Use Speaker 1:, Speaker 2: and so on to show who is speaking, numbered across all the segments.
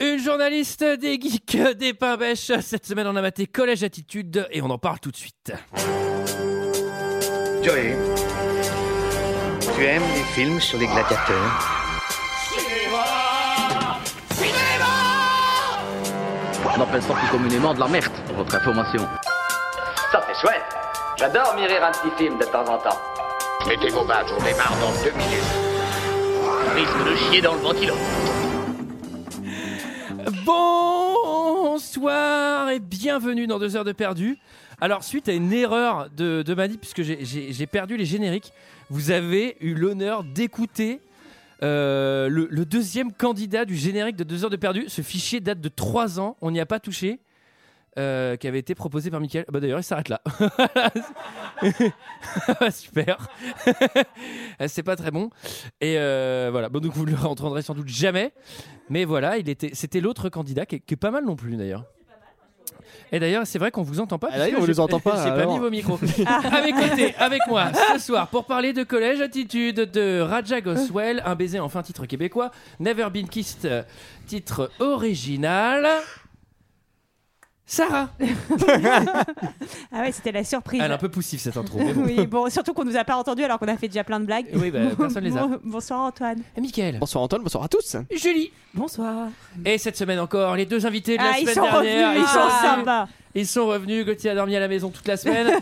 Speaker 1: Une journaliste des geeks euh, des Pimbèches. Cette semaine, on a maté Collège Attitude et on en parle tout de suite.
Speaker 2: Joey, tu aimes les films sur les gladiateurs
Speaker 3: On appelle ça plus communément de la merde, pour votre information.
Speaker 4: Ça, c'est chouette. J'adore mirer un petit film de temps en temps.
Speaker 5: Mettez vos badges, on démarre dans deux minutes. Risque de chier dans le ventilo.
Speaker 1: Bonsoir et bienvenue dans deux heures de perdu. Alors, suite à une erreur de, de Mani, puisque j'ai- j'ai j'ai perdu les génériques, vous avez eu l'honneur d'écouter euh, le, le deuxième candidat du générique de deux heures de perdu. Ce fichier date de trois ans, on n'y a pas touché. euh, qui avait été proposé par Michael. Bah d'ailleurs, il s'arrête là. Ah, Super. C'est pas très bon. Et euh, voilà. Bon, donc vous le entendrez sans doute jamais. Mais voilà, il était. C'était l'autre candidat qui est, qui est pas mal non plus d'ailleurs. Et d'ailleurs, c'est vrai qu'on vous entend pas.
Speaker 6: Ah, là,
Speaker 1: puisque
Speaker 6: on
Speaker 1: j'ai-
Speaker 6: les entend pas,
Speaker 1: J'ai pas
Speaker 6: alors.
Speaker 1: mis vos micros. à mes côtés, avec moi, ce soir, pour parler de collège, attitude de Raja Goswell, un baiser enfin titre québécois, Never Been Kissed, euh, titre original. Sarah.
Speaker 7: Ah ouais, c'était la surprise.
Speaker 1: Elle est un peu poussive cette intro. mais bon.
Speaker 7: oui, bon, surtout qu'on nous a pas entendu alors qu'on a fait déjà plein de blagues.
Speaker 1: Oui, bah, personne les a.
Speaker 7: Bon- euh, Bonsoir Antoine.
Speaker 1: Et Mickaël.
Speaker 6: Bonsoir Antoine, bonsoir à tous.
Speaker 1: Julie.
Speaker 7: Bonsoir.
Speaker 1: Et cette semaine encore, les deux invités de la
Speaker 7: Ah, ils
Speaker 1: semaine
Speaker 7: sont
Speaker 1: dernière,
Speaker 7: revenus, Ah. ils sont
Speaker 1: revenus.
Speaker 7: sympas.
Speaker 1: Ils sont revenus. Gauthier a dormi à la maison toute la semaine.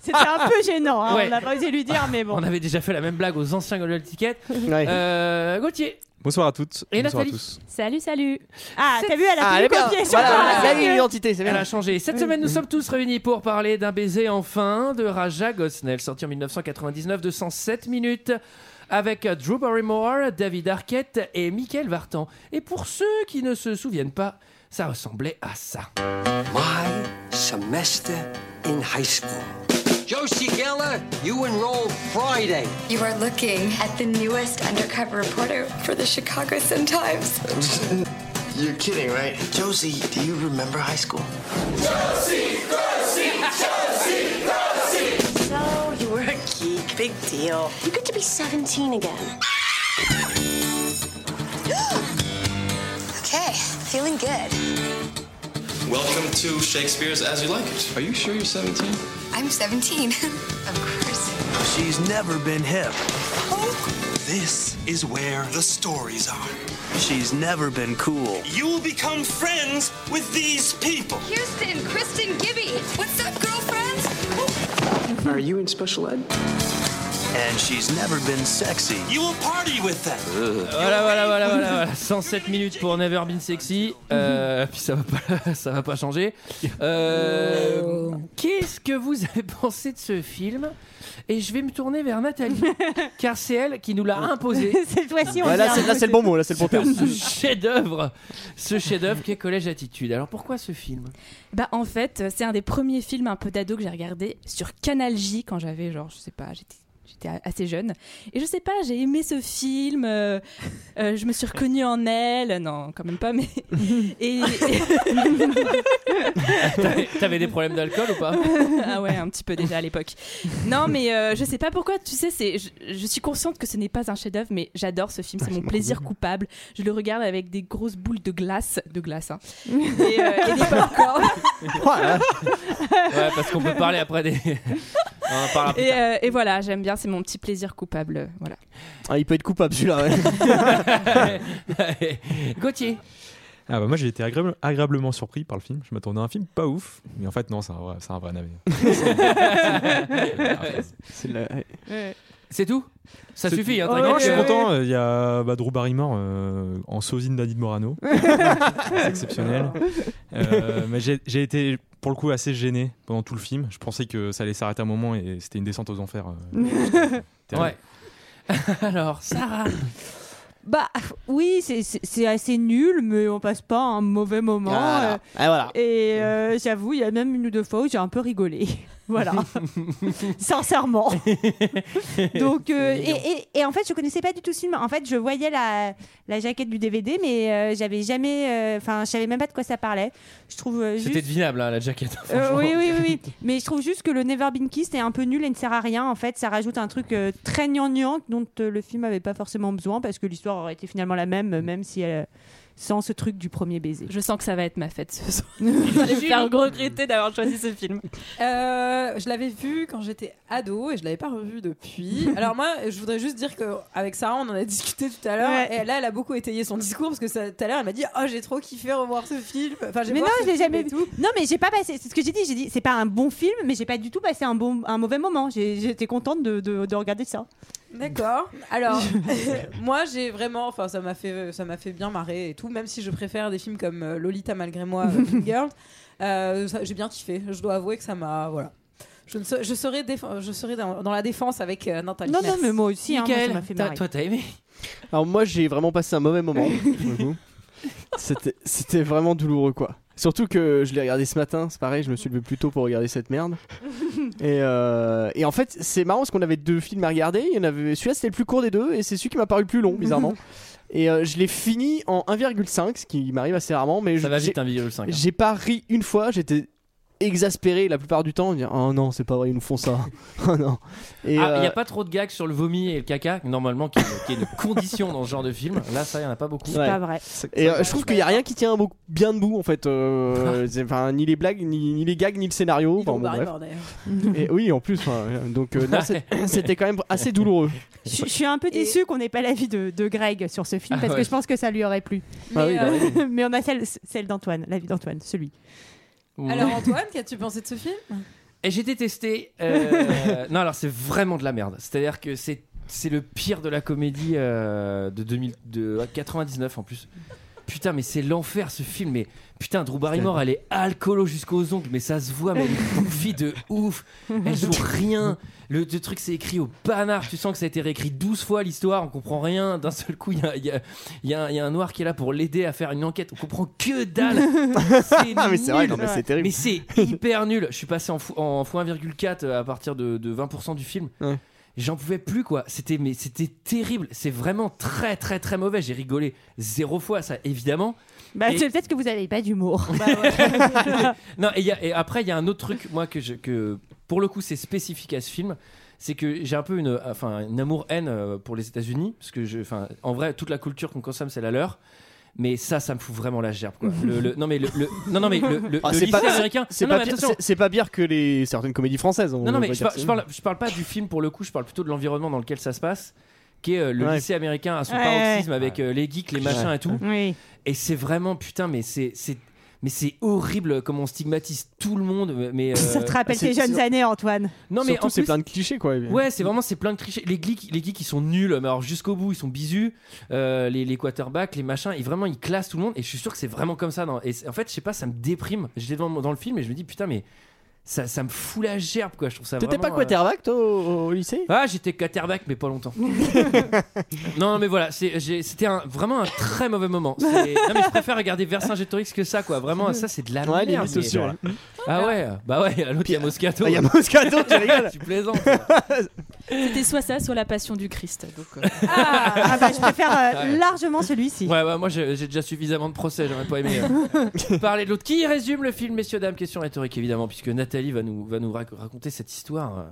Speaker 7: C'était un peu gênant, hein,
Speaker 1: Ouais.
Speaker 7: on n'a pas osé lui dire, mais bon.
Speaker 1: On avait déjà fait la même blague aux anciens Golden Ticket. Euh, Gauthier.
Speaker 8: Bonsoir à toutes.
Speaker 1: Et
Speaker 8: Bonsoir
Speaker 1: Nathalie.
Speaker 8: à tous.
Speaker 9: Salut, salut.
Speaker 7: Ah, t'as vu, elle a
Speaker 6: Ah,
Speaker 7: fait
Speaker 6: elle est
Speaker 7: le
Speaker 6: bien.
Speaker 7: copier sur
Speaker 6: Voilà,
Speaker 7: toi,
Speaker 6: il y a
Speaker 7: c'est
Speaker 6: une
Speaker 7: mieux.
Speaker 6: identité, c'est
Speaker 1: Elle a
Speaker 6: bien.
Speaker 1: changé. Cette semaine, nous sommes tous réunis pour parler d'un baiser enfin de Raja Gosnell, sorti en 1999 de 107 minutes. Avec Drew Barrymore, David Arquette et Michael Vartan. Et pour ceux qui ne se souviennent pas, ça ressemblait à ça.
Speaker 10: My semester in high school. Josie Geller, you enroll Friday.
Speaker 9: You are looking at the newest undercover reporter for the Chicago Sun-Times.
Speaker 5: You're kidding, right? Josie, do you remember high school?
Speaker 10: So you were a geek, big deal. You get to be 17 again.
Speaker 9: Okay, feeling good.
Speaker 8: Welcome to Shakespeare's As You Like It. Are you sure you're 17?
Speaker 9: I'm 17. of course.
Speaker 5: She's never been hip. This is where the stories are. She's never been cool.
Speaker 10: You will become friends with these people.
Speaker 9: Houston, Kristen, Gibby. What's up, girlfriends?
Speaker 5: Are you in special ed? And she's never been sexy.
Speaker 10: You will party with them.
Speaker 1: Voilà, voilà, voilà, voilà, voilà. 107 minutes pour Never Been Sexy. Euh, puis ça va pas, ça va pas changer. Euh, Qu'est-ce que vous avez pensé de ce film Et je vais me tourner vers Nathalie, car c'est elle qui nous l'a imposé.
Speaker 7: Cette fois-ci, on
Speaker 6: Ouais, là,
Speaker 7: vient.
Speaker 6: c'est, là, c'est le bon mot, là, c'est le bon terme.
Speaker 1: Ce chef-d'œuvre, ce chef-d'œuvre qui est Collège Attitude. Alors pourquoi ce film
Speaker 9: Bah, en fait, c'est un des premiers films un peu d'ado que j'ai regardé sur Canal J quand j'avais, genre, je sais pas, j'étais. J'étais a- assez jeune. Et je sais pas, j'ai aimé ce film. euh, euh, je me suis reconnue en elle. Non, quand même pas, mais. et,
Speaker 1: T'avais t'avais des problèmes d'alcool ou pas
Speaker 9: ah ouais, un petit peu déjà à l'époque. Non, mais euh, je sais pas pourquoi, tu sais, c'est, je, je suis consciente que ce n'est pas un chef-d'œuvre, mais j'adore ce film, c'est mon plaisir coupable. Je le regarde avec des grosses boules de glace, de glace, hein, et, euh, et des popcorn.
Speaker 1: Ouais, parce qu'on peut parler après des. On en parlera plus
Speaker 9: Et, euh, et voilà, j'aime bien, c'est mon petit plaisir coupable. euh, Voilà.
Speaker 6: Ah, il peut être coupable celui-là. ouais.
Speaker 1: tard. Gauthier.
Speaker 8: Ah bah moi j'ai été agréable- agréablement surpris par le film. Je m'attendais à un film pas ouf, mais en fait non, c'est un vrai, c'est un vrai navet.
Speaker 6: C'est la-
Speaker 1: C'est tout Ça
Speaker 8: C'est
Speaker 1: suffit, hein,
Speaker 7: Oh,
Speaker 1: t'inquiète.
Speaker 8: Non, je suis
Speaker 10: Euh,
Speaker 7: ouais,
Speaker 8: content. Il y a bah, Drew Barrymore euh, en sausine d'Annie de Morano. c'est exceptionnel. Euh, mais j'ai j'ai été pour le coup assez gêné pendant tout le film. Je pensais que ça allait s'arrêter un moment et c'était une descente aux enfers. euh, terrible.
Speaker 1: Ouais. Alors, Sarah.
Speaker 7: Bah oui, c'est- c'est c'est assez nul, mais on passe pas un mauvais moment.
Speaker 6: Voilà.
Speaker 7: euh,
Speaker 6: Ah, voilà.
Speaker 7: Et euh, j'avoue, il y a même une ou deux fois où j'ai un peu rigolé. Voilà. Sincèrement. Donc, euh, et, et- et en fait, je connaissais pas du tout ce film. En fait, je voyais la, la jaquette du DVD, mais euh, j'avais jamais. euh, Enfin, je savais même pas de quoi ça parlait. Je trouve. euh,
Speaker 1: C'était
Speaker 7: juste...
Speaker 1: devinable, hein, la jaquette.
Speaker 7: Euh,
Speaker 1: franchement.
Speaker 7: oui, oui, oui, oui. Mais je trouve juste que le Never Been Kissed est un peu nul et ne sert à rien. En fait, ça rajoute un truc euh, très gnangnan dont euh, le film avait pas forcément besoin parce que l'histoire aurait été finalement la même, euh, même si elle, sans ce truc du premier baiser.
Speaker 11: Je sens que ça va être ma fête ce soir. Je vais me faire regretter d'avoir choisi ce film.
Speaker 9: Euh, je l'avais vu quand j'étais ado et je l'avais pas revu depuis. Alors moi, je voudrais juste dire que avec Sarah, on en a discuté tout à l'heure
Speaker 7: Ouais.
Speaker 9: et là, elle a beaucoup étayé son discours parce que ça- tout à l'heure, elle m'a dit "Oh, j'ai trop kiffé revoir ce film." Enfin, j'ai
Speaker 7: Mais
Speaker 9: voir
Speaker 7: non,
Speaker 9: ce
Speaker 7: je l'ai
Speaker 9: film
Speaker 7: jamais
Speaker 9: et
Speaker 7: vu.
Speaker 9: tout.
Speaker 7: Non, mais j'ai pas passé. C'est ce que j'ai dit. J'ai dit, c'est pas un bon film, mais j'ai pas du tout passé un bon, un mauvais moment. J'ai- J'étais contente de, de- de regarder ça.
Speaker 9: D'accord. Alors, moi, j'ai vraiment, enfin, ça m'a fait, ça m'a fait bien marrer et tout. Même si je préfère des films comme euh, Lolita malgré moi, euh, Mean Girl, euh, ça- j'ai bien kiffé. Je dois avouer que ça m'a, voilà. Je, ne sa- je serai, défe- je serai dans, dans la défense avec euh, Nathalie.
Speaker 7: Non, non,
Speaker 9: Metz.
Speaker 7: mais moi aussi, hein, moi, ça m'a fait
Speaker 1: t'as-
Speaker 7: marrer.
Speaker 1: toi t'as aimé
Speaker 10: Alors moi j'ai vraiment passé un mauvais moment. pour le coup. C'était- C'était vraiment douloureux quoi. Surtout que je l'ai regardé ce matin, c'est pareil, je me suis levé plus tôt pour regarder cette merde. Et, euh, et en fait, c'est marrant parce qu'on avait deux films à regarder. Il y en avait celui-là, c'était le plus court des deux, et c'est celui qui m'a paru le plus long, bizarrement. Et euh, je l'ai fini en 1,5, ce qui m'arrive assez rarement, mais je-
Speaker 1: Ça va
Speaker 10: j'ai-
Speaker 1: vite hein, un vidéo 5.
Speaker 10: j'ai pas ri une fois, j'étais exaspéré la plupart du temps, en disant oh non, c'est pas vrai, ils nous font ça. oh non. Et,
Speaker 1: Il ah,
Speaker 10: euh,
Speaker 1: y a pas trop de gags sur le vomi et le caca, normalement, qui, qui est une condition dans ce genre de film. Là, ça, il y en a pas beaucoup.
Speaker 7: C'est
Speaker 10: Ouais.
Speaker 7: pas vrai.
Speaker 10: Et euh, je trouve qu'il n'y a rien qui tient beaucoup- bien debout en fait. euh, c'est- Enfin, ni les blagues, ni, ni les gags, ni le scénario.
Speaker 9: Ils
Speaker 10: Enfin,
Speaker 9: l'ont
Speaker 10: bon,
Speaker 9: barré,
Speaker 10: bref.
Speaker 9: bordel.
Speaker 10: Et, oui, en plus. enfin, euh, donc euh, non, c'est- c'était quand même assez douloureux.
Speaker 7: Je, je suis un peu déçue qu'on n'ait pas l'avis de, de Greg sur ce film
Speaker 1: Ah
Speaker 7: parce
Speaker 1: ouais.
Speaker 7: que je pense que ça lui aurait plu.
Speaker 9: Mais,
Speaker 10: oui, bah
Speaker 9: euh,
Speaker 7: mais on a celle, celle d'Antoine, l'avis d'Antoine, celui.
Speaker 1: Ouh.
Speaker 9: Alors Antoine, qu'as-tu pensé de ce film
Speaker 1: Et j'ai détesté. euh, non, alors c'est vraiment de la merde. C'est-à-dire que c'est c'est le pire de la comédie euh, de 2000 de 99 en plus. Putain, mais c'est l'enfer ce film. Mais putain, Drew Barrymore, elle est alcoolo jusqu'aux ongles, mais ça se voit. Mais elle fille de ouf. Elle joue rien. Le, le truc, c'est écrit au panard. Tu sens que ça a été réécrit 12 fois l'histoire. On comprend rien. D'un seul coup, il y a, il y a- il y a un- il y a un noir qui est là pour l'aider à faire une enquête. On comprend que dalle. C'est
Speaker 10: Ah, mais c'est vrai,
Speaker 1: nul.
Speaker 10: non, mais c'est terrible.
Speaker 1: Mais c'est hyper nul. Je suis passé en, fou- en fois 1,4 euh, à partir de, de 20% du film.
Speaker 10: Ouais.
Speaker 1: J'en pouvais plus quoi. C'était mais c'était terrible. C'est vraiment très très très mauvais. J'ai rigolé zéro fois ça évidemment.
Speaker 7: Bah,
Speaker 1: Et-
Speaker 7: c'est peut-être que vous n'avez pas d'humour.
Speaker 1: Non et, il y a- et après il y a un autre truc moi que je- que pour le coup c'est spécifique à ce film. C'est que j'ai un peu une, enfin, une amour-haine euh, pour les États-Unis, parce que je, enfin, en vrai, toute la culture qu'on consomme, c'est la leur. Mais ça, ça me fout vraiment la gerbe. Quoi. Le, le- non mais le, le- non, non mais le, le-
Speaker 10: Ah,
Speaker 1: le
Speaker 10: c'est
Speaker 1: lycée
Speaker 10: pas-
Speaker 1: américain.
Speaker 10: C'est
Speaker 1: Non, non, mais
Speaker 10: pas, pire-
Speaker 1: attention.
Speaker 10: c'est- c'est pas pire que les certaines comédies françaises. hein. on
Speaker 1: Non, non,
Speaker 10: va
Speaker 1: mais je,
Speaker 10: dire
Speaker 1: par-
Speaker 10: ça.
Speaker 1: je parle, je parle pas du film pour le coup, je parle plutôt de l'environnement dans lequel ça se passe, qui est euh, le
Speaker 10: Ouais.
Speaker 1: lycée américain à son
Speaker 7: Ouais.
Speaker 1: paroxysme avec euh, les geeks, les machins
Speaker 10: Ouais.
Speaker 1: et tout.
Speaker 7: Oui.
Speaker 1: Et c'est vraiment, putain, mais c'est. c'est- Mais c'est horrible comme on stigmatise tout le monde. Mais euh,
Speaker 7: ça te rappelle
Speaker 10: c'est-
Speaker 7: tes jeunes
Speaker 10: c'est-
Speaker 7: années, Antoine.
Speaker 1: non mais
Speaker 10: Surtout,
Speaker 1: en
Speaker 10: c'est
Speaker 1: plus-
Speaker 10: plein de clichés quoi.
Speaker 1: Ouais, c'est vraiment c'est plein de clichés. Les geeks, les geeks, ils sont nuls, mais alors jusqu'au bout, ils sont bisus. Euh, les, les quarterbacks, les machins, ils vraiment ils classent tout le monde. Et je suis sûr que c'est vraiment comme ça. dans- et c'est- en fait, je sais pas, ça me déprime. J'étais dans, dans le film et je me dis putain, mais ça, ça me fout la gerbe quoi. Je trouve ça.
Speaker 10: T'étais pas
Speaker 1: vraiment, euh,
Speaker 10: quarterback toi au, au lycée
Speaker 1: Ah, j'étais quarterback, mais pas longtemps. non, non, mais voilà, c'est- j'ai- c'était un- vraiment un très mauvais moment. C'est- Non, mais je préfère regarder Vercingétorix que ça, quoi. Vraiment, ça, c'est de la
Speaker 10: Ouais, les
Speaker 1: merde.
Speaker 10: mythes
Speaker 1: mais-
Speaker 10: sociaux, là.
Speaker 1: Ah ouais, bah ouais, à l'autre, il y a Moscato.
Speaker 10: Ah, il y a Moscato, tu rigoles
Speaker 1: tu plaisantes.
Speaker 11: C'était soit ça, soit la passion du Christ. Donc, euh,
Speaker 7: Ah, bah, je préfère euh,
Speaker 1: Ouais.
Speaker 7: largement celui-ci.
Speaker 1: Ouais, bah, moi, j'ai j'ai déjà suffisamment de procès, j'aurais pas aimé euh, parler de l'autre. Qui résume le film, messieurs, dames Question rhétorique, évidemment, puisque Nathalie va nous, va nous rac- raconter cette histoire. euh.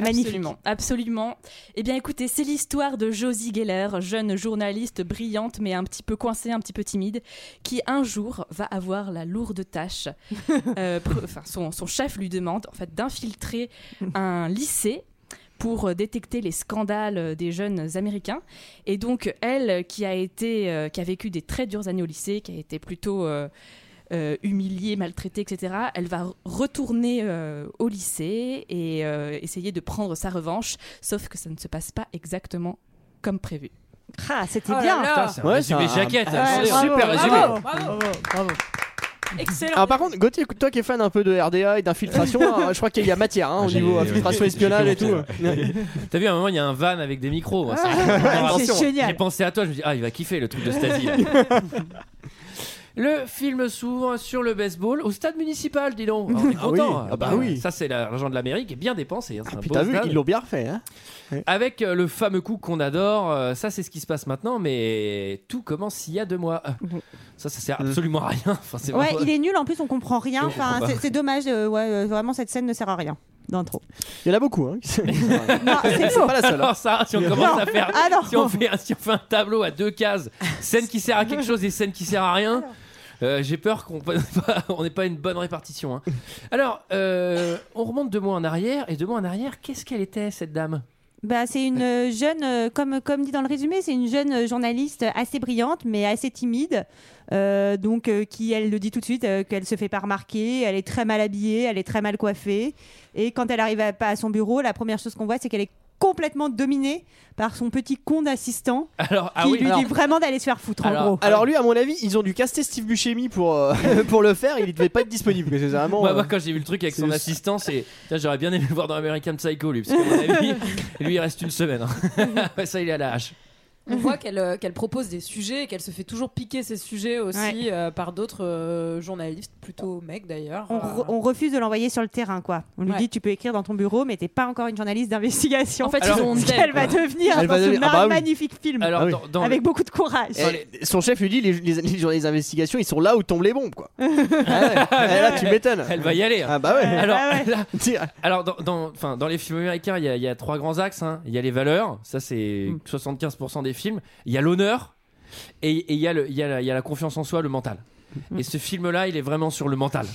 Speaker 7: Magnifique.
Speaker 11: Absolument, absolument. Eh bien, écoutez, c'est l'histoire de Josie Geller, jeune journaliste brillante mais un petit peu coincée, un petit peu timide, qui un jour va avoir la lourde tâche. euh, pre- Enfin, son, son chef lui demande en fait d'infiltrer un lycée pour euh, détecter les scandales euh, des jeunes américains. Et donc, elle, euh, qui a été, euh, qui a vécu des très dures années au lycée, qui a été plutôt euh, euh, humiliée, maltraitée, etc., elle va re- retourner euh, au lycée et euh, essayer de prendre sa revanche, sauf que ça ne se passe pas exactement comme prévu.
Speaker 7: Ah, c'était
Speaker 9: Oh là
Speaker 7: bien.
Speaker 9: là.
Speaker 1: Putain, c'est un
Speaker 10: Ouais,
Speaker 1: résumé
Speaker 10: c'est un- Ah,
Speaker 1: jaquette.
Speaker 10: Ouais,
Speaker 1: attendez,
Speaker 7: bravo,
Speaker 1: super
Speaker 9: bravo,
Speaker 1: résumé.
Speaker 9: bravo,
Speaker 11: Excellent.
Speaker 10: Alors par contre, Gauthier, toi qui es fan un peu de RDA et d'infiltration, hein, je crois qu'il y a matière hein, au
Speaker 8: Ah, J'ai-
Speaker 10: niveau infiltration, espionnage et tout.
Speaker 1: T'as vu, à un moment, il y a un van avec des micros.
Speaker 10: Ah,
Speaker 1: moi, ça-
Speaker 7: C'est
Speaker 1: J'ai
Speaker 7: génial.
Speaker 1: pensé à toi, je me dis, ah, il va kiffer le truc de Stasi. là. le film s'ouvre sur le baseball au stade municipal, dis donc. Alors, on est
Speaker 10: Ah
Speaker 1: content.
Speaker 10: oui, ah bah
Speaker 1: bah,
Speaker 10: oui. Ah,
Speaker 1: Ça, c'est la- l'argent de l'Amérique, est bien dépensé. hein, c'est un
Speaker 10: Puis
Speaker 1: beau
Speaker 10: t'as vu,
Speaker 1: stade.
Speaker 10: ils l'ont bien refait. Hein.
Speaker 1: Avec euh, le fameux coup qu'on adore, euh, ça, c'est ce qui se passe maintenant, mais tout commence il y a deux mois. Ça, ça
Speaker 10: Mmh.
Speaker 1: sert absolument à rien. Enfin, c'est
Speaker 7: Ouais,
Speaker 1: vraiment-
Speaker 7: il est nul en plus, on comprend rien.
Speaker 1: On
Speaker 7: Enfin,
Speaker 1: comprend pas.
Speaker 7: c'est- c'est dommage. euh, ouais, euh, vraiment, cette scène ne sert à rien. d'intro.
Speaker 10: Il y en a beaucoup, hein.
Speaker 7: c'est
Speaker 10: pas la seule. hein.
Speaker 1: Alors ça, si on
Speaker 10: Non.
Speaker 1: commence à faire,
Speaker 7: Ah non.
Speaker 1: si on fait, un- si on fait un tableau à deux cases, scène qui sert à quelque chose et scène qui sert à rien. euh, J'ai peur qu'on on n'ait pas une bonne répartition. hein. Alors, euh, on remonte deux mois en arrière et deux mois en arrière, qu'est-ce qu'elle était cette dame
Speaker 7: Bah, c'est une euh, jeune, euh, comme, comme dit dans le résumé, c'est une jeune euh, journaliste assez brillante, mais assez timide. Euh, donc, euh, qui, elle le dit tout de suite, euh, qu'elle se fait pas remarquer, elle est très mal habillée, elle est très mal coiffée. Et quand elle arrive à, à son bureau, la première chose qu'on voit, c'est qu'elle est complètement dominée par son petit con d'assistant
Speaker 1: Alors, ah
Speaker 7: qui
Speaker 1: oui,
Speaker 7: lui
Speaker 1: alors-
Speaker 7: dit vraiment d'aller se faire foutre
Speaker 1: Alors-
Speaker 7: en gros.
Speaker 10: Alors lui, à mon avis, ils ont dû caster Steve Buscemi pour, euh, pour le faire. Il devait pas être disponible. Mais c'est vraiment.
Speaker 1: Moi,
Speaker 10: euh,
Speaker 1: moi, quand j'ai vu le truc avec
Speaker 10: c'est
Speaker 1: son
Speaker 10: le-
Speaker 1: assistant, c'est. Tiens, J'aurais bien aimé le voir dans American Psycho, lui, parce qu'à mon avis, lui, il reste une semaine. hein. Après ça, il est à la hache.
Speaker 9: On voit qu'elle euh, qu'elle propose des sujets et qu'elle se fait toujours piquer ces sujets aussi
Speaker 7: Ouais.
Speaker 9: euh, par d'autres euh, journalistes, plutôt mecs d'ailleurs.
Speaker 7: On, re- on refuse de l'envoyer sur le terrain, quoi. On lui
Speaker 9: Euh. Ouais.
Speaker 7: dit tu peux écrire dans ton bureau, mais t'es pas encore une journaliste d'investigation.
Speaker 11: En fait,
Speaker 1: Alors-
Speaker 11: ils ont honte d'elle,
Speaker 7: elle va
Speaker 11: quoi.
Speaker 7: devenir
Speaker 10: Elle
Speaker 7: dans
Speaker 10: va
Speaker 7: ce
Speaker 10: devenir- ah bah oui.
Speaker 7: magnifique film
Speaker 1: Alors,
Speaker 10: Ah oui.
Speaker 1: dans, dans
Speaker 7: avec beaucoup de courage.
Speaker 10: eh, Son chef lui dit les, les, les journées d'investigation, ils sont là où tombent les bombes, quoi. ah ouais. Eh, là, tu m'étonnes.
Speaker 1: le- elle va y aller. hein.
Speaker 10: Ah bah ouais.
Speaker 1: Alors,
Speaker 7: Ah ouais.
Speaker 1: là,
Speaker 10: Tiens.
Speaker 1: Alors, dans, dans, enfin, dans les films américains, il y, a- il y a trois grands axes. hein. Il y a les valeurs, ça c'est
Speaker 10: Mm.
Speaker 1: 75% des films. Il y a l'honneur et et il y, a le- il y a la- il y a la confiance en soi, le mental.
Speaker 10: Mm.
Speaker 1: Et ce film-là, il est vraiment sur le mental.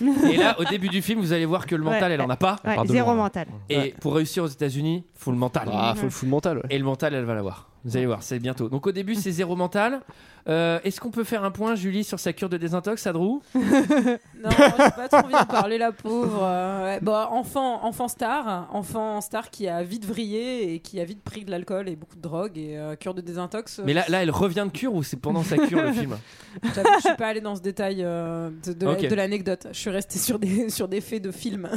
Speaker 1: et là, au début du film, vous allez voir que le mental,
Speaker 7: Ouais.
Speaker 1: elle en a pas.
Speaker 7: Ouais,
Speaker 8: Pardon,
Speaker 7: zéro
Speaker 8: hein.
Speaker 7: mental.
Speaker 1: Et pour réussir aux États-Unis, faut le mental.
Speaker 10: Ah, faut le foutre mental, ouais.
Speaker 1: Et le mental, elle va l'avoir. Vous allez voir, c'est bientôt. Donc au début, c'est zéro mental. Euh, Est-ce qu'on peut faire un point, Julie, sur sa cure de désintox, Adrou
Speaker 9: Non, j'ai pas trop envie de parler la pauvre. euh, ouais. Bon, enfant, enfant star, enfant star qui a vite vrillé et qui a vite pris de l'alcool et beaucoup de drogue et euh, cure de désintox.
Speaker 1: Mais là, là, elle revient de cure ou c'est pendant sa cure le film
Speaker 9: J'avoue, je suis pas allée dans ce détail euh, de, de la-
Speaker 1: Ok.
Speaker 9: de l'anecdote. Je suis restée sur des sur des faits de films.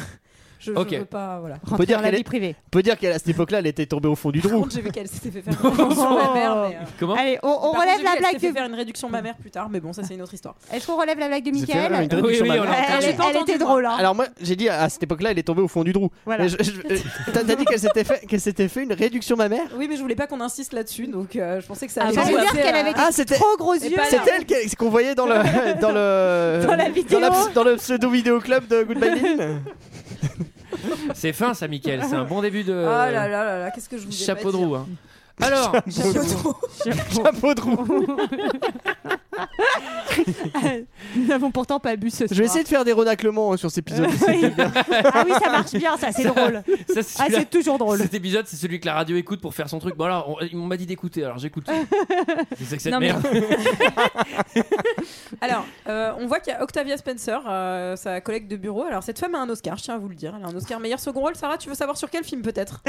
Speaker 9: Je, je
Speaker 1: Ok.
Speaker 9: veux pas voilà.
Speaker 10: On peut
Speaker 7: Rentrer
Speaker 10: dire
Speaker 7: dans la
Speaker 10: qu'elle
Speaker 7: vie
Speaker 10: est-
Speaker 7: privée.
Speaker 10: on peut dire qu'à cette époque-là, elle était tombée au fond du
Speaker 9: Par
Speaker 10: trou.
Speaker 9: contre, j'ai vu qu'elle s'était fait faire une réduction mammaire. Mais, euh,
Speaker 1: Comment
Speaker 7: Oh. Allez, on, on
Speaker 9: par contre,
Speaker 7: relève
Speaker 9: j'ai vu
Speaker 7: la
Speaker 9: qu'elle
Speaker 7: blague
Speaker 9: s'était fait
Speaker 7: de.
Speaker 9: faire une réduction mammaire plus tard, mais bon, ça c'est une autre histoire.
Speaker 7: Est-ce qu'on relève la blague de
Speaker 10: C'est fait
Speaker 7: Michael
Speaker 10: vraiment une
Speaker 7: Elle,
Speaker 10: traduction
Speaker 1: Oui, oui, on
Speaker 10: malade.
Speaker 1: l'a entendu.
Speaker 7: elle-
Speaker 9: J'ai pas
Speaker 7: elle
Speaker 9: entendu,
Speaker 7: était
Speaker 9: moi.
Speaker 7: drôle. hein.
Speaker 10: Alors moi, j'ai dit à cette époque-là, elle est tombée au fond du trou.
Speaker 7: Voilà.
Speaker 10: Mais je- je- T'as t'as dit qu'elle s'était fait, qu'elle s'était fait une réduction mammaire.
Speaker 9: Oui, mais je voulais pas qu'on insiste là-dessus, donc euh, je pensais que ça
Speaker 11: Ah,
Speaker 9: allait
Speaker 11: j'allais
Speaker 9: vous
Speaker 7: dire
Speaker 9: passer
Speaker 7: qu'elle
Speaker 9: à-
Speaker 7: avait-
Speaker 10: Ah, c'était
Speaker 7: Trop gros yeux. hein,
Speaker 9: pas
Speaker 10: C'est
Speaker 9: là.
Speaker 10: elle qu'elle- qu'on voyait dans le dans le
Speaker 7: Dans la vidéo.
Speaker 10: dans le pseudo vidéo club de Goodbye Lenin.
Speaker 1: C'est fin, ça, Michael. C'est un bon début de
Speaker 11: Ah
Speaker 9: Oh là là là là, qu'est-ce que je vous ai pas Ah,
Speaker 1: chapeau de
Speaker 9: dit.
Speaker 1: roue. hein. Alors,
Speaker 9: Chapeau de roue.
Speaker 10: Chapeau de roue.
Speaker 7: Nous n'avons pourtant pas bu ce soir.
Speaker 10: Je vais essayer de faire des renaclements hein, sur cet épisode.
Speaker 7: ah oui, ça marche bien, ça, c'est drôle.
Speaker 1: ça, c'est
Speaker 7: Ah,
Speaker 1: celui-là-
Speaker 7: c'est toujours drôle.
Speaker 1: cet épisode, c'est celui que la radio écoute pour faire son truc. Bon, alors, on, on m'a dit d'écouter, alors j'écoute. c'est ça que cette
Speaker 11: Non, mais-
Speaker 1: merde.
Speaker 9: Alors, euh, on voit qu'il y a Octavia Spencer, euh, sa collègue de bureau. Alors, cette femme a un Oscar, je tiens à vous le dire. Elle a un Oscar meilleur second rôle. Sarah, tu veux savoir sur quel film peut-être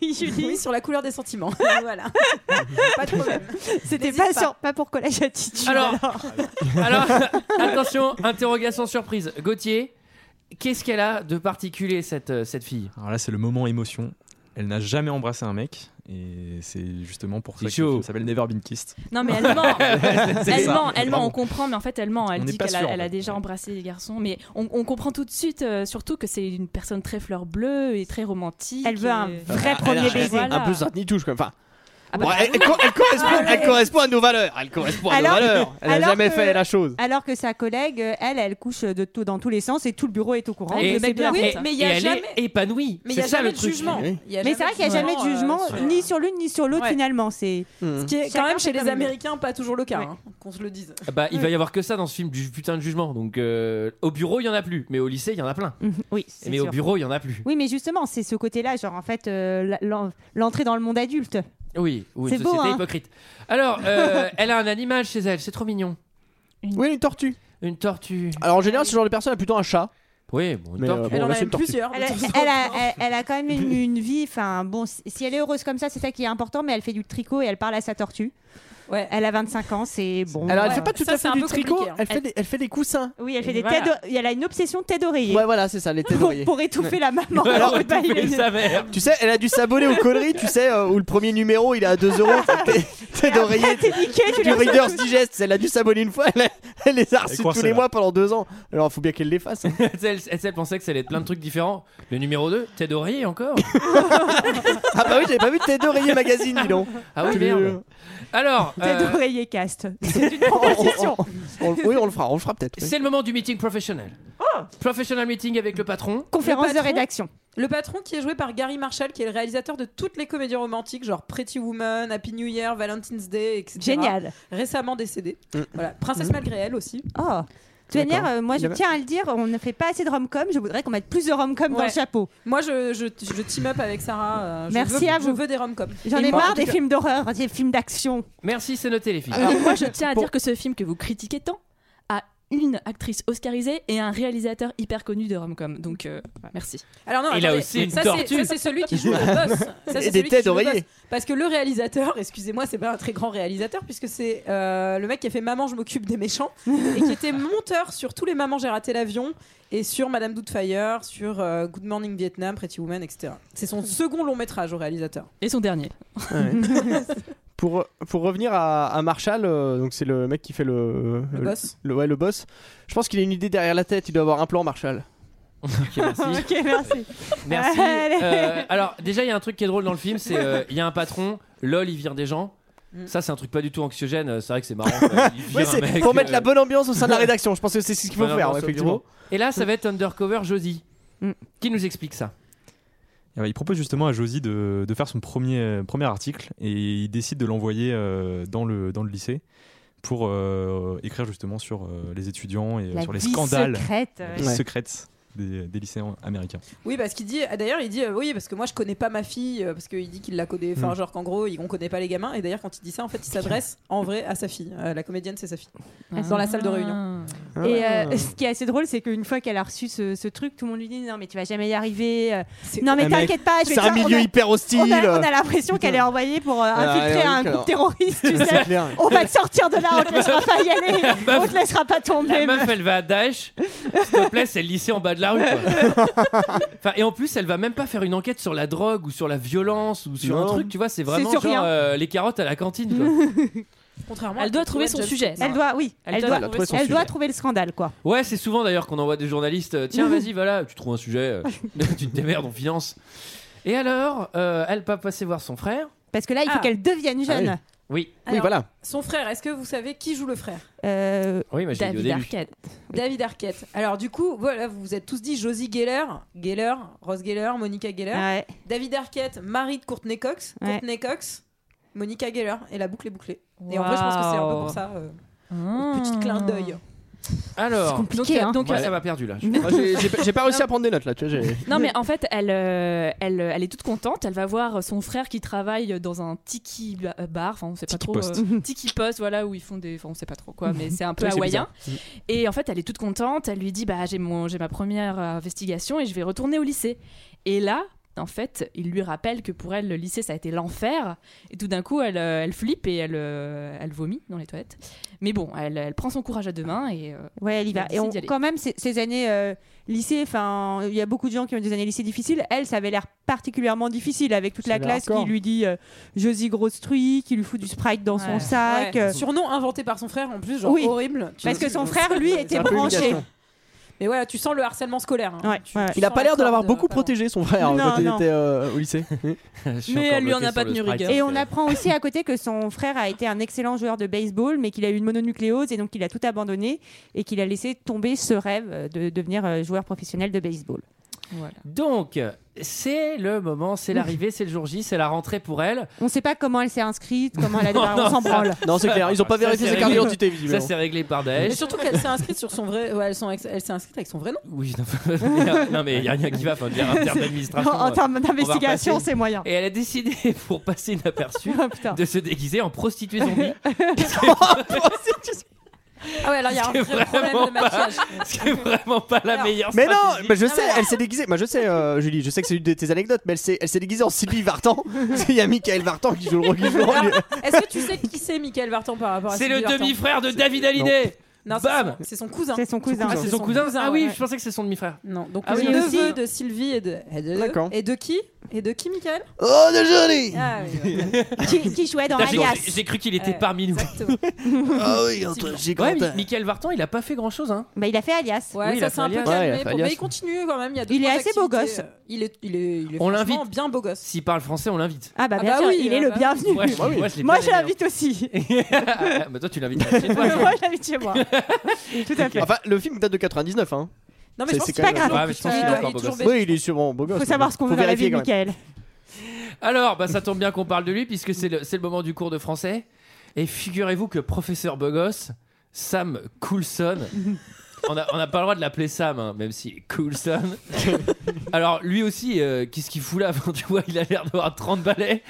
Speaker 7: oui,
Speaker 9: Oui, sur la couleur des sentiments. voilà. pas de problème.
Speaker 7: C'était
Speaker 9: N'hésite
Speaker 7: pas,
Speaker 9: pas.
Speaker 7: sur- pas pour collège attitude.
Speaker 1: Alors- Alors, attention, interrogation surprise. Gauthier, qu'est-ce qu'elle a de particulier, cette, euh, cette fille
Speaker 8: Alors là, c'est le moment émotion. Elle n'a jamais embrassé un mec, et c'est justement pour ça
Speaker 1: C'est
Speaker 8: que le
Speaker 1: chaud.
Speaker 8: film s'appelle Never Been Kissed.
Speaker 11: Non, mais elle ment. Elle
Speaker 8: ça.
Speaker 11: ment, elle ment,
Speaker 8: Bravo.
Speaker 11: on comprend, mais en fait, elle ment. Elle
Speaker 8: On n'est
Speaker 11: dit
Speaker 8: pas
Speaker 11: qu'elle
Speaker 8: sûr,
Speaker 11: a,
Speaker 8: en
Speaker 11: elle a
Speaker 8: fait.
Speaker 11: déjà
Speaker 8: Ouais.
Speaker 11: embrassé les garçons, mais on, on comprend tout de suite, euh, surtout que c'est une personne très fleur bleue et très romantique.
Speaker 7: Elle veut un
Speaker 11: et-
Speaker 7: vrai premier
Speaker 1: Eh ben,
Speaker 11: elle-
Speaker 7: baiser.
Speaker 11: voilà.
Speaker 10: Ah, Un peu Sartini touche quand même. Enfin,
Speaker 11: Ah bah,
Speaker 10: bon, elle, elle co- elle correspond, elle correspond à nos valeurs. Elle correspond à
Speaker 7: Alors-
Speaker 10: nos valeurs. Elle a
Speaker 7: alors
Speaker 10: jamais
Speaker 7: que-
Speaker 10: fait la chose.
Speaker 7: Alors que sa collègue, euh, elle, elle couche de tout, dans tous les sens et tout le bureau est au courant.
Speaker 1: Et-
Speaker 7: Je sais
Speaker 11: mec de
Speaker 7: bien.
Speaker 11: la-
Speaker 9: Oui,
Speaker 1: Et-
Speaker 9: mais il y a
Speaker 1: et elle
Speaker 9: jamais-
Speaker 1: est épanouie.
Speaker 9: Mais il n'y
Speaker 1: c'est
Speaker 9: a
Speaker 1: ça
Speaker 9: jamais
Speaker 1: le
Speaker 9: de
Speaker 1: truc.
Speaker 9: jugement.
Speaker 10: Oui.
Speaker 9: Il y a
Speaker 7: Mais c'est vrai qu'il n'y a jamais de jugement,
Speaker 9: euh,
Speaker 7: ni sur l'une, ni sur l'autre,
Speaker 9: Ouais.
Speaker 7: finalement. C'est.
Speaker 9: Ce qui est quand
Speaker 7: Chacun
Speaker 9: même
Speaker 7: fait
Speaker 9: chez les
Speaker 7: comme il veut.
Speaker 9: Américains pas toujours le cas,
Speaker 7: Ouais.
Speaker 9: hein, qu'on se le dise.
Speaker 1: Bah, il va y avoir que ça dans ce film du putain de jugement. Donc, euh, au bureau, il y en a plus. Mais au lycée, il y en a plein.
Speaker 7: Oui, c'est
Speaker 1: Mais au
Speaker 7: sûr.
Speaker 1: bureau, il y en a plus.
Speaker 7: Oui, mais justement, c'est ce côté-là, genre en fait, euh, la- l'en- l'entrée dans le monde adulte.
Speaker 1: Oui, ou une
Speaker 7: C'est beau,
Speaker 1: société
Speaker 7: hein.
Speaker 1: hypocrite. Alors, euh, elle a un animal chez elle. C'est trop mignon.
Speaker 10: Oui, une tortue.
Speaker 1: Une tortue.
Speaker 10: Alors en général, ce genre de personne a plutôt un chat.
Speaker 1: Oui, bon, une
Speaker 10: Mais,
Speaker 1: tortue.
Speaker 10: euh, Bon,
Speaker 9: elle en
Speaker 10: là,
Speaker 9: a
Speaker 10: c'est
Speaker 9: même
Speaker 10: une tortue.
Speaker 9: plusieurs.
Speaker 7: Elle a,
Speaker 9: de temps en
Speaker 7: elle a-
Speaker 9: temps.
Speaker 7: elle- elle a quand même une, une vie, enfin bon, si si elle est heureuse comme ça, c'est ça qui est important, mais elle fait du tricot et elle parle à sa tortue.
Speaker 9: Ouais.
Speaker 7: Elle a 25 ans, c'est bon.
Speaker 10: Alors elle
Speaker 9: Ouais,
Speaker 10: fait pas tout
Speaker 9: ça,
Speaker 10: à
Speaker 9: c'est
Speaker 10: fait
Speaker 9: un
Speaker 10: du
Speaker 9: peu
Speaker 10: tricot.
Speaker 9: compliqué, hein.
Speaker 10: Elle fait des- elle fait des coussins.
Speaker 7: Oui, elle fait des
Speaker 1: Voilà.
Speaker 7: têtes d'o- elle a une obsession de tête d'oreiller.
Speaker 10: Ouais, voilà, c'est ça, les têtes
Speaker 7: pour,
Speaker 10: d'oreiller.
Speaker 7: pour étouffer la maman.
Speaker 1: Ouais,
Speaker 7: Alors,
Speaker 1: elle
Speaker 7: bah, il y a
Speaker 1: fait
Speaker 7: une-
Speaker 1: sa mère.
Speaker 10: Tu sais, elle a dû s'abonner aux conneries, tu sais, euh, où le premier numéro il est à 2 euros, t'es- t'es d'oreiller,
Speaker 7: T'es niqué, tu
Speaker 10: du
Speaker 7: l'as-
Speaker 10: Reader's Digest. Elle a dû s'abonner une fois, elle, a- elle les a reçus
Speaker 8: croit
Speaker 10: tous les
Speaker 8: celle-là.
Speaker 10: mois pendant 2 ans. Alors faut bien qu'elle les fasse. hein.
Speaker 1: Elle, elle- elle- elle pensait que ça allait être plein de trucs différents. Le numéro 2, Ted d'oreiller encore.
Speaker 10: Ah bah oui, j'avais pas vu tes d'oreiller magazine, dis donc.
Speaker 1: Ah oui,
Speaker 10: Tu les-
Speaker 1: merde. Alors, euh,
Speaker 7: Tête d'oreiller cast.
Speaker 10: on- on- on- on- Oui, on le fera, on le fera peut-être. oui.
Speaker 1: c'est le moment du meeting professionnel. Professional meeting avec le patron.
Speaker 7: Conférence
Speaker 9: Le
Speaker 7: de
Speaker 9: patron
Speaker 7: rédaction.
Speaker 9: Le patron qui est joué par Gary Marshall, qui est le réalisateur de toutes les comédies romantiques, genre Pretty Woman, Happy New Year, Valentine's Day, etc.
Speaker 7: Génial.
Speaker 9: Récemment décédé.
Speaker 10: Mm.
Speaker 9: Voilà. Princesse
Speaker 10: Mm.
Speaker 9: malgré elle aussi.
Speaker 7: Oh. De toute manière,
Speaker 9: D'accord.
Speaker 7: euh, moi je
Speaker 9: Il avait-
Speaker 7: tiens à le dire, on ne fait pas assez de rom-com. Je voudrais qu'on mette plus de rom-com dans
Speaker 9: Ouais.
Speaker 7: le chapeau.
Speaker 9: Moi, je, je, je team up avec Sarah. euh, je
Speaker 7: Merci
Speaker 9: veux-
Speaker 7: à
Speaker 9: Je
Speaker 7: vous.
Speaker 9: veux des rom coms
Speaker 7: J'en ai marre des films d'horreur, des films d'action.
Speaker 1: Merci, c'est noté les filles.
Speaker 11: Alors moi, je tiens à dire que ce film que vous critiquez tant a une actrice oscarisée et un réalisateur hyper connu de rom-com. Donc euh, merci.
Speaker 9: Alors non,
Speaker 1: Il a
Speaker 9: attendez,
Speaker 1: aussi une
Speaker 9: ça,
Speaker 1: tortue.
Speaker 9: C'est, ça, c'est celui qui joue le boss. Ça, c'est
Speaker 10: Et
Speaker 9: celui
Speaker 10: des
Speaker 9: qui
Speaker 10: têtes
Speaker 9: joue le
Speaker 10: d'oreiller.
Speaker 9: boss. Parce que le réalisateur, excusez-moi, c'est pas un très grand réalisateur puisque c'est euh, le mec qui a fait Maman, je m'occupe des méchants et qui était monteur sur tous les Mamans, j'ai raté l'avion et sur Madame Doubtfire, sur euh, Good Morning Vietnam, Pretty Woman, etc. C'est son second long métrage au réalisateur.
Speaker 11: Et son dernier.
Speaker 10: Pour, pour revenir à, à Marshall, euh, donc c'est le mec qui fait le,
Speaker 9: Le boss.
Speaker 10: le- ouais, le boss. Je pense qu'il a une idée derrière la tête. Il doit avoir un plan, Marshall.
Speaker 1: merci.
Speaker 7: Ok, merci.
Speaker 1: Merci.
Speaker 7: Allez.
Speaker 1: Euh, alors, déjà, il y a un truc qui est drôle dans le film c'est euh, il y a un patron, lol, il vire des gens.
Speaker 9: Mm.
Speaker 1: Ça, c'est un truc pas du tout anxiogène. euh, C'est vrai que c'est marrant. quoi. Il vire
Speaker 10: Ouais,
Speaker 1: un
Speaker 10: c'est
Speaker 1: mec,
Speaker 10: pour mettre
Speaker 1: euh,
Speaker 10: la bonne ambiance au sein de la rédaction. Je pense que c'est ce qu'il faut
Speaker 1: bonne
Speaker 10: faire,
Speaker 1: ambiance au
Speaker 10: effectivement.
Speaker 1: bureau. Et là, ça va être Undercover Josie.
Speaker 7: Mm.
Speaker 1: Qui nous explique ça
Speaker 8: Et bah, il propose justement à Josie de, de faire son premier, euh, premier article et il décide de l'envoyer euh, dans, le, dans le lycée pour euh, écrire justement sur euh, les étudiants et euh,
Speaker 7: La
Speaker 8: sur les
Speaker 7: vie
Speaker 8: scandales
Speaker 7: secrète.
Speaker 8: les
Speaker 10: Ouais.
Speaker 8: secrètes des, des lycéens américains.
Speaker 9: Oui, parce qu'il dit. ah, D'ailleurs, il dit euh, oui, parce que moi je connais pas ma fille, euh, parce qu'il dit qu'il la connaît. Enfin,
Speaker 8: Mm.
Speaker 9: genre qu'en gros, il- on connaît pas les gamins. Et d'ailleurs, quand il dit ça, en fait, il s'adresse en vrai à sa fille. Euh, la comédienne, c'est sa fille. Dans la salle de
Speaker 11: Ah.
Speaker 9: réunion.
Speaker 10: Ah.
Speaker 7: Et euh, ce qui est assez drôle, c'est qu'une fois qu'elle a reçu ce, ce truc, tout le monde lui dit non mais tu vas jamais y arriver. euh,
Speaker 9: C'est-
Speaker 7: Non mais
Speaker 10: Ah, mec,
Speaker 7: t'inquiète pas, je vais
Speaker 10: C'est un
Speaker 7: te- on
Speaker 10: milieu
Speaker 7: a-
Speaker 10: hyper hostile.
Speaker 7: On a, on a l'impression qu'elle est envoyée pour euh,
Speaker 10: Ah,
Speaker 7: infiltrer
Speaker 10: ouais,
Speaker 7: un
Speaker 10: oui,
Speaker 7: groupe
Speaker 10: alors.
Speaker 7: terroriste, tu sais.
Speaker 10: C'est clair.
Speaker 7: On va te sortir de là, on te laissera pas y aller, on te laissera pas
Speaker 1: La
Speaker 7: tomber.
Speaker 1: meuf, elle va à Daesh. S'il te plaît, c'est le lycée en bas de la rue. quoi. Enfin, et en plus, elle va même pas faire une enquête sur la drogue ou sur la violence ou sur un
Speaker 10: Non.
Speaker 1: truc. Tu vois, c'est vraiment
Speaker 7: sur
Speaker 1: genre
Speaker 7: rien.
Speaker 1: euh, les carottes à la cantine. quoi.
Speaker 9: Contrairement
Speaker 11: Elle
Speaker 9: à
Speaker 11: doit
Speaker 9: Pretty
Speaker 11: trouver
Speaker 9: Woman,
Speaker 11: son
Speaker 9: Judge
Speaker 11: sujet.
Speaker 9: Judy.
Speaker 7: Elle doit, oui, elle, doit,
Speaker 10: Elle doit trouver son
Speaker 7: elle doit
Speaker 10: sujet.
Speaker 7: trouver le scandale quoi.
Speaker 1: Ouais, c'est souvent d'ailleurs qu'on envoie des journalistes. euh, Tiens, vas-y, voilà, tu trouves un sujet, euh, tu te démerdes, on finance. Et alors, euh, elle va passer voir son frère.
Speaker 7: Parce que là, il faut
Speaker 9: Ah.
Speaker 7: qu'elle devienne jeune.
Speaker 10: Ah
Speaker 1: Oui,
Speaker 10: Oui,
Speaker 9: Alors,
Speaker 10: voilà.
Speaker 9: Son frère, est-ce que vous savez qui joue le frère
Speaker 7: Euh,
Speaker 1: oui, mais j'ai dit au
Speaker 11: David
Speaker 1: début.
Speaker 11: Arquette.
Speaker 9: David Arquette. Alors du coup, voilà, vous vous êtes tous dit Josie Geller, Geller, Rose Geller, Monica
Speaker 10: Ah
Speaker 9: Geller,
Speaker 7: ouais.
Speaker 9: David Arquette, Marie de Courtney Cox,
Speaker 7: Ouais.
Speaker 9: Courtney Cox, Monica Geller, et la boucle est bouclée. Et en vrai, je pense que c'est un peu pour ça, euh, petit clin d'œil.
Speaker 1: Alors,
Speaker 11: Donc,
Speaker 7: Compliqué,
Speaker 11: euh,
Speaker 7: hein.
Speaker 11: donc,
Speaker 1: moi,
Speaker 11: euh,
Speaker 1: ça m'a perdu là.
Speaker 10: Moi, j'ai- J'ai pas- j'ai pas réussi à prendre des notes là. Tu vois, j'ai-
Speaker 11: Non, mais en fait, elle, euh, elle, elle est toute contente. Elle va voir son frère qui travaille dans un tiki ba- bar. Enfin, on sait pas
Speaker 8: Tiki
Speaker 11: trop.
Speaker 8: post.
Speaker 11: euh, tiki post, voilà, où ils font des. Enfin, on sait pas trop quoi, mais c'est un peu
Speaker 10: Ouais, c'est
Speaker 11: hawaïen.
Speaker 10: bizarre.
Speaker 11: Et en fait, elle est toute contente. Elle lui dit Bah, j'ai, mon, j'ai ma première euh, investigation et je vais retourner au lycée. Et là, en fait, il lui rappelle que pour elle, le lycée, ça a été l'enfer. Et tout d'un coup, elle, euh, elle flippe et elle, euh, elle vomit dans les toilettes. Mais bon, elle, elle prend son courage à deux mains et. euh,
Speaker 7: Ouais, elle y va.
Speaker 11: Elle
Speaker 7: Et on-
Speaker 11: décide d'y aller.
Speaker 7: quand même, ces, ces années euh, lycée, enfin, il y a beaucoup de gens qui ont eu des années lycée difficiles. Elle, ça avait l'air particulièrement difficile avec toute
Speaker 10: Ça
Speaker 7: la
Speaker 10: a l'air
Speaker 7: classe qui
Speaker 10: hardcore.
Speaker 7: lui dit euh, Josie grosse truie, qui lui fout du sprite dans son
Speaker 11: Ouais.
Speaker 7: sac.
Speaker 9: Ouais.
Speaker 7: euh,
Speaker 9: Surnom inventé par son frère en plus, genre
Speaker 7: Oui.
Speaker 9: horrible. Tu-
Speaker 7: Parce que son frère, lui, était
Speaker 10: un peu
Speaker 7: branché.
Speaker 10: humiliation.
Speaker 9: Mais voilà, tu sens le harcèlement scolaire. hein.
Speaker 7: Ouais,
Speaker 9: Tu-
Speaker 7: ouais.
Speaker 9: tu
Speaker 10: Il a
Speaker 9: sens
Speaker 10: pas
Speaker 9: la
Speaker 10: l'air de l'avoir
Speaker 7: euh,
Speaker 9: corde,
Speaker 10: beaucoup
Speaker 9: pas loin.
Speaker 10: protégé son frère
Speaker 7: Non,
Speaker 10: quand il
Speaker 7: non.
Speaker 10: était euh, au lycée.
Speaker 1: Je suis
Speaker 11: Mais
Speaker 1: encore
Speaker 11: elle lui en
Speaker 1: bloqué
Speaker 11: a pas
Speaker 1: sur le
Speaker 11: tenu
Speaker 1: Sprite.
Speaker 11: rigueur.
Speaker 7: Et on apprend aussi à côté que son frère a été un excellent joueur de baseball, mais qu'il a eu une mononucléose et donc il a tout abandonné et qu'il a laissé tomber ce rêve euh, de devenir euh, joueur professionnel de baseball.
Speaker 11: voilà.
Speaker 1: Donc, c'est le moment, c'est l'arrivée, c'est le jour J, c'est la rentrée pour elle.
Speaker 7: On ne sait pas comment elle s'est inscrite, comment elle a démarré,
Speaker 1: Non,
Speaker 7: on s'en
Speaker 1: ça-
Speaker 7: branle.
Speaker 10: Non, c'est clair. Ils ont pas
Speaker 1: Ça,
Speaker 10: vérifié
Speaker 1: c'est
Speaker 10: ses cartes
Speaker 1: rigolo.
Speaker 10: d'identité
Speaker 1: Ça,
Speaker 10: visiblement.
Speaker 1: c'est réglé par
Speaker 9: Mais
Speaker 1: Daesh.
Speaker 9: surtout qu'elle s'est inscrite sur son vrai. ouais, elle s'en- elle s'est inscrite avec son vrai nom.
Speaker 1: Oui, non, non, mais il n'y a rien qui va, enfin, je veux dire, en termes d'administration.
Speaker 7: En, en
Speaker 1: euh,
Speaker 7: termes d'investigation,
Speaker 1: repasser.
Speaker 7: c'est moyen.
Speaker 1: Et elle a décidé, pour passer inaperçue,
Speaker 7: Ah, putain.
Speaker 1: de se déguiser en prostituée zombie.
Speaker 9: Ah ouais, alors il y a un
Speaker 1: C'est
Speaker 9: vrai problème
Speaker 1: vraiment
Speaker 9: de maquillage.
Speaker 1: C'est vraiment pas la
Speaker 9: Alors,
Speaker 1: meilleure
Speaker 10: Mais non,
Speaker 1: stratégie.
Speaker 10: bah je sais,
Speaker 9: mais-
Speaker 10: elle s'est déguisée. Bah je sais, euh, Julie, je sais que c'est une de tes anecdotes, mais elle s'est, elle s'est déguisée en Sylvie Vartan. Il y a Michael Vartan qui joue le rôle du joueur.
Speaker 9: Alors, Est-ce que tu sais qui c'est Michael Vartan par rapport à
Speaker 1: C'est
Speaker 9: Sylvie
Speaker 1: le
Speaker 9: Vartan
Speaker 1: demi-frère de David Hallyday.
Speaker 9: Non, c'est
Speaker 1: Bam
Speaker 9: son- C'est son cousin.
Speaker 7: C'est son cousin.
Speaker 1: Ah, c'est son
Speaker 9: Son
Speaker 1: cousin
Speaker 9: cousin,
Speaker 1: Ah oui,
Speaker 9: ouais.
Speaker 1: je pensais que c'est son demi-frère.
Speaker 9: Non, donc
Speaker 1: Ah
Speaker 9: le
Speaker 1: oui,
Speaker 9: neveu
Speaker 1: aussi.
Speaker 9: de Sylvie et de. Et de,
Speaker 10: D'accord.
Speaker 9: et de qui Et de qui, Michael
Speaker 10: Oh, de Johnny
Speaker 9: Ah oui, ouais,
Speaker 7: qui, qui jouait dans
Speaker 1: Putain, j'ai-
Speaker 7: Alias.
Speaker 1: J'ai cru qu'il était
Speaker 9: Ouais.
Speaker 1: parmi nous.
Speaker 9: exactement.
Speaker 10: Ah oui, entre
Speaker 1: Ouais,
Speaker 10: Gigantin.
Speaker 1: Mi- Michael Vartan, il a pas fait grand chose, hein.
Speaker 7: Bah, il a fait Alias.
Speaker 9: Ouais,
Speaker 1: Oui, il a
Speaker 9: ça c'est un
Speaker 1: fait Alias.
Speaker 9: peu
Speaker 10: Ouais, il a
Speaker 9: calmé.
Speaker 10: fait
Speaker 9: pour-
Speaker 10: Alias.
Speaker 9: Mais il continue quand même. Il, y a deux,
Speaker 7: Il est
Speaker 9: trois
Speaker 7: assez beau
Speaker 9: activités.
Speaker 7: gosse.
Speaker 9: Il est, il est, il est
Speaker 1: On
Speaker 9: franchement
Speaker 1: l'invite.
Speaker 9: bien beau gosse.
Speaker 1: S'il parle français, on l'invite.
Speaker 7: Ah bah
Speaker 9: Ah
Speaker 7: bien
Speaker 9: bah
Speaker 7: sûr,
Speaker 9: oui,
Speaker 7: il est
Speaker 9: ah
Speaker 7: le
Speaker 9: bah
Speaker 7: bienvenu.
Speaker 1: Ouais, moi, je l'ai
Speaker 7: Moi
Speaker 1: bien
Speaker 7: je
Speaker 1: aimé,
Speaker 7: l'invite aussi.
Speaker 1: hein. Bah, toi, tu l'invites chez toi.
Speaker 7: moi je l'invite chez moi. Tout à fait.
Speaker 10: Enfin, le film date de 99, hein.
Speaker 9: Non, mais je pense
Speaker 10: c'est
Speaker 9: que
Speaker 10: quand
Speaker 9: c'est pas
Speaker 10: même-
Speaker 9: grave. Ouais, mais je pense qu'il est
Speaker 10: Euh,
Speaker 9: encore beau gosse.
Speaker 10: Oui, il est sûrement beau gosse.
Speaker 7: Faut savoir ce qu'on veut dans la vie,
Speaker 10: vérifier quand même.
Speaker 7: Michael.
Speaker 1: Alors, bah, ça tombe bien qu'on parle de lui puisque c'est le, c'est le moment du cours de français. Et figurez-vous que professeur Bogos, Sam Coulson, on n'a on n'a pas le droit de l'appeler Sam, hein, même si Coulson. Alors, lui aussi, euh, qu'est-ce qu'il fout là Enfin, Tu vois, il a l'air d'avoir 30 balais.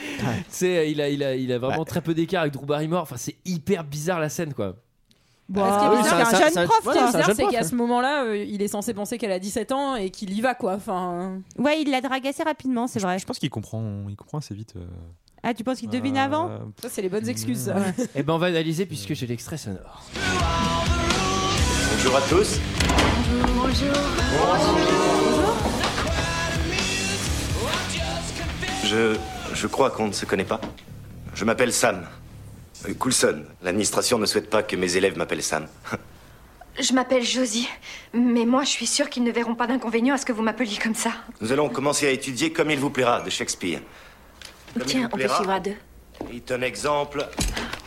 Speaker 1: C'est, euh, il, a, il, a, il a vraiment très peu d'écart avec Drew Barrymore. Enfin, c'est hyper bizarre la scène, quoi.
Speaker 9: Parce qu'il est bizarre,
Speaker 10: c'est un- c'est
Speaker 9: c'est un
Speaker 10: un-
Speaker 9: jeune
Speaker 10: c'est un-
Speaker 9: prof. Ce qui
Speaker 10: voilà,
Speaker 9: est
Speaker 10: c'est un
Speaker 9: bizarre,
Speaker 10: jeune
Speaker 9: c'est
Speaker 10: prof,
Speaker 9: qu'à
Speaker 10: ouais.
Speaker 9: ce moment-là, euh, il est censé penser qu'elle a 17 ans et qu'il y va, quoi. Enfin,
Speaker 7: Ouais, il la drague assez rapidement, c'est vrai.
Speaker 8: Je pense qu'il comprend, il comprend assez vite. euh,
Speaker 7: Ah, tu penses qu'il devine
Speaker 8: euh,
Speaker 7: avant
Speaker 9: ça, c'est les bonnes excuses. ça.
Speaker 1: Et ben, on va analyser puisque j'ai l'extrait sonore.
Speaker 4: Bonjour à tous.
Speaker 5: Je, je crois qu'on ne se connaît pas. Je m'appelle Sam. Euh, Coulson. L'administration ne souhaite pas que mes élèves m'appellent Sam.
Speaker 12: Je m'appelle Josie, mais moi je suis sûre qu'ils ne verront pas d'inconvénient à ce que vous m'appeliez comme ça.
Speaker 5: Nous allons commencer à étudier comme il vous plaira de Shakespeare. Comme il
Speaker 12: Tiens,
Speaker 5: vous
Speaker 12: on peut
Speaker 5: plaira
Speaker 12: suivre à deux.
Speaker 5: est un exemple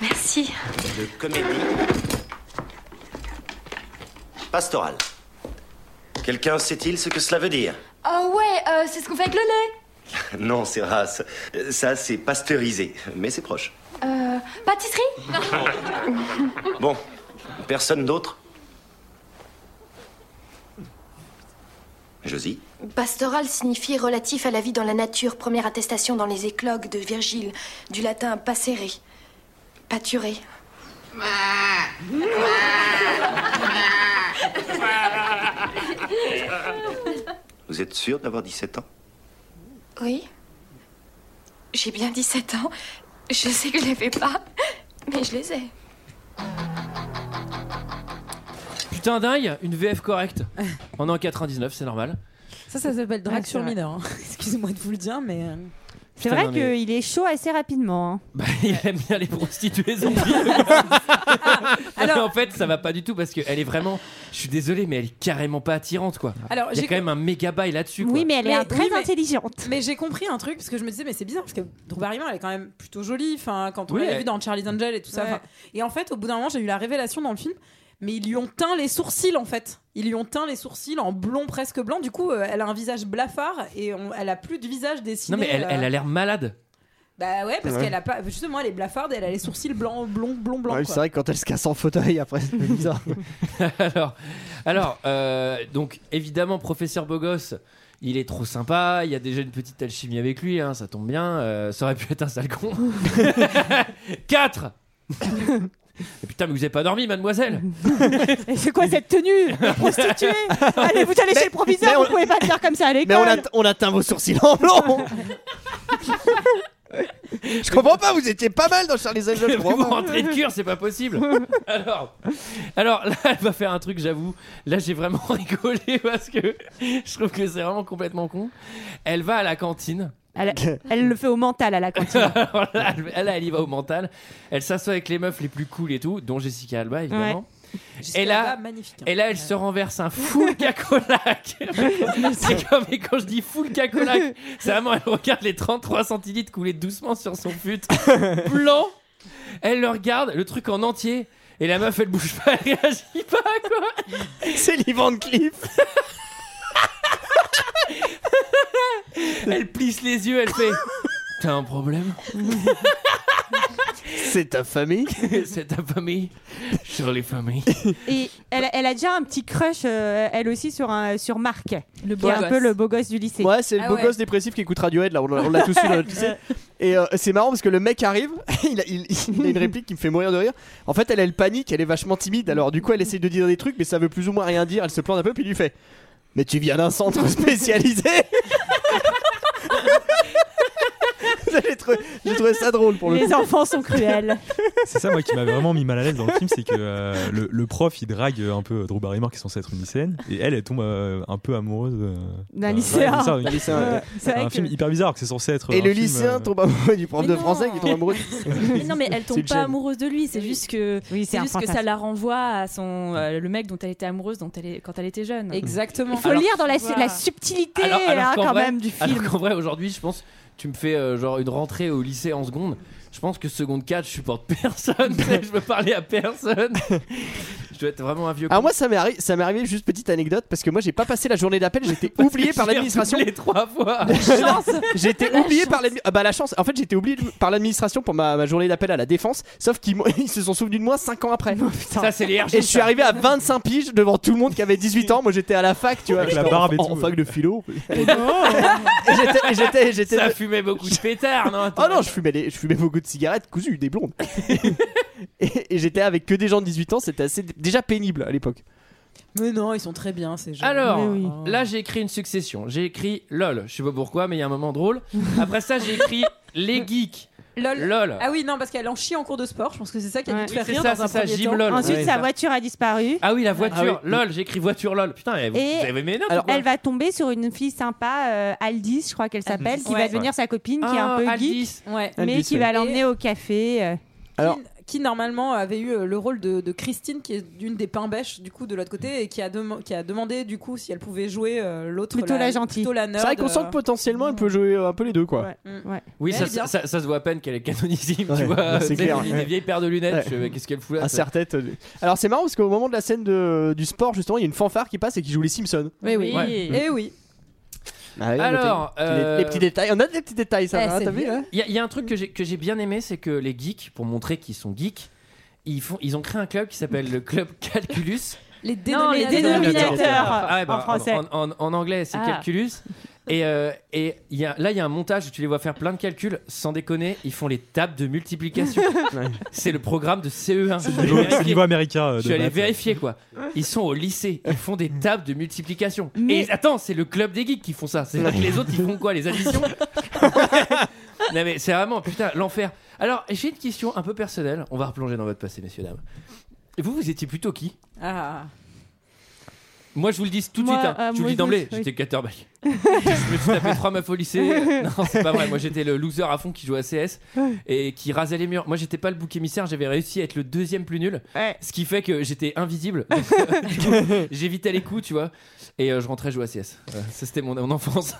Speaker 12: Merci.
Speaker 5: de comédie pastorale. Quelqu'un sait-il ce que cela veut dire
Speaker 12: Oh ouais, euh, c'est ce qu'on fait avec le lait.
Speaker 5: Non, c'est race. Euh, Ça, c'est pasteurisé, mais c'est proche.
Speaker 12: Euh, pâtisserie
Speaker 5: Bon, personne d'autre Josie
Speaker 12: Pastoral signifie relatif à la vie dans la nature, première attestation dans les éclogues de Virgile, du latin passere, pâturer.
Speaker 5: Vous êtes sûr d'avoir 17 ans
Speaker 12: Oui J'ai bien 17 ans. Je sais que je les fais pas, mais je les ai.
Speaker 1: Putain, dingue, une VF correcte. On est en 99, c'est normal.
Speaker 9: Ça, ça s'appelle drague
Speaker 7: c'est
Speaker 9: sur
Speaker 7: vrai.
Speaker 9: mineur. hein. Excusez-moi de vous le dire, mais. euh,
Speaker 7: C'est
Speaker 1: Putain,
Speaker 7: vrai
Speaker 1: non, mais-
Speaker 7: qu'il est chaud assez rapidement. hein.
Speaker 1: Bah, Il aime bien les prostituées zombies. Alors... Ah, En fait, ça va pas du tout parce qu'elle est vraiment. Je suis désolé, mais elle est carrément pas attirante quoi.
Speaker 9: Alors,
Speaker 1: Il y a
Speaker 9: j'ai
Speaker 1: quand même un méga bail là-dessus. quoi.
Speaker 7: Oui, mais elle est
Speaker 9: Mais-
Speaker 7: un- très
Speaker 9: oui, mais-
Speaker 7: intelligente.
Speaker 9: Mais j'ai compris un truc parce que je me disais mais c'est bizarre parce que Drew Barrymore elle est quand même plutôt jolie enfin quand on
Speaker 1: Oui,
Speaker 9: l'a
Speaker 1: elle-
Speaker 9: vu dans Charlie's Angel et tout ça
Speaker 7: Ouais.
Speaker 9: enfin. et en fait au bout d'un moment j'ai eu la révélation dans le film mais ils lui ont teint les sourcils en fait ils lui ont teint les sourcils en blond presque blanc du coup euh, elle a un visage blafard et on- elle a plus de visage dessiné
Speaker 1: Non, mais elle,
Speaker 9: euh,
Speaker 1: elle a l'air malade.
Speaker 9: bah ouais parce
Speaker 10: Ouais.
Speaker 9: qu'elle a pas justement elle est blafarde et elle a les sourcils blancs blond blond blanc
Speaker 10: Ouais,
Speaker 9: quoi.
Speaker 10: c'est vrai que quand elle se casse en fauteuil, après, c'est bizarre.
Speaker 1: alors, alors euh, donc évidemment, professeur Bogos. Il est trop sympa, il y a déjà une petite alchimie avec lui, hein, ça tombe bien, euh, ça aurait pu être un sale con. 4 Putain, mais vous avez pas dormi, mademoiselle
Speaker 7: Et C'est quoi cette tenue de prostituée Allez, vous allez chez le
Speaker 10: mais
Speaker 7: proviseur,
Speaker 10: on-
Speaker 7: vous pouvez pas faire comme ça à
Speaker 10: Mais
Speaker 7: l'école.
Speaker 10: on, atteint- on atteint vos sourcils en blanc Je comprends pas, vous étiez pas mal dans Charlie's Angel, je
Speaker 1: Vous
Speaker 10: comprends pas.
Speaker 1: rentrez de cure, c'est pas possible. Alors, alors là, elle va faire un truc, j'avoue. Là, j'ai vraiment rigolé parce que je trouve que c'est vraiment complètement con. Elle va à la cantine.
Speaker 7: Elle, elle le fait au mental à la cantine.
Speaker 1: Alors là, elle, elle, elle y va au mental. Elle s'assoit avec les meufs les plus cool et tout, dont Jessica Alba, évidemment.
Speaker 9: Jessica
Speaker 1: Et là-
Speaker 9: Alba, magnifique hein.
Speaker 1: Et là, elle se renverse un full cacolac. c'est comme, et quand je dis full cacolac, c'est vraiment, elle regarde les 33 centilitres couler doucement sur son fut. Blanc. Elle le regarde, le truc en entier. Et la meuf, elle bouge pas, elle réagit pas, quoi.
Speaker 10: C'est Lee Van Cleef
Speaker 1: Elle plisse les yeux, elle fait T'as un problème
Speaker 10: C'est ta famille
Speaker 1: C'est ta famille Sur les familles.
Speaker 7: Et elle, elle a déjà un petit crush, euh, elle aussi, sur, un, sur Marc,
Speaker 11: Le
Speaker 7: qui
Speaker 11: beau
Speaker 7: est un
Speaker 11: gosse.
Speaker 7: peu le beau gosse du lycée.
Speaker 10: Ouais, c'est
Speaker 9: Ah
Speaker 10: le beau
Speaker 9: ouais.
Speaker 10: gosse dépressif qui écoute Radiohead, là, on l'a on l'a tous eu dans notre lycée. Et euh, c'est marrant parce que le mec arrive, il a, il- il a une réplique qui me fait mourir de rire. En fait, elle, elle panique, elle est vachement timide, alors du coup, elle essaie de dire des trucs, mais ça veut plus ou moins rien dire. Elle se plante un peu, puis il lui fait Mais tu viens d'un centre spécialisé J'ai trouvé, j'ai trouvé ça drôle pour le coup.
Speaker 7: Les enfants sont cruels.
Speaker 8: C'est ça, moi, qui m'avait vraiment mis mal à l'aise dans le film, c'est que euh, le, le prof, il drague un peu euh, Drew Barrymore, qui est censée être une lycéenne, et elle, elle tombe euh, un peu amoureuse euh,
Speaker 7: D'un
Speaker 8: ouais,
Speaker 7: lycéen.
Speaker 8: oui.
Speaker 10: D'un lycéen,
Speaker 8: Euh,
Speaker 10: ouais.
Speaker 7: C'est vrai
Speaker 8: un
Speaker 7: que-
Speaker 8: film hyper bizarre, alors que c'est censé être.
Speaker 10: Et
Speaker 8: un film,
Speaker 10: le
Speaker 8: euh,
Speaker 10: lycéen tombe amoureux du prof
Speaker 11: Mais
Speaker 10: de
Speaker 11: non.
Speaker 10: français qui tombe amoureux.
Speaker 11: Mais non, mais elle
Speaker 10: C'est
Speaker 11: tombe
Speaker 10: le
Speaker 11: pas
Speaker 10: gène.
Speaker 11: amoureuse de lui, c'est juste que
Speaker 7: Oui,
Speaker 11: c'est juste que ça la renvoie à son euh, le mec dont elle était amoureuse dont elle est, quand elle était jeune.
Speaker 9: exactement
Speaker 7: Il faut lire dans la, la subtilité
Speaker 1: alors- alors
Speaker 7: hein,
Speaker 1: qu'en
Speaker 7: quand
Speaker 1: vrai-
Speaker 7: même du film.
Speaker 1: Alors qu'en vrai, aujourd'hui, je pense tu me fais euh, genre une rentrée au lycée en seconde, je pense que seconde 4, je supporte personne. tu sais, je veux parler à personne. je dois être vraiment un vieux
Speaker 10: Alors
Speaker 1: con.
Speaker 10: moi ça m'est arrivé, ça m'est arrivé juste petite anecdote parce que moi j'ai pas passé la journée d'appel, j'étais oublié par l'administration.
Speaker 1: Les trois fois.
Speaker 10: J'étais oublié par l'admi- ah bah la chance. En fait j'étais oublié de- par l'administration pour ma, ma journée d'appel à la défense, sauf qu'ils m'ont- ils se sont souvenus de moi 5 ans après.
Speaker 1: Ça, c'est les RG,
Speaker 10: Et je suis
Speaker 1: ça.
Speaker 10: arrivé à 25 piges devant tout le monde qui avait 18 ans. Moi j'étais à la fac, tu vois,
Speaker 8: Avec la
Speaker 10: J'étais en-
Speaker 8: barbe et
Speaker 10: en,
Speaker 8: tout.
Speaker 10: fac de philo. Et j'étais- et j'étais- j'étais-
Speaker 1: Ça fumait beaucoup de pétards, non
Speaker 10: Oh non, je fumais, des- je fumais beaucoup de cigarettes cousues, des blondes. et et j'étais avec que des gens de 18 ans, c'était assez déjà pénible à l'époque.
Speaker 9: Mais non, ils sont très bien ces gens.
Speaker 1: Alors, là, j'ai écrit une succession. J'ai écrit LOL, je sais pas pourquoi, mais il y a un moment drôle. Après ça, j'ai écrit Les Geeks.
Speaker 9: LOL.
Speaker 1: LOL.
Speaker 9: Ah oui, non, parce qu'elle en chie en cours de sport. Je pense que c'est ça qui a dû te
Speaker 1: Oui,
Speaker 9: faire
Speaker 1: c'est
Speaker 9: rire
Speaker 1: ça,
Speaker 9: dans un
Speaker 1: c'est ça,
Speaker 9: premier
Speaker 1: Jim
Speaker 9: temps.
Speaker 1: LOL.
Speaker 7: Ensuite,
Speaker 1: Ouais,
Speaker 7: sa
Speaker 1: ça.
Speaker 7: voiture a disparu.
Speaker 1: Ah oui, la voiture,
Speaker 7: Ah oui.
Speaker 1: LOL, j'ai écrit voiture LOL. Putain, eh, vous,
Speaker 7: Et
Speaker 1: vous avez mes notes ou quoi
Speaker 7: elle va tomber sur une fille sympa, euh, Aldis, je crois qu'elle s'appelle, qui va
Speaker 9: Ouais.
Speaker 7: devenir sa copine, qui est un
Speaker 1: Oh,
Speaker 9: Ah,
Speaker 7: peu
Speaker 9: Aldis.
Speaker 7: geek,
Speaker 9: Ouais.
Speaker 10: Euh,
Speaker 7: mais
Speaker 9: Aldis,
Speaker 7: qui
Speaker 9: ouais.
Speaker 7: va l'emmener au café. euh.
Speaker 9: qui normalement avait eu euh, le rôle de, de Christine, qui est une des pimbèches du coup de l'autre côté, et qui a, dem- qui a demandé du coup si elle pouvait jouer euh, l'autre
Speaker 10: Plutôt la
Speaker 9: gentille, plutôt la nerd.
Speaker 10: C'est vrai qu'on sent
Speaker 9: euh.
Speaker 10: que potentiellement elle peut jouer euh, un peu les deux quoi.
Speaker 1: Oui,
Speaker 7: Eh
Speaker 9: Mais
Speaker 1: ça,
Speaker 9: elle est bien.
Speaker 1: ça, ça se voit à peine qu'elle est canonisime, tu
Speaker 10: Ouais, Bah,
Speaker 1: vois.
Speaker 10: c'est
Speaker 1: C'est
Speaker 10: clair.
Speaker 1: Des vieilles paires de lunettes.
Speaker 10: Ouais.
Speaker 1: je fais, Qu'est-ce qu'elle fout là
Speaker 10: Un
Speaker 1: ça
Speaker 10: serre-tête. euh, Alors c'est marrant parce qu'au moment de la scène de- du sport justement, il y a une fanfare qui passe et qui joue les Simpsons.
Speaker 9: Mais oui.
Speaker 1: Ouais.
Speaker 9: Et oui.
Speaker 10: Ah oui,
Speaker 1: Alors,
Speaker 10: notez.
Speaker 1: euh,
Speaker 10: les, les petits détails, on a des petits détails ça.
Speaker 9: Eh,
Speaker 10: va,
Speaker 9: c'est
Speaker 10: T'as vu
Speaker 9: bien.
Speaker 10: là
Speaker 1: Il y, a- il y a un truc que j'ai que j'ai bien aimé, c'est que les geeks, pour montrer qu'ils sont geeks, ils, font, ils ont créé un club qui s'appelle le club Calculus.
Speaker 9: Les
Speaker 7: Non, les dénominateurs
Speaker 1: Ah ouais, bah,
Speaker 7: en français.
Speaker 1: En, en- en anglais, c'est
Speaker 7: Ah.
Speaker 1: Calculus. Et, euh, et il y a, là, il y a un montage où tu les vois faire plein de calculs. Sans déconner, ils font les tables de multiplication. c'est le programme de E CE1. Je suis allé
Speaker 8: niveau- c'est
Speaker 1: vérifier.
Speaker 8: niveau américain, euh,
Speaker 1: Je
Speaker 8: de
Speaker 1: suis allé
Speaker 8: maths.
Speaker 1: vérifier quoi. Ils sont au lycée, ils font des tables de multiplication.
Speaker 7: Mais-
Speaker 1: Et attends, c'est le club des geeks qui font ça. C'est pas que les autres, ils font quoi Les additions non mais c'est vraiment putain l'enfer. Alors j'ai une question un peu personnelle. On va replonger dans votre passé, messieurs dames. Et Vous vous étiez plutôt qui
Speaker 9: Ah.
Speaker 1: Moi je vous le dis tout de
Speaker 9: Moi,
Speaker 1: suite. hein.
Speaker 9: euh,
Speaker 1: je vous
Speaker 9: moi,
Speaker 1: le dis d'emblée.
Speaker 9: je-
Speaker 1: J'étais quarterback. je me suis tapé trois meufs au lycée. Non c'est pas vrai. Moi j'étais le loser à fond qui jouait à CS et qui rasait les murs. Moi j'étais pas le bouc émissaire. J'avais réussi à être le deuxième plus nul. Ce qui fait que j'étais invisible. Donc, J'évitais les coups tu vois. Et euh, je rentrais jouer à CS. Voilà. Ça c'était mon, mon enfance.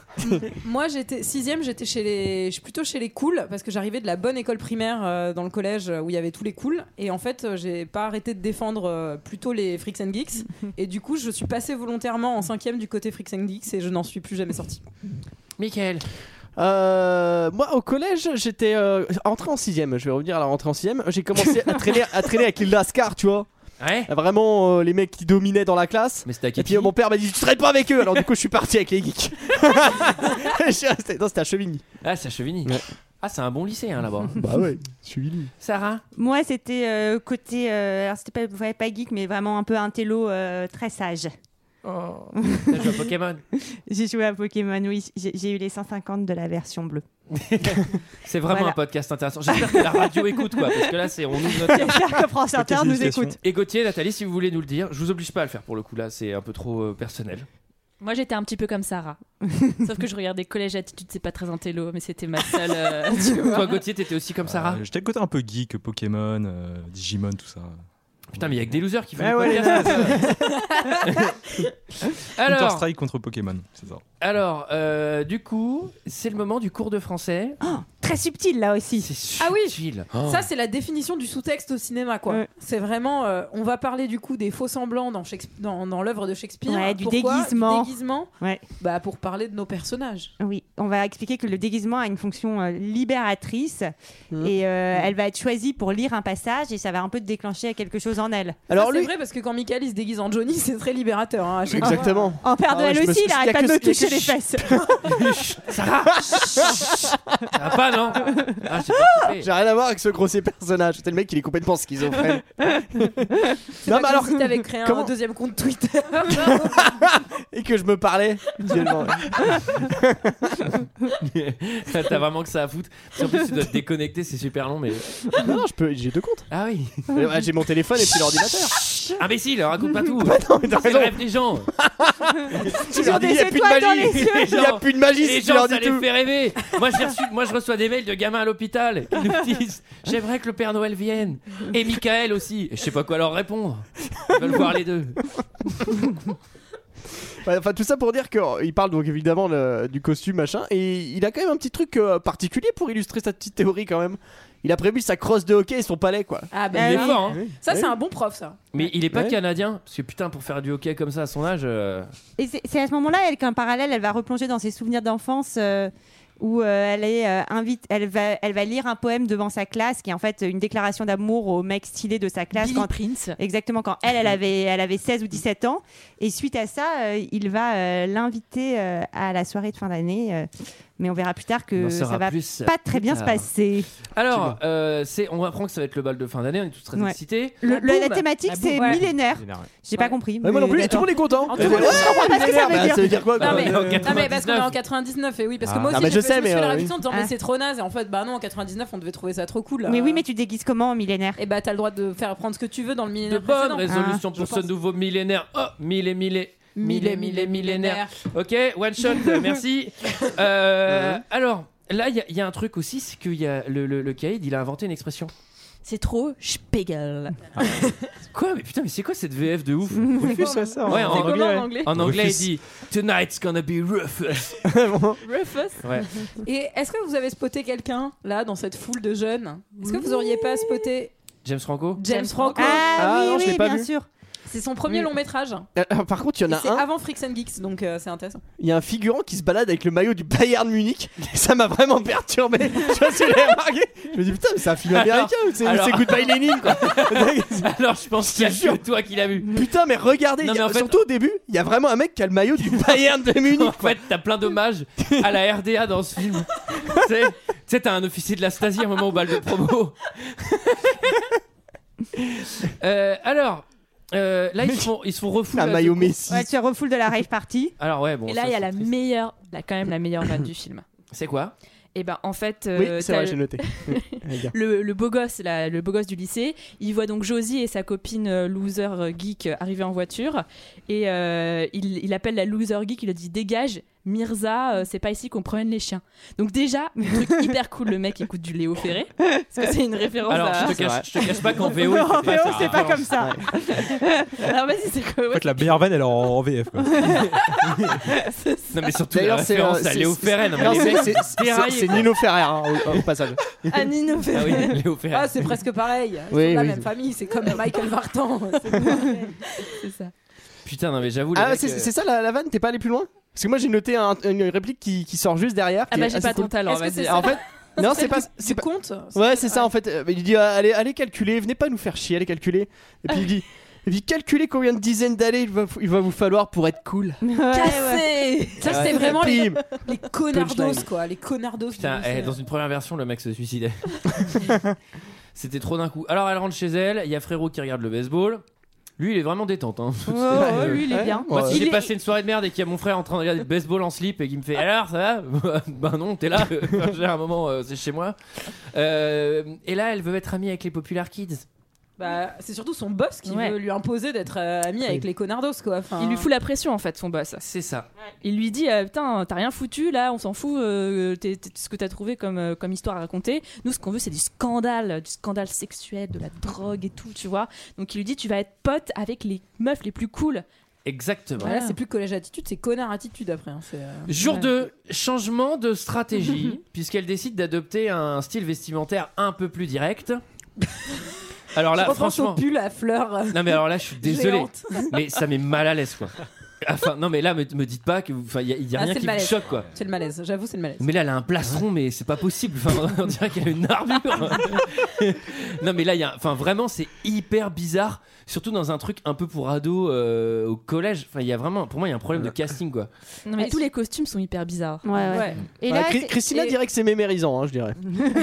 Speaker 9: Moi, j'étais sixième, j'étais chez les, je suis plutôt chez les cools parce que j'arrivais de la bonne école primaire euh, dans le collège euh, où il y avait tous les cools et en fait, euh, j'ai pas arrêté de défendre euh, plutôt les freaks and geeks et du coup, je suis passée volontairement en cinquième du côté freaks and geeks et je n'en suis plus jamais sortie.
Speaker 1: Michael.
Speaker 10: Euh, moi au collège j'étais euh, entré en 6 je vais revenir à la rentrée en 6 j'ai commencé à traîner, à traîner avec les Lascar tu vois.
Speaker 1: Ouais.
Speaker 10: Vraiment euh, les mecs qui dominaient dans la classe.
Speaker 1: Mais c'était à
Speaker 10: Et puis euh, mon père m'a dit tu traînes pas avec eux alors du coup je suis parti avec les geeks. je suis resté, non c'était à Chevigny.
Speaker 1: Ah c'est à Chevigny. Ah c'est un bon lycée hein, là-bas.
Speaker 10: Bah ouais, Chevigny.
Speaker 1: Sarah
Speaker 7: Moi, c'était euh, côté, euh, alors c'était pas, ouais, pas geek, mais vraiment un peu un télo euh, très sage.
Speaker 1: T'as joué à Pokémon.
Speaker 7: J'ai joué à Pokémon, oui, j'ai j'ai eu les 150 de la version bleue.
Speaker 1: C'est vraiment
Speaker 7: Voilà.
Speaker 1: un podcast intéressant. J'espère que la radio écoute, quoi, parce que là, c'est on ouvre notre.
Speaker 7: J'espère que France Inter nous écoute.
Speaker 1: Et Gauthier, Nathalie, si vous voulez nous le dire, je vous oblige pas à le faire pour le coup. Là, c'est un peu trop euh, personnel.
Speaker 11: Moi, j'étais un petit peu comme Sarah. Sauf que je regardais Collège Attitude, c'est pas très un télo, mais c'était ma seule. euh, tu vois.
Speaker 1: Toi, Gauthier, t'étais aussi comme Sarah.
Speaker 8: Euh, J'étais le côté un peu geek, Pokémon, euh, Digimon, tout ça.
Speaker 1: Putain, mais il y a que des losers qui font
Speaker 8: Ouais,
Speaker 1: des
Speaker 8: Ah ouais,
Speaker 1: podcasts, ça.
Speaker 8: Counter
Speaker 1: Alors,
Speaker 8: Strike contre Pokémon, c'est ça.
Speaker 1: alors euh, du coup, c'est le moment du cours de français.
Speaker 7: Très subtil là aussi.
Speaker 9: Ah oui.
Speaker 1: Subtil.
Speaker 9: Ça, c'est la définition du sous-texte au cinéma, quoi. C'est vraiment, euh, on va parler du coup des faux semblants dans, Shakespe- dans, dans l'œuvre de Shakespeare.
Speaker 7: Ouais, du
Speaker 9: Pourquoi
Speaker 7: déguisement.
Speaker 9: Du déguisement.
Speaker 7: Ouais.
Speaker 9: Bah, pour parler de nos personnages.
Speaker 7: Oui, on va expliquer que le déguisement a une fonction euh, libératrice
Speaker 9: Mmh.
Speaker 7: et euh, elle va être choisie pour lire un passage et ça va un peu déclencher quelque chose en elle.
Speaker 9: Alors c'est vrai parce que quand Michael il se déguise en Johnny, c'est très libérateur. hein, à chaque
Speaker 10: Exactement.
Speaker 9: fois.
Speaker 7: En père
Speaker 9: Ah ouais,
Speaker 7: Noël
Speaker 9: je me
Speaker 7: aussi,
Speaker 9: suis-
Speaker 7: il arrête
Speaker 9: y a
Speaker 7: pas de me
Speaker 9: que- y a que
Speaker 7: toucher les
Speaker 9: chut.
Speaker 7: fesses.
Speaker 1: Sarah Ah, pas, non Ah, j'ai pas coupé.
Speaker 10: J'ai rien à voir avec ce grossier personnage. C'est le mec qui est complètement schizophrène.
Speaker 9: C'est pas comme si t'avais créé un
Speaker 10: comment-
Speaker 9: deuxième compte Twitter.
Speaker 10: Et que je me parlais mutuellement.
Speaker 1: T'as vraiment que ça à foutre. En plus, tu dois te déconnecter, c'est super long, mais.
Speaker 10: Ah, non, non, je peux, j'ai deux comptes.
Speaker 1: Ah oui.
Speaker 10: Euh, ouais, j'ai mon téléphone et puis l'ordinateur. Bah
Speaker 1: Imbécile, raconte pas tout.
Speaker 10: t'as
Speaker 1: C'est le
Speaker 10: raison.
Speaker 1: rêve des gens.
Speaker 10: Ils ont des
Speaker 1: Il y a plus de
Speaker 10: étoiles dans
Speaker 1: magie.
Speaker 10: les yeux.
Speaker 1: Les
Speaker 10: Il y a
Speaker 1: gens-
Speaker 10: plus de magie,
Speaker 1: Les
Speaker 10: si tu leur
Speaker 1: gens,
Speaker 10: dis
Speaker 1: ça les
Speaker 10: tout.
Speaker 1: fait rêver. Moi, j'ai reçu- moi, je reçois des mails de gamins à l'hôpital qui nous disent J'aimerais que le Père Noël vienne. Et Michael aussi. Et je sais pas quoi leur répondre. Ils veulent voir les deux.
Speaker 10: Ouais, enfin, tout ça pour dire qu'il parle donc évidemment le- du costume, machin, et il a quand même un petit truc euh, particulier pour illustrer sa petite théorie quand même. Il a prévu sa crosse de hockey et son palais, quoi.
Speaker 9: Ah,
Speaker 1: bah Il est oui. fort, hein.
Speaker 9: Ça,
Speaker 10: Oui.
Speaker 9: c'est un bon prof, ça.
Speaker 1: Mais il est pas
Speaker 10: Ouais.
Speaker 1: canadien, parce que putain, pour faire du hockey comme ça à son âge. euh,
Speaker 7: Et c'est c'est à ce moment-là elle, qu'en parallèle, elle va replonger dans ses souvenirs d'enfance euh, où euh, elle, est, euh, invite, elle, va, elle va lire un poème devant sa classe qui est en fait une déclaration d'amour au mec stylé de sa classe.
Speaker 11: Billy Prince.
Speaker 7: Exactement, quand elle, elle avait, elle avait 16 ou 17 ans. Et suite à ça, euh, il va euh, l'inviter euh, à la soirée de fin d'année. euh, mais on verra plus tard
Speaker 1: On en
Speaker 7: que
Speaker 1: saura
Speaker 7: ça va
Speaker 1: plus
Speaker 7: pas
Speaker 1: plus
Speaker 7: très bien
Speaker 1: tard.
Speaker 7: se passer.
Speaker 1: Alors, euh, c'est- on apprend que ça va être le bal de fin d'année, on est tous très
Speaker 7: Ouais.
Speaker 1: excités.
Speaker 7: Le- le- la
Speaker 9: boum.
Speaker 7: thématique,
Speaker 9: La
Speaker 7: c'est
Speaker 9: boum. Ouais.
Speaker 7: millénaire.
Speaker 1: Millénaire, ouais.
Speaker 7: J'ai pas compris.
Speaker 10: Ouais, moi non
Speaker 7: mais
Speaker 10: plus, et tout le
Speaker 7: d'accord.
Speaker 10: monde est content.
Speaker 9: En tout
Speaker 10: Et-
Speaker 9: cas,
Speaker 10: Ouais,
Speaker 9: je comprends
Speaker 7: pas ce que ça veut
Speaker 10: bah,
Speaker 7: dire.
Speaker 10: Ça veut dire quoi, quoi
Speaker 9: Non mais,
Speaker 1: on est en
Speaker 9: non, mais parce qu'on est
Speaker 1: 99.
Speaker 9: en 99 et oui parce que
Speaker 10: Ah.
Speaker 9: moi
Speaker 10: Ah,
Speaker 9: aussi
Speaker 10: bah,
Speaker 9: j'ai
Speaker 10: je
Speaker 9: fait-
Speaker 10: sais,
Speaker 9: je me suis
Speaker 10: mais,
Speaker 9: fait la
Speaker 10: euh,
Speaker 9: réflexion en disant mais
Speaker 7: Ah.
Speaker 9: c'est trop naze et en fait bah non en 99 on devait trouver ça trop cool.
Speaker 7: Mais
Speaker 9: euh.
Speaker 7: oui, mais tu déguises comment en millénaire
Speaker 9: Et bah t'as le droit de faire prendre ce que tu veux dans le
Speaker 1: De
Speaker 9: millénaire
Speaker 1: bonnes
Speaker 9: précédent.
Speaker 1: résolutions
Speaker 9: Ah,
Speaker 1: pour
Speaker 9: je
Speaker 1: ce
Speaker 9: pense.
Speaker 1: nouveau millénaire. Oh, mille et mille et- mille et mille et millénaire. Ok, one shot, euh, merci. Euh, alors, là, il y a- il y, a un truc aussi, c'est que le, le, le caïd, il a inventé une expression.
Speaker 11: C'est trop spiegel.
Speaker 1: Quoi Mais putain, mais c'est quoi cette VF de ouf
Speaker 10: Refuse, ça, ça,
Speaker 1: Ouais, en
Speaker 11: C'est comment
Speaker 10: anglais,
Speaker 11: en anglais
Speaker 1: En anglais, il
Speaker 10: Rufus.
Speaker 1: dit Tonight's gonna be rough.
Speaker 9: Rufus.
Speaker 1: Ouais.
Speaker 9: Et est-ce que vous avez spoté quelqu'un là dans cette foule de jeunes Est-ce que vous auriez pas spoté
Speaker 1: James Franco
Speaker 9: James Franco
Speaker 7: Ah,
Speaker 10: Ah,
Speaker 7: oui,
Speaker 10: non, je
Speaker 7: oui,
Speaker 10: l'ai pas
Speaker 7: bien
Speaker 10: vu.
Speaker 7: sûr.
Speaker 9: C'est son premier
Speaker 10: Oui.
Speaker 9: long métrage.
Speaker 10: Euh, Par contre, il y en
Speaker 9: Et
Speaker 10: a
Speaker 9: C'est
Speaker 10: un.
Speaker 9: avant Freaks and Geeks donc euh, c'est intéressant.
Speaker 10: Il y a un figurant qui se balade avec le maillot du Bayern Munich. Et ça m'a vraiment perturbé. je sais pas si vous l'avez remarqué. Je me dis putain, mais c'est un film
Speaker 1: Alors-
Speaker 10: américain ou c'est
Speaker 1: alors-
Speaker 10: c'est Goodbye Lenin quoi.
Speaker 1: Alors, je pense qu'il y a
Speaker 10: jure.
Speaker 1: que toi qui l'as vu.
Speaker 10: Putain, mais regardez,
Speaker 1: Non,
Speaker 10: il y a-
Speaker 1: mais en fait-
Speaker 10: surtout au début, il y a vraiment un mec qui a le maillot du Bayern de
Speaker 1: En
Speaker 10: Munich.
Speaker 1: fait, t'as plein d'hommages à la RDA dans ce film. Tu sais- tu sais, t'as un officier de la Stasi à un moment au bal de promo. Euh, alors, euh, là, ils se font, ils se font refouler
Speaker 10: Un
Speaker 1: à
Speaker 10: maillot
Speaker 1: deux
Speaker 10: Messi.
Speaker 7: Ouais, tu refoules de la rave party.
Speaker 1: coups. Alors, ouais, bon.
Speaker 11: Et là,
Speaker 1: ça,
Speaker 11: il y a
Speaker 1: c'est
Speaker 11: la
Speaker 1: triste.
Speaker 11: meilleure, là, quand même la meilleure vanne du film.
Speaker 1: C'est quoi
Speaker 11: Et ben, en fait,
Speaker 10: Oui,
Speaker 11: euh,
Speaker 10: c'est
Speaker 11: t'as
Speaker 10: vrai,
Speaker 11: le-
Speaker 10: j'ai noté. Oui, allez, bien.
Speaker 11: le, le beau gosse, là, le beau gosse du lycée, il voit donc Josie et sa copine euh, loser euh, geek euh, arriver en voiture et euh, il, il appelle la loser geek, il lui dit dégage. Mirza, euh, c'est pas ici qu'on promène les chiens. Donc déjà, truc hyper cool, le mec écoute du Léo Ferré, parce que c'est une
Speaker 9: Oh,
Speaker 11: référence
Speaker 1: Alors,
Speaker 11: à...
Speaker 1: je te,
Speaker 10: c'est vrai.
Speaker 1: cache, je te cache pas qu'en VO,
Speaker 7: en
Speaker 1: c'était
Speaker 7: VO,
Speaker 1: ça.
Speaker 7: c'est pas comme ça.
Speaker 11: Alors Ah, vas-y, c'est quoi
Speaker 8: En fait, la meilleure vanne, elle est en, en VF. Quoi.
Speaker 1: Non, mais surtout, la
Speaker 10: D'ailleurs, c'est euh,
Speaker 1: référence à
Speaker 10: c'est-
Speaker 1: Léo
Speaker 10: c'est-
Speaker 1: Ferrer. Non, mais
Speaker 10: non,
Speaker 1: les
Speaker 10: c'est-
Speaker 1: mecs,
Speaker 10: c'est- c'est-
Speaker 1: déraillés,
Speaker 10: c'est
Speaker 1: quoi.
Speaker 10: Nino Ferrer hein, au, au passage.
Speaker 11: Anino Ferré.
Speaker 1: Ah oui, Léo Ferrer.
Speaker 9: Ah c'est presque pareil. Ils
Speaker 10: Oui,
Speaker 9: sont de la
Speaker 10: oui.
Speaker 9: même famille. C'est comme Michael Vartan. C'est-
Speaker 11: C'est ça.
Speaker 1: Putain, non, mais j'avoue, les
Speaker 10: Ah,
Speaker 1: mecs,
Speaker 10: c'est
Speaker 1: euh,
Speaker 10: c'est ça la, la vanne T'es pas allé plus loin Parce que moi j'ai noté un- une réplique qui, qui sort juste derrière.
Speaker 11: Ah
Speaker 10: qui
Speaker 11: bah
Speaker 10: est
Speaker 11: j'ai
Speaker 10: assez
Speaker 11: pas
Speaker 10: cool.
Speaker 11: ton talent,
Speaker 9: Est-ce que
Speaker 11: vas-y.
Speaker 9: c'est
Speaker 10: En fait, non, c'est
Speaker 9: Celle
Speaker 10: pas.
Speaker 9: du-
Speaker 10: c'est
Speaker 9: du
Speaker 10: pas-
Speaker 9: compte.
Speaker 10: Ouais, c'est ça en fait. Euh, Il dit euh, allez, allez calculer, venez pas nous faire chier, allez calculer. Et puis il dit, il dit calculez combien de dizaines d'années il va, il va vous falloir pour être cool.
Speaker 11: Cassé
Speaker 9: Ça
Speaker 10: Ouais.
Speaker 9: c'était vraiment les,
Speaker 10: Bim.
Speaker 9: les connardos
Speaker 10: Punchline.
Speaker 9: quoi, les connardos. du
Speaker 1: Putain, eh,
Speaker 9: lycée.
Speaker 1: dans une première version, le mec se suicidait. C'était trop d'un coup. Alors, elle rentre chez elle, il y a Frérot qui regarde le baseball. Lui, il est vraiment détente. Hein.
Speaker 7: Oh, oh, lui, il est
Speaker 10: Ouais.
Speaker 7: bien.
Speaker 1: Moi, si
Speaker 7: Il
Speaker 1: j'ai
Speaker 7: est-
Speaker 1: passé une soirée de merde et qu'il y a mon frère en train de regarder le baseball en slip et qui me fait "Eh, Alors, ça va Ben non, t'es là. Enfin, J'ai un moment, euh, c'est chez moi. Euh, et là, elle veut être amie avec les Popular Kids.
Speaker 9: Bah, c'est surtout son boss qui
Speaker 11: Ouais.
Speaker 9: veut lui imposer d'être euh, ami avec les connardos quoi. Enfin,
Speaker 11: Il lui fout la pression en fait, son boss.
Speaker 1: C'est ça.
Speaker 11: Il lui dit euh, Putain, t'as rien foutu là, on s'en fout, euh, t'es- t'es- ce que t'as trouvé comme, euh, comme histoire à raconter. Nous, ce qu'on veut, c'est du scandale, du scandale sexuel, de la drogue et tout, tu vois. Donc il lui dit Tu vas être pote avec les meufs les plus cool.
Speaker 1: Exactement.
Speaker 9: Voilà, c'est plus collège attitude, c'est connard attitude après. hein, c'est, euh,
Speaker 1: Jour
Speaker 11: Ouais.
Speaker 1: 2, changement de stratégie, puisqu'elle décide d'adopter un style vestimentaire un peu plus direct. Alors là,
Speaker 9: Je repense au
Speaker 1: franchement.
Speaker 9: pull à fleurs. euh,
Speaker 1: Non mais alors là je suis désolé,
Speaker 9: géantes.
Speaker 1: mais ça m'est mal à l'aise quoi. Enfin non mais là me, me dites pas que vous- enfin il y a, il y a
Speaker 9: Ah,
Speaker 1: rien
Speaker 9: c'est
Speaker 1: qui
Speaker 9: le
Speaker 1: me
Speaker 9: malaise.
Speaker 1: choque quoi.
Speaker 9: C'est le malaise, j'avoue, c'est le malaise.
Speaker 1: Mais là elle a un plastron mais c'est pas possible. Enfin on dirait qu'elle a une armure. non mais là il y a enfin vraiment c'est hyper bizarre, surtout dans un truc un peu pour ado euh, au collège. Enfin il y a vraiment pour moi il y a un problème de casting quoi.
Speaker 11: Non,
Speaker 9: Ah,
Speaker 11: mais tous les costumes sont hyper bizarres.
Speaker 7: Ouais, ouais.
Speaker 9: Ouais.
Speaker 7: Et
Speaker 10: Ouais,
Speaker 7: là,
Speaker 10: Chri-
Speaker 7: c'est-
Speaker 10: Christina
Speaker 9: et-
Speaker 10: dirait que c'est mémérisant, hein, je dirais.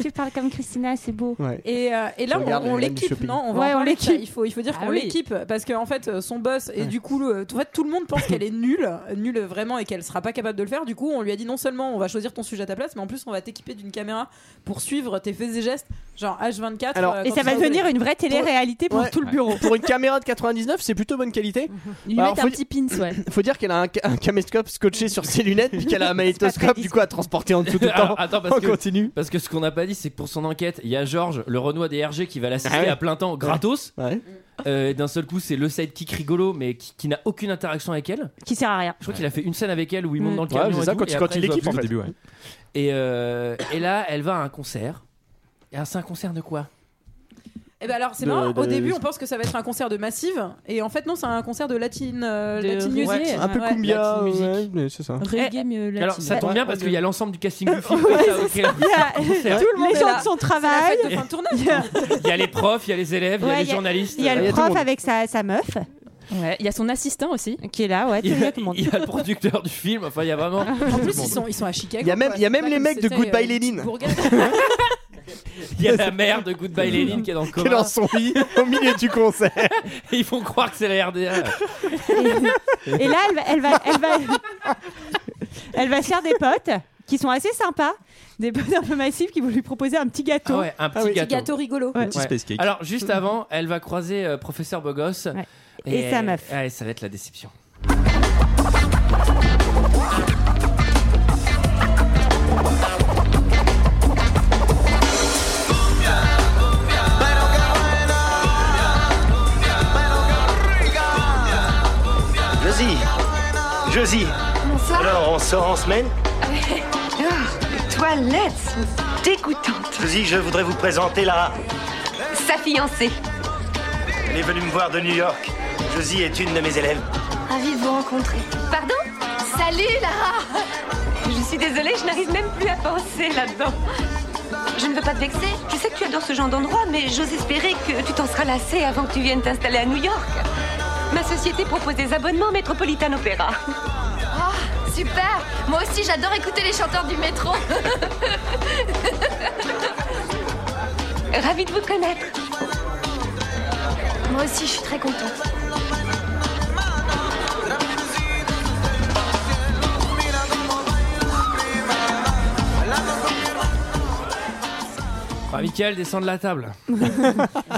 Speaker 7: tu parles comme Christina, c'est beau.
Speaker 10: Ouais.
Speaker 9: Et, euh, et là,
Speaker 10: Je regarde
Speaker 9: on, on
Speaker 10: les reines du
Speaker 9: l'équipe,
Speaker 10: shopping.
Speaker 9: non On va
Speaker 7: Ouais, on
Speaker 9: en parler de ça.
Speaker 7: l'équipe.
Speaker 9: Il faut, il faut dire
Speaker 11: Ah
Speaker 9: qu'on
Speaker 11: oui.
Speaker 9: l'équipe parce qu'en fait, euh, son boss et du coup, le- en fait, tout le monde pense qu'elle est nulle, euh, nulle vraiment, et qu'elle sera pas capable de le faire. Du coup, on lui a dit non seulement on va choisir ton sujet à ta place, mais en plus, on va t'équiper d'une caméra pour suivre tes faits et gestes, genre H24.
Speaker 10: Alors,
Speaker 9: euh,
Speaker 7: Et
Speaker 9: quand
Speaker 7: ça
Speaker 9: tu
Speaker 7: va
Speaker 9: vas au
Speaker 7: devenir
Speaker 9: collège.
Speaker 7: une vraie télé-réalité pour
Speaker 10: Ouais.
Speaker 7: tout le bureau.
Speaker 10: Pour une caméra de 99, c'est plutôt bonne qualité.
Speaker 11: Ils lui
Speaker 10: Bah, Alors,
Speaker 11: mettent
Speaker 10: faut
Speaker 11: un
Speaker 10: di-
Speaker 11: petit pins, ouais.
Speaker 10: Faut dire qu'elle a un, ca- un caméscope scotché sur ses lunettes, puis qu'elle a un magnétoscope du coup à transporter en dessous tout le temps.
Speaker 1: Alors, attends
Speaker 10: On
Speaker 1: parce que
Speaker 10: continue.
Speaker 1: parce que ce qu'on n'a pas dit c'est que pour son enquête il y a Georges le Renoir des RG qui va l'assister
Speaker 10: Ah ouais.
Speaker 1: à plein temps gratos.
Speaker 10: Ouais.
Speaker 1: Euh, et d'un seul coup, c'est le sidekick rigolo, mais qui, qui n'a aucune interaction avec elle.
Speaker 7: Qui sert à rien.
Speaker 1: Je crois qu'il a fait une scène avec elle où il monte
Speaker 7: Mm.
Speaker 1: dans le
Speaker 7: Ouais,
Speaker 1: camion.
Speaker 7: c'est
Speaker 1: et
Speaker 7: ça,
Speaker 1: tout,
Speaker 7: quand-
Speaker 1: et
Speaker 7: quand
Speaker 1: après,
Speaker 7: il
Speaker 1: ils doivent
Speaker 7: équipe, en
Speaker 1: tout.
Speaker 7: fait. Ouais.
Speaker 1: Et, euh, et là, elle va à un concert. Et alors, c'est un concert de quoi
Speaker 9: Et ben alors c'est
Speaker 1: De-
Speaker 9: marrant, au
Speaker 1: de-
Speaker 9: début on pense que ça va être un concert de Massive et en fait non, c'est un concert de latine euh, euh,
Speaker 11: De-
Speaker 9: latine
Speaker 11: ouais,
Speaker 9: music.
Speaker 10: Un peu
Speaker 9: Ouais.
Speaker 10: cumbia, ouais, mais c'est ça.
Speaker 11: Reggae mieux latine.
Speaker 1: Alors, ça tombe bien parce qu'il y a l'ensemble du casting du film.
Speaker 7: Ouais,
Speaker 1: qui a-
Speaker 7: c'est
Speaker 1: qui
Speaker 7: ça.
Speaker 1: a-
Speaker 7: Il y a-
Speaker 1: qui a-
Speaker 7: tout le monde est là. C'est la
Speaker 9: travail.
Speaker 7: fête de fin de
Speaker 9: tournage.
Speaker 1: Il y a les profs, il y a les élèves, il y a
Speaker 7: Ouais,
Speaker 1: les journalistes.
Speaker 7: Il y a le prof
Speaker 1: tout
Speaker 7: avec sa, sa meuf.
Speaker 11: Ouais, il y a son assistant aussi.
Speaker 7: Qui est là, ouais,
Speaker 1: le monde.
Speaker 7: il y a tout le monde.
Speaker 1: Il y a le producteur du film. Enfin, il y a vraiment.
Speaker 9: En plus ils sont ils sont à Chicago.
Speaker 10: Il y a même-
Speaker 9: quoi.
Speaker 10: il y a
Speaker 9: C'est
Speaker 10: même
Speaker 9: pas
Speaker 10: les
Speaker 9: comme
Speaker 10: mecs de
Speaker 9: c'était,
Speaker 10: Goodbye
Speaker 9: euh,
Speaker 10: Lénine.
Speaker 9: Bourgogne.
Speaker 1: Il y a la mère de Goodbye Lénine qui est dans le
Speaker 10: Qui est dans son lit au milieu du concert.
Speaker 1: Et ils font croire que c'est la RDA.
Speaker 7: Et là, elle va, elle va, elle va, elle va se faire des potes qui sont assez sympas, des potes un peu massifs qui vont lui proposer un petit gâteau.
Speaker 1: Ah ouais, un petit gâteau.
Speaker 7: rigolo.
Speaker 1: Ouais. Alors, juste avant, elle va croiser euh, Professeur Bogos.
Speaker 7: Mm. Et sa meuf.
Speaker 1: ouais, ça va être la déception.
Speaker 5: Josie Josie
Speaker 13: Bonsoir.
Speaker 5: Alors, on sort en semaine
Speaker 13: Les toilettes sont dégoûtantes.
Speaker 5: Josie, je voudrais vous présenter Lara.
Speaker 13: Sa fiancée.
Speaker 5: Elle est venue me voir de New York. Josie est une de mes élèves.
Speaker 13: Ravie de vous rencontrer. Pardon Salut, Lara Je suis désolée, je n'arrive même plus à penser là-dedans. Je ne veux pas te vexer. Je sais que tu adores ce genre d'endroit, mais j'ose espérer que tu t'en seras lassée avant que tu viennes t'installer à New York. Ma société propose des abonnements au Metropolitan Opera.
Speaker 12: Oh, super Moi aussi, j'adore écouter les chanteurs du métro.
Speaker 13: Ravie de vous connaître. Moi aussi, je suis très contente.
Speaker 1: Enfin, Michael, descend de la table.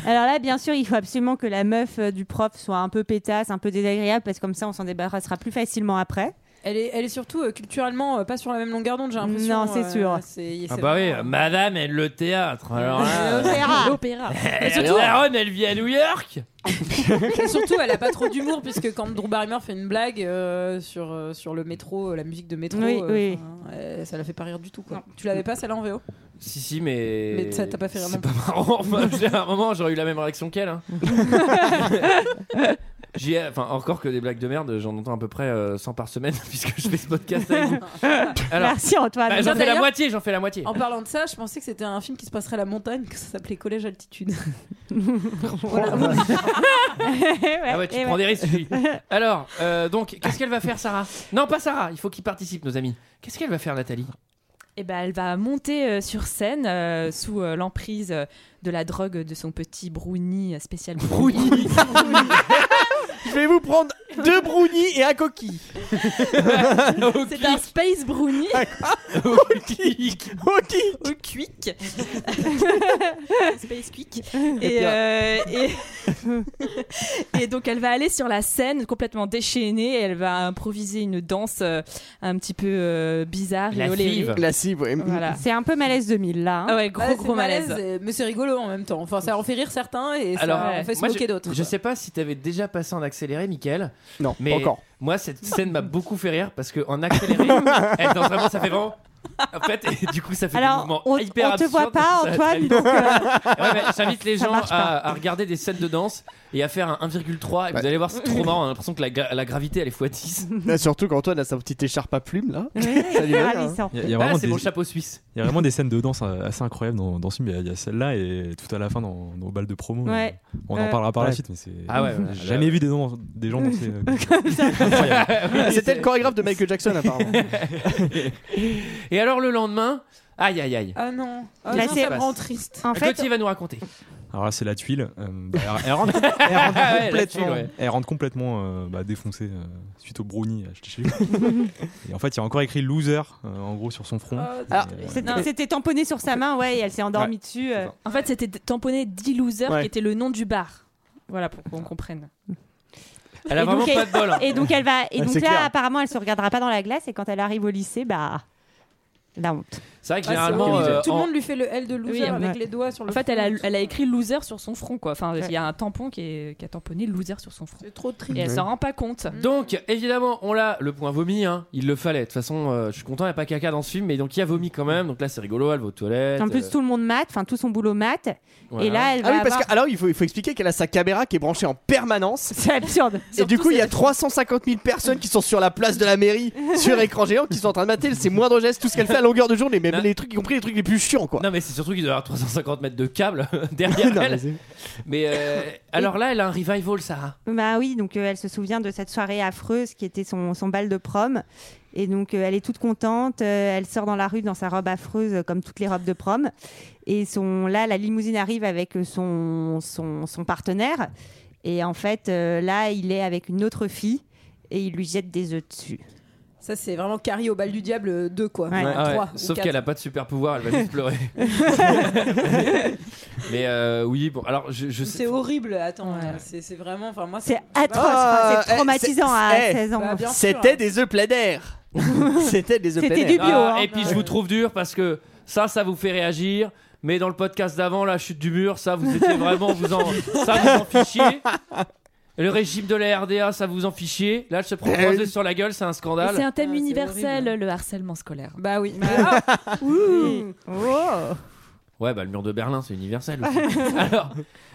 Speaker 7: Alors là, bien sûr, il faut absolument que la meuf euh, du prof soit un peu pétasse, un peu désagréable, parce que comme ça, on s'en débarrassera plus facilement après.
Speaker 9: Elle est, elle est surtout euh, culturellement euh, pas sur la même longueur d'onde, j'ai l'impression. euh,
Speaker 7: Non, c'est sûr.
Speaker 9: c'est-
Speaker 1: Ah
Speaker 9: c'est
Speaker 1: bah oui,
Speaker 9: vraiment-
Speaker 1: madame aime le théâtre. Alors là,
Speaker 11: L'opéra.
Speaker 1: Et Sharon, elle vit à New York
Speaker 9: Et surtout, elle a pas trop d'humour puisque quand Drew Barrymore fait une blague euh, sur, euh, sur le métro, euh, la musique de métro,
Speaker 7: Oui,
Speaker 9: euh,
Speaker 7: oui.
Speaker 9: enfin, euh, ça la fait pas rire du tout. Quoi. Tu l'avais pas celle-là en VO
Speaker 1: Si, si, mais.
Speaker 9: Mais ça, t'as pas fait
Speaker 1: C'est
Speaker 9: vraiment.
Speaker 1: pas marrant. Enfin, j'ai- à un moment, j'aurais eu la même réaction qu'elle. hein. J'y ai- Enfin, encore que des blagues de merde, j'en entends à peu près euh, 100 par semaine puisque je fais ce podcast avec vous. Alors,
Speaker 7: Merci, Antoine.
Speaker 1: bah, j'en fais la
Speaker 9: D'ailleurs-
Speaker 1: moitié, j'en fais la moitié.
Speaker 9: En parlant de ça, je pensais que c'était un film qui se passerait à la montagne, que ça s'appelait Collège Altitude. Voilà.
Speaker 1: Ah ouais, tu
Speaker 7: Eh
Speaker 9: Et
Speaker 1: prends
Speaker 9: ouais.
Speaker 1: des risques. lui. Alors, euh, donc, qu'est-ce qu'elle va faire, Sarah Non, pas Sarah, il faut qu'il participe, nos amis. Qu'est-ce qu'elle va faire, Nathalie
Speaker 11: Et ben, elle va monter euh, sur scène euh, sous euh, l'emprise euh, de la drogue de son petit brownie euh, spécial. Brownie
Speaker 10: Je vais vous prendre deux brownies et un coquille.
Speaker 11: C'est un space brownie
Speaker 10: Au kick. Au kick.
Speaker 11: au quick. space quick.
Speaker 10: Et
Speaker 11: Et,
Speaker 10: puis,
Speaker 11: euh, et- et donc elle va aller sur la scène complètement déchaînée. et Elle va improviser une danse euh, un petit peu euh, bizarre et olérie.
Speaker 10: La cible, ouais.
Speaker 11: Voilà.
Speaker 7: C'est un peu malaise 2000 là. hein.
Speaker 11: Ah ouais, gros
Speaker 9: Ouais, Bah, c'est
Speaker 11: gros malaise.
Speaker 9: et- Mais c'est rigolo en même temps. Enfin, ça en fait rire certains et ça en fait se
Speaker 1: moi,
Speaker 9: moquer
Speaker 1: je,
Speaker 9: d'autres.
Speaker 1: Je sais pas si t'avais déjà passé en accéléré, Michael.
Speaker 10: Non,
Speaker 1: mais
Speaker 10: pas encore.
Speaker 1: Moi, cette scène m'a beaucoup fait rire parce que en accéléré, elle danse vraiment, ça fait vraiment. En fait, et du coup, ça fait
Speaker 7: Alors,
Speaker 1: des mouvements
Speaker 7: on-
Speaker 1: hyper
Speaker 7: on te voit
Speaker 1: absurdes.
Speaker 7: pas,
Speaker 1: Ça-
Speaker 7: Antoine,
Speaker 1: ça-
Speaker 7: donc, euh,
Speaker 1: Ouais, mais J'invite les
Speaker 7: ça
Speaker 1: gens
Speaker 7: marche pas.
Speaker 1: à, à regarder des scènes de danse et à faire un 1,3. Et vous allez voir, c'est trop marrant. On a l'impression que la, gra- la gravité, elle est x10.
Speaker 10: Là, surtout qu'Antoine a sa petite écharpe à plumes là. Ça lui va bien, hein.
Speaker 8: Il y a- il y a vraiment
Speaker 1: Ah, c'est
Speaker 8: des-
Speaker 1: mon chapeau suisse.
Speaker 8: Il y a vraiment des scènes de danse euh, assez incroyables dans, dans ce film. Il y a- Il y a, celle-là et tout à la fin dans, dans Balle de promo.
Speaker 7: Ouais.
Speaker 8: euh, On
Speaker 7: Ouais.
Speaker 8: en parlera par la
Speaker 10: Ouais.
Speaker 8: suite, mais c'est.
Speaker 1: Ah ouais, ouais.
Speaker 8: J'ai jamais vu des, gens- des gens danser. euh,
Speaker 10: Ah, C'était le chorégraphe de Michael Jackson apparemment.
Speaker 1: Et alors, le lendemain, aïe aïe aïe.
Speaker 9: Ah non, Ah
Speaker 7: Là,
Speaker 9: non,
Speaker 7: c'est-
Speaker 9: ça me rend triste.
Speaker 7: En fait,
Speaker 1: Gauthier va nous raconter.
Speaker 8: Alors là, c'est la tuile. euh, bah, elle- elle rentre, elle rentre
Speaker 1: Ah ouais, la
Speaker 8: complètement,
Speaker 1: tuile, ouais.
Speaker 8: elle rentre complètement, euh, bah, défoncée euh, suite au brownie acheté chez lui. et en fait, il y a encore écrit loser euh, en gros sur son front.
Speaker 10: Oh,
Speaker 8: Et,
Speaker 7: Alors,
Speaker 8: euh,
Speaker 7: c'était- c'était tamponné sur sa main, ouais, et elle s'est endormie
Speaker 8: Ouais.
Speaker 7: dessus. euh.
Speaker 11: En fait, c'était tamponné D Loser
Speaker 8: Ouais.
Speaker 11: qui était le nom du bar. Voilà pour qu'on comprenne.
Speaker 9: Ah,
Speaker 1: Elle a
Speaker 7: Et
Speaker 1: vraiment
Speaker 7: donc,
Speaker 1: pas
Speaker 7: elle-
Speaker 1: de bol. hein.
Speaker 7: Et donc elle va. Et
Speaker 1: Ouais,
Speaker 7: donc
Speaker 1: c'est
Speaker 7: là,
Speaker 1: clair.
Speaker 7: apparemment, elle se regardera pas dans la glace. Et quand elle arrive au lycée, bah, la honte.
Speaker 1: C'est vrai que
Speaker 9: Ah, c'est
Speaker 1: généralement.
Speaker 9: horrible.
Speaker 1: euh,
Speaker 9: tout le
Speaker 1: en-
Speaker 9: monde lui fait le L de loser
Speaker 11: Oui,
Speaker 9: avec
Speaker 11: ouais.
Speaker 9: les doigts sur le
Speaker 11: En fait,
Speaker 9: front
Speaker 11: elle
Speaker 9: et
Speaker 11: a,
Speaker 9: tout.
Speaker 11: elle a écrit loser sur son front, quoi. Enfin, il y a un tampon qui, est- qui a tamponné loser sur son front. C'est
Speaker 9: trop triste. Mm.
Speaker 11: Et elle
Speaker 1: Ouais.
Speaker 11: s'en rend pas compte.
Speaker 1: Donc, évidemment, on l'a, le point vomi, hein, il le fallait. De toute façon, euh, je suis content, il n'y a pas caca dans ce film, mais donc il y a vomi quand même. Donc là, c'est rigolo, elle va aux toilettes.
Speaker 7: En plus,
Speaker 1: euh,
Speaker 7: tout le monde mate, enfin tout son boulot mate.
Speaker 1: Voilà.
Speaker 7: Et là, elle va.
Speaker 10: Ah oui, parce
Speaker 7: avoir-
Speaker 10: que alors il faut, il faut expliquer qu'elle a sa caméra qui est branchée en permanence.
Speaker 7: C'est absurde.
Speaker 10: Et du coup, il y a 350 000 personnes qui sont sur la place de la mairie, sur écran géant, qui sont en train de mater ses moindres gestes, tout ce qu'elle fait à longueur de journée, mais même les trucs, y compris les trucs les plus chiants, quoi.
Speaker 1: Non, mais c'est surtout qu'il doit y avoir 350 mètres de câble derrière
Speaker 10: Non, mais
Speaker 1: elle.
Speaker 10: c'est-
Speaker 1: Mais euh, alors là, elle a un revival, Sarah.
Speaker 7: Bah oui, donc euh, elle se souvient de cette soirée affreuse qui était son, son bal de prom. Et donc euh, elle est toute contente, euh, elle sort dans la rue dans sa robe affreuse euh, comme toutes les robes de prom. Et son, là, la limousine arrive avec euh, son, son, son partenaire. Et en fait, euh, là, il est avec une autre fille et il lui jette des œufs dessus.
Speaker 9: Ça, c'est vraiment Carrie au bal du diable 2, quoi.
Speaker 1: Ouais. Ah ouais,
Speaker 9: Trois ou
Speaker 1: Sauf
Speaker 9: quatre.
Speaker 1: qu'elle a pas de super pouvoir, elle va juste pleurer. mais euh, oui, bon, alors je, je sais.
Speaker 9: C'est horrible, attends, euh, c'est c'est vraiment. Enfin, moi,
Speaker 7: C'est
Speaker 10: atroce, enfin, Oh, eh, c'est eh, traumatisant à 16 ans.
Speaker 9: hein.
Speaker 10: C'était des œufs plein air. C'était des œufs plein air.
Speaker 7: hein.
Speaker 9: hein.
Speaker 1: Ah, Et puis je vous trouve dur parce que ça, ça vous fait réagir. Mais dans le podcast d'avant, la chute du mur, ça vous étiez vraiment, vous en, ça vous en fichiez. Le régime de la RDA, ça vous en fichiez. Là, je se prends
Speaker 10: Euh,
Speaker 11: Eh
Speaker 1: trois
Speaker 11: oui.
Speaker 1: œufs sur la gueule, c'est un
Speaker 11: Et
Speaker 1: scandale.
Speaker 11: C'est un thème universel, le harcèlement scolaire.
Speaker 9: Ah, Bah oui.
Speaker 10: Oh.
Speaker 1: Ouais, bah le mur de Berlin, c'est universel. aussi. alors,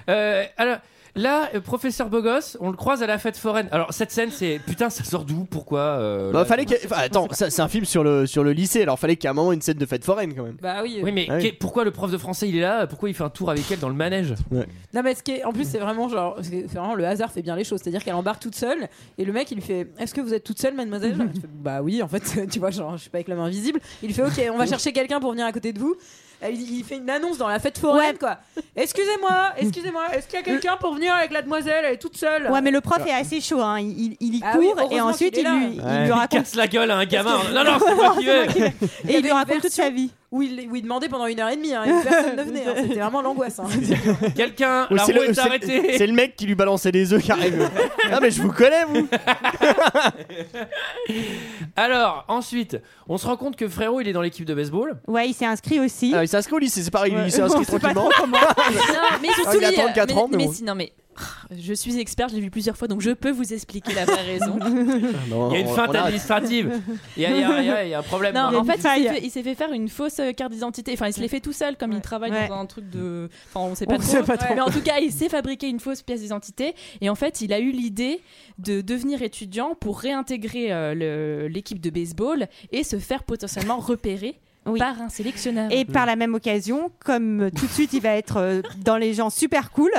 Speaker 1: euh, alors, là, euh, professeur Bogos, on le croise à la fête foraine. Alors, cette scène, c'est putain, ça sort d'où Pourquoi euh,
Speaker 10: Bah,
Speaker 1: là,
Speaker 10: fallait
Speaker 1: comment-
Speaker 10: qu'il- enfin, attends, ça- c'est un film sur le, sur le lycée, alors fallait qu'il y ait un moment une scène de fête foraine quand même.
Speaker 9: Bah oui.
Speaker 1: Oui, mais
Speaker 10: Ah oui.
Speaker 1: qu'est- pourquoi le prof de français il est là Pourquoi il fait un tour avec elle dans le manège
Speaker 9: Non, mais ce qui est- en plus, c'est vraiment genre. c'est vraiment le hasard fait bien les choses. C'est-à-dire qu'elle embarque toute seule et le mec, il lui fait Est-ce que vous êtes toute seule, mademoiselle Elle fait, Bah oui, en fait, tu vois, genre, je suis pas avec la main invisible. Il lui fait Ok, on va chercher quelqu'un pour venir à côté de vous. Elle- Il fait une annonce dans la fête foraine, quoi. Excusez-moi, excusez-moi, est-ce qu'il y a quelqu'un pour venir avec la demoiselle Elle est toute seule.
Speaker 7: Ouais, mais le prof est assez chaud, hein. il, il- il y
Speaker 9: Ah oui,
Speaker 7: court et
Speaker 9: heureusement
Speaker 7: ensuite
Speaker 9: qu'il
Speaker 7: il
Speaker 9: est
Speaker 7: lui, il lui
Speaker 1: Il
Speaker 7: raconte
Speaker 1: casse la gueule à un gamin. Non, non, c'est moi qui vais.
Speaker 7: Et il lui raconte toute sa vie.
Speaker 9: Où il, où il demandait pendant une heure et demie, hein, et personne ne venait. hein. C'était vraiment l'angoisse. hein.
Speaker 1: Quelqu'un,
Speaker 10: Ou
Speaker 1: la roue
Speaker 10: c'est le-
Speaker 1: est
Speaker 10: c'est-
Speaker 1: arrêtée.
Speaker 10: c'est le mec qui lui balançait des œufs qui arrive. ah mais je vous connais vous.
Speaker 1: Alors, ensuite, on se rend compte que Frérot, il est dans l'équipe de baseball.
Speaker 7: Ouais, il s'est inscrit aussi.
Speaker 10: Ah, il s'est inscrit au lycée, c'est pareil,
Speaker 1: Ouais.
Speaker 10: il s'est inscrit
Speaker 1: On sait pas
Speaker 10: tranquillement.
Speaker 11: Non, mais
Speaker 10: Ah,
Speaker 11: je
Speaker 10: il a
Speaker 11: souris,
Speaker 10: 34
Speaker 11: mais-
Speaker 10: ans, mais
Speaker 11: mais
Speaker 10: bon.
Speaker 11: si, non, mais ah, je suis expert, je l'ai vu plusieurs fois, donc je peux vous expliquer la vraie raison.
Speaker 1: Il y a une
Speaker 10: Oh, on-
Speaker 1: feinte
Speaker 10: on arrête.
Speaker 1: administrative. Il y a- il y a- il y a- il y a un problème.
Speaker 11: Non,
Speaker 1: hein.
Speaker 11: en fait, il s'est fait- il s'est fait faire une fausse euh, carte d'identité. Enfin, il se l'est fait tout seul, comme il travaille dans un truc de. Enfin, on sait pas,
Speaker 9: On
Speaker 11: trop,
Speaker 9: sait pas trop.
Speaker 11: Mais en tout cas, il s'est fabriqué une fausse pièce d'identité. Et en fait, il a eu l'idée de devenir étudiant pour réintégrer euh, le- l'équipe de baseball et se faire potentiellement repérer par un sélectionneur.
Speaker 7: Et par la même occasion, comme euh, tout de suite il va être euh, dans les gens super cool,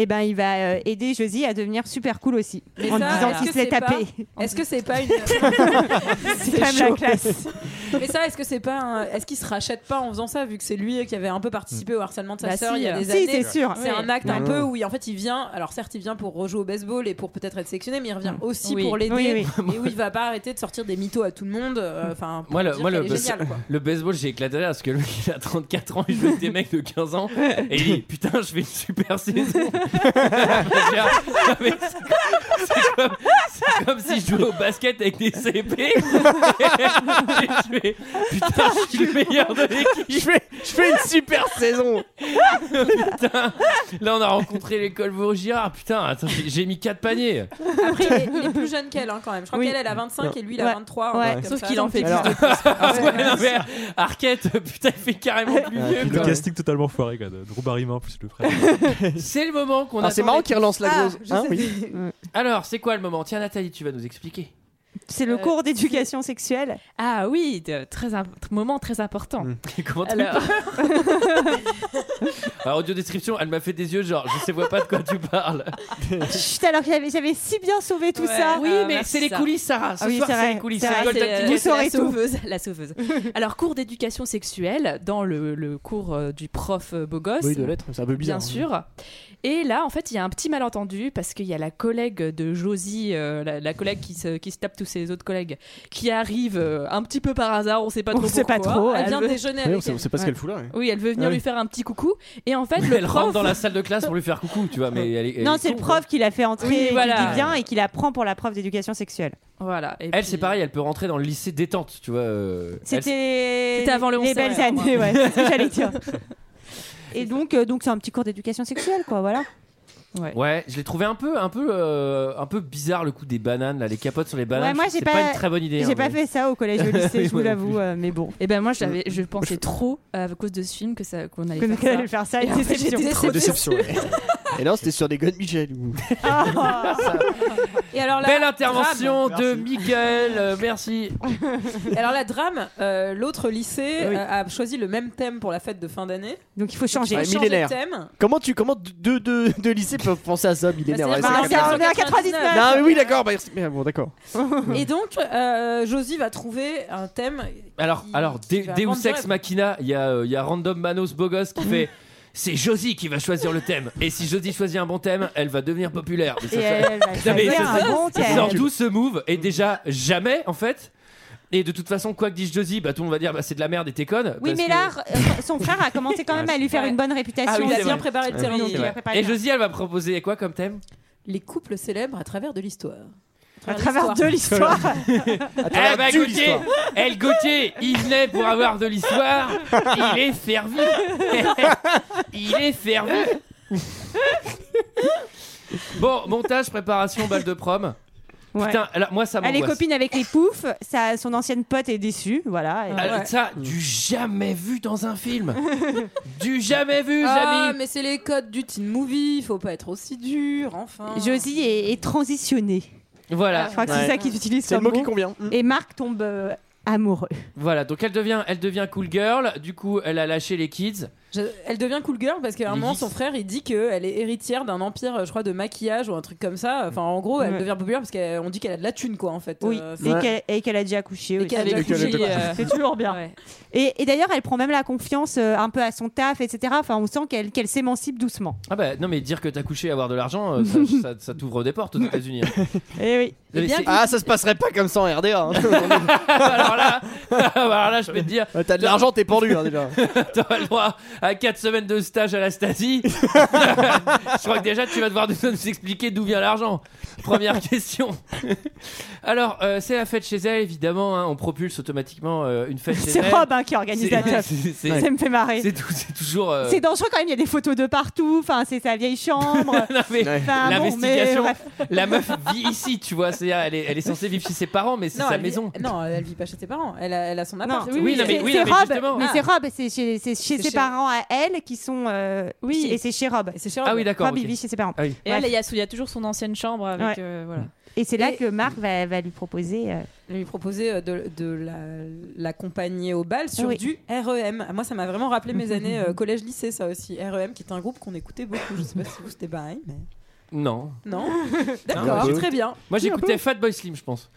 Speaker 7: et ben il va euh, aider Josie à devenir super cool aussi,
Speaker 9: Mais
Speaker 7: en
Speaker 9: ça,
Speaker 7: disant
Speaker 9: est-ce
Speaker 7: qu'il
Speaker 9: que
Speaker 7: se l'est
Speaker 9: c'est
Speaker 7: tapé.
Speaker 9: pas- Est-ce que c'est pas une.
Speaker 7: C'est quand même la classe.
Speaker 9: Mais ça, est-ce que c'est pas un- Est-ce qu'il se rachète pas en faisant ça, vu que c'est lui qui avait un peu hein. participé au harcèlement de sa
Speaker 11: Bah
Speaker 9: sœur
Speaker 11: si.
Speaker 9: il y a des
Speaker 11: Si,
Speaker 9: années
Speaker 11: c'est sûr.
Speaker 9: C'est
Speaker 11: Oui.
Speaker 9: un acte un
Speaker 11: Ouais.
Speaker 9: peu où il, en fait il vient. Alors certes, il vient pour rejouer au baseball et pour peut-être être sélectionné, mais il revient aussi
Speaker 11: Mm. Oui.
Speaker 9: pour l'aider
Speaker 11: Oui, oui.
Speaker 9: et où il va pas arrêter de sortir des mythos à tout le monde. euh, Enfin, pour
Speaker 1: Moi, le,
Speaker 9: dire
Speaker 1: moi, le,
Speaker 9: qu'elle est
Speaker 1: bas-
Speaker 9: géniale, quoi.
Speaker 1: le baseball, j'ai éclaté là parce que lui, il a 34 ans, il joue avec des mecs de 15 ans et il dit Putain, je fais une super saison. c'est comme, c'est comme si je jouais au basket avec des CP. Et je fais, Putain, je suis le meilleur de l'équipe.
Speaker 10: Je fais, je fais une super saison.
Speaker 1: Putain, là, on a rencontré l'école Vaugirard. Putain, attends, j'ai j'ai mis 4 paniers.
Speaker 9: Après, il est, il est plus jeune qu'elle hein, quand même. Je crois
Speaker 1: Oui.
Speaker 9: qu'elle elle a 25 et lui il a
Speaker 1: Ouais.
Speaker 9: 23.
Speaker 1: Ouais.
Speaker 9: un truc comme
Speaker 11: Sauf
Speaker 9: euh, ça.
Speaker 11: qu'il en fait
Speaker 1: Alors-
Speaker 11: plus de
Speaker 1: Ah ouais, non, mais Arquette, putain, il fait carrément plus
Speaker 10: Ah,
Speaker 1: vieux.
Speaker 8: le
Speaker 1: quoi.
Speaker 8: casting totalement foiré, quoi. de Drew Barrymore plus le frère.
Speaker 1: C'est le moment qu'on
Speaker 10: Ah,
Speaker 1: a.
Speaker 10: c'est marrant qu'il relance la grosse. Hein, oui.
Speaker 1: Alors, c'est quoi le moment Tiens, Nathalie, tu vas nous expliquer.
Speaker 7: C'est le
Speaker 11: Euh,
Speaker 7: cours d'éducation sexuelle.
Speaker 11: Ah oui, de- très imp- moment très important.
Speaker 10: Mm.
Speaker 1: Comment tu
Speaker 11: Alors,
Speaker 1: Alors, audio description, elle m'a fait des yeux, genre, je sais vois pas de quoi tu parles.
Speaker 7: Chut, alors que j'avais j'avais si bien sauvé tout
Speaker 11: Ouais.
Speaker 7: ça.
Speaker 11: Oui, mais c'est les coulisses, Sarah. Ce
Speaker 7: Ah oui,
Speaker 11: soir,
Speaker 7: c'est
Speaker 11: c'est
Speaker 7: vrai,
Speaker 11: les coulisses.
Speaker 7: c'est
Speaker 11: C'est
Speaker 7: vrai,
Speaker 11: Golden
Speaker 7: c'est- euh,
Speaker 11: Ticket.
Speaker 7: vous
Speaker 11: C'est
Speaker 7: saurez
Speaker 11: la
Speaker 7: tout.
Speaker 11: sauveuse, la sauveuse. Alors, cours d'éducation sexuelle dans le, le cours euh, du prof euh, Bogos.
Speaker 10: Oui, de lettres, c'est un peu bizarre. hein.
Speaker 11: Bien sûr. Et là, en fait, il y a un petit malentendu parce qu'il y a la collègue de Josie, euh, la, la collègue qui se, qui se tape tous ses autres collègues qui arrivent euh, un petit peu par hasard, on sait pas
Speaker 7: On
Speaker 11: trop
Speaker 7: sait pas
Speaker 11: pourquoi.
Speaker 7: trop,
Speaker 11: Elle,
Speaker 7: elle
Speaker 11: vient
Speaker 7: veut-
Speaker 11: déjeuner
Speaker 10: Oui,
Speaker 11: avec
Speaker 10: on sait- on sait pas ce qu'elle fout là, ouais.
Speaker 11: Oui, elle veut venir
Speaker 10: Ah oui.
Speaker 11: lui faire un petit coucou. Et en fait, le
Speaker 1: Elle
Speaker 11: prof...
Speaker 1: rentre dans la salle de classe pour lui faire coucou, tu vois. Mais elle, est- elle
Speaker 7: non,
Speaker 1: est
Speaker 7: c'est le
Speaker 1: sombre.
Speaker 7: prof qui l'a fait entrer,
Speaker 11: Oui,
Speaker 7: et qui
Speaker 11: voilà.
Speaker 7: dit bien et qui la prend pour la prof d'éducation sexuelle.
Speaker 9: Bah,
Speaker 11: Voilà. et
Speaker 1: Elle,
Speaker 11: puis-
Speaker 1: c'est pareil, elle peut rentrer dans le lycée détente, tu vois. euh, elle-
Speaker 7: C'était
Speaker 11: C'était avant le 11
Speaker 7: les belles
Speaker 11: septembre.
Speaker 7: années, ouais, c'est ce que j'allais dire. Et donc, euh, donc c'est un petit cours d'éducation sexuelle, quoi, voilà.
Speaker 11: Ouais.
Speaker 1: je l'ai trouvé un peu, un peu, euh, un peu bizarre le coup des bananes, là, les capotes sur les bananes.
Speaker 7: ouais, moi,
Speaker 1: Je-
Speaker 7: j'ai
Speaker 1: c'est
Speaker 7: pas,
Speaker 1: pas, une très bonne idée.
Speaker 7: J'ai
Speaker 1: hein,
Speaker 7: pas
Speaker 1: mais-
Speaker 7: fait ça au collège et au lycée,
Speaker 1: Oui,
Speaker 7: je vous
Speaker 1: moi non
Speaker 7: l'avoue,
Speaker 1: plus.
Speaker 7: euh, mais bon.
Speaker 11: Et ben moi, j'avais, je pensais trop euh, à cause de ce film que ça, qu'on allait
Speaker 7: Qu'on
Speaker 11: faire
Speaker 7: allait faire ça,
Speaker 11: Et en fait,
Speaker 7: déception.
Speaker 11: j'étais
Speaker 7: Trop
Speaker 10: déception, Et là, c'était sur des God Michel. ou-
Speaker 9: Et alors la
Speaker 1: Belle intervention
Speaker 9: drame.
Speaker 1: de Michael, euh, merci.
Speaker 9: Et alors la drame, euh, l'autre lycée euh, a choisi le même thème pour la fête de fin d'année.
Speaker 7: Donc, il faut changer.
Speaker 10: Ouais,
Speaker 9: Changer de
Speaker 10: millénaire.
Speaker 9: thème.
Speaker 10: Comment tu comment deux deux deux lycées peuvent penser à ça millénaire
Speaker 9: Bah,
Speaker 10: ouais,
Speaker 9: c'est
Speaker 10: c'est
Speaker 7: Ah, c'est
Speaker 10: clair.
Speaker 7: on est à 99.
Speaker 10: Non mais oui d'accord. bah, merci. Mais bon d'accord.
Speaker 9: Et donc euh, Josie va trouver un thème.
Speaker 1: Alors, alors,
Speaker 9: qui
Speaker 1: De-
Speaker 9: va
Speaker 1: Deus
Speaker 9: rendre
Speaker 1: Ex
Speaker 9: bref.
Speaker 1: Machina, il y, a, euh, il y a Random Manos Bogos qui fait. C'est Josie qui va choisir le thème. Et si Josie choisit un bon thème, elle va devenir populaire. Mais ça,
Speaker 7: Et
Speaker 1: ça-
Speaker 7: elle va
Speaker 1: Putain, mais
Speaker 7: choisir
Speaker 1: ça-
Speaker 7: un bon
Speaker 1: ça
Speaker 7: thème.
Speaker 1: sort d'où ce move Et déjà, jamais, en fait. Et de toute façon, quoi que dise Josie, bah, tout le monde va dire bah, c'est de la merde et t'es conne.
Speaker 7: Oui,
Speaker 1: parce
Speaker 7: mais
Speaker 1: que-
Speaker 7: là, euh, son frère a commencé quand même à lui faire une bonne réputation.
Speaker 9: Ah oui, il a
Speaker 7: aussi. hein,
Speaker 9: bien préparé le terrain.
Speaker 7: Oui,
Speaker 9: donc
Speaker 7: il
Speaker 9: il
Speaker 7: a
Speaker 9: va
Speaker 7: préparé
Speaker 1: Et
Speaker 7: bien.
Speaker 1: Josie, elle va proposer quoi comme thème
Speaker 9: Les couples célèbres à travers de l'histoire.
Speaker 7: À travers de l'histoire.
Speaker 1: Eh
Speaker 10: travers
Speaker 1: bah,
Speaker 10: du
Speaker 1: Gauthier,
Speaker 10: l'histoire.
Speaker 1: elle Gauthier, il venait pour avoir de l'histoire, il est servi. il est servi. bon, montage, préparation, balle de prom.
Speaker 7: Ouais.
Speaker 1: Putain, là, moi ça
Speaker 7: Elle est
Speaker 1: m'angoisse.
Speaker 7: copine avec les poufs, sa, son ancienne pote est déçue, voilà.
Speaker 1: Ah,
Speaker 9: Ouais.
Speaker 1: Ça, du jamais vu dans un film. du jamais vu,
Speaker 9: Ah,
Speaker 1: Jamy.
Speaker 9: mais c'est les codes du teen movie, faut pas être aussi dur, enfin.
Speaker 7: Josie est, est transitionnée.
Speaker 1: Voilà,
Speaker 7: Ah, Je crois que
Speaker 10: Ouais.
Speaker 7: c'est ça qu'ils utilisent
Speaker 10: C'est le
Speaker 7: comme
Speaker 10: mot qui
Speaker 7: mot.
Speaker 10: convient. Mm.
Speaker 7: Et Marc tombe euh, amoureux.
Speaker 1: voilà. Donc elle devient, elle devient cool girl. Du coup, elle a lâché les kids.
Speaker 9: Je- elle devient cool girl parce qu'à un
Speaker 1: Les
Speaker 9: moment,
Speaker 1: geeks.
Speaker 9: son frère il dit qu'elle est héritière d'un empire, je crois, de maquillage ou un truc comme ça. Enfin, en gros, elle
Speaker 7: Ouais.
Speaker 9: devient populaire parce qu'on dit qu'elle a de la thune, quoi, en fait.
Speaker 7: Oui,
Speaker 9: Euh, c'est-
Speaker 7: et qu'elle- et qu'elle a déjà accouché.
Speaker 9: Et
Speaker 7: aussi.
Speaker 9: qu'elle a déjà
Speaker 10: Et qu'elle
Speaker 9: couché,
Speaker 10: était-
Speaker 9: euh,
Speaker 7: C'est toujours bien.
Speaker 11: Ouais.
Speaker 7: Et, et d'ailleurs, elle prend même la confiance euh, un peu à son taf, etc. Enfin, on sent qu'elle qu'elle s'émancipe doucement.
Speaker 1: Ah bah non, mais dire que t'as couché, avoir de l'argent, euh, ça, ça- ça t'ouvre des portes aux États-Unis. hein.
Speaker 7: Et oui.
Speaker 1: Mais c'est-
Speaker 10: Ah ça se passerait pas comme ça en RDA. hein.
Speaker 1: alors là, alors là, je peux te dire,
Speaker 10: Euh, T'as de l'argent t'es pendu hein, déjà.
Speaker 1: t'auras le droit à 4 semaines de stage à la Stasi. je crois que déjà, tu vas devoir nous, nous expliquer d'où vient l'argent. Première question. Alors, euh, c'est la fête chez elle, évidemment. hein, on propulse automatiquement euh, une fête chez
Speaker 7: C'est
Speaker 1: elle.
Speaker 7: Rob hein, qui organise la
Speaker 1: C'est-
Speaker 7: teuf.
Speaker 1: c'est- c'est-
Speaker 7: Ça me fait marrer.
Speaker 1: c'est tout- c'est toujours. euh,
Speaker 7: C'est dangereux quand même, il y a des photos de partout. Enfin, c'est sa vieille chambre.
Speaker 1: non, mais
Speaker 10: Ouais.
Speaker 7: Enfin,
Speaker 10: Ah
Speaker 7: bon,
Speaker 1: L'investigation,
Speaker 7: mais bref.
Speaker 1: la meuf vit ici, tu vois. C'est, elle, est, elle est censée vivre chez ses parents, mais c'est
Speaker 9: non,
Speaker 1: sa
Speaker 9: elle vit-
Speaker 1: maison.
Speaker 9: non, elle vit pas chez ses parents, elle a, elle a son appart.
Speaker 7: Non,
Speaker 1: Oui, non, mais-
Speaker 7: c'est-
Speaker 1: oui,
Speaker 7: c'est
Speaker 1: non, mais
Speaker 7: Rob,
Speaker 1: justement.
Speaker 7: mais
Speaker 9: Ah.
Speaker 7: c'est Rob, c'est chez, c'est chez
Speaker 9: C'est
Speaker 7: ses
Speaker 9: chez-
Speaker 7: parents à elle qui sont. euh,
Speaker 11: Oui.
Speaker 7: chez- Et c'est chez Rob.
Speaker 9: Et c'est chez
Speaker 1: Ah oui,
Speaker 9: Rob.
Speaker 1: d'accord.
Speaker 7: Rob,
Speaker 1: ok.
Speaker 7: il vit chez ses parents.
Speaker 1: Ah oui.
Speaker 11: Et
Speaker 7: Bref.
Speaker 11: elle, il y a, il y a toujours son ancienne chambre avec.
Speaker 7: Ouais.
Speaker 11: euh, voilà.
Speaker 7: Et c'est là
Speaker 9: Et-
Speaker 7: que Marc va, va lui proposer. euh,
Speaker 9: Elle lui proposait euh, de, de la- l'accompagner au bal sur
Speaker 7: Oui.
Speaker 9: du REM. Ah, Moi, ça m'a vraiment rappelé mes années euh, collège-lycée, ça aussi. REM, qui est un groupe qu'on écoutait beaucoup. Je sais pas si vous c'était pareil, mais.
Speaker 1: Non.
Speaker 9: Non
Speaker 10: Un
Speaker 9: D'accord,
Speaker 10: peu.
Speaker 9: très bien.
Speaker 1: Moi, j'écoutais Fatboy Slim, je pense.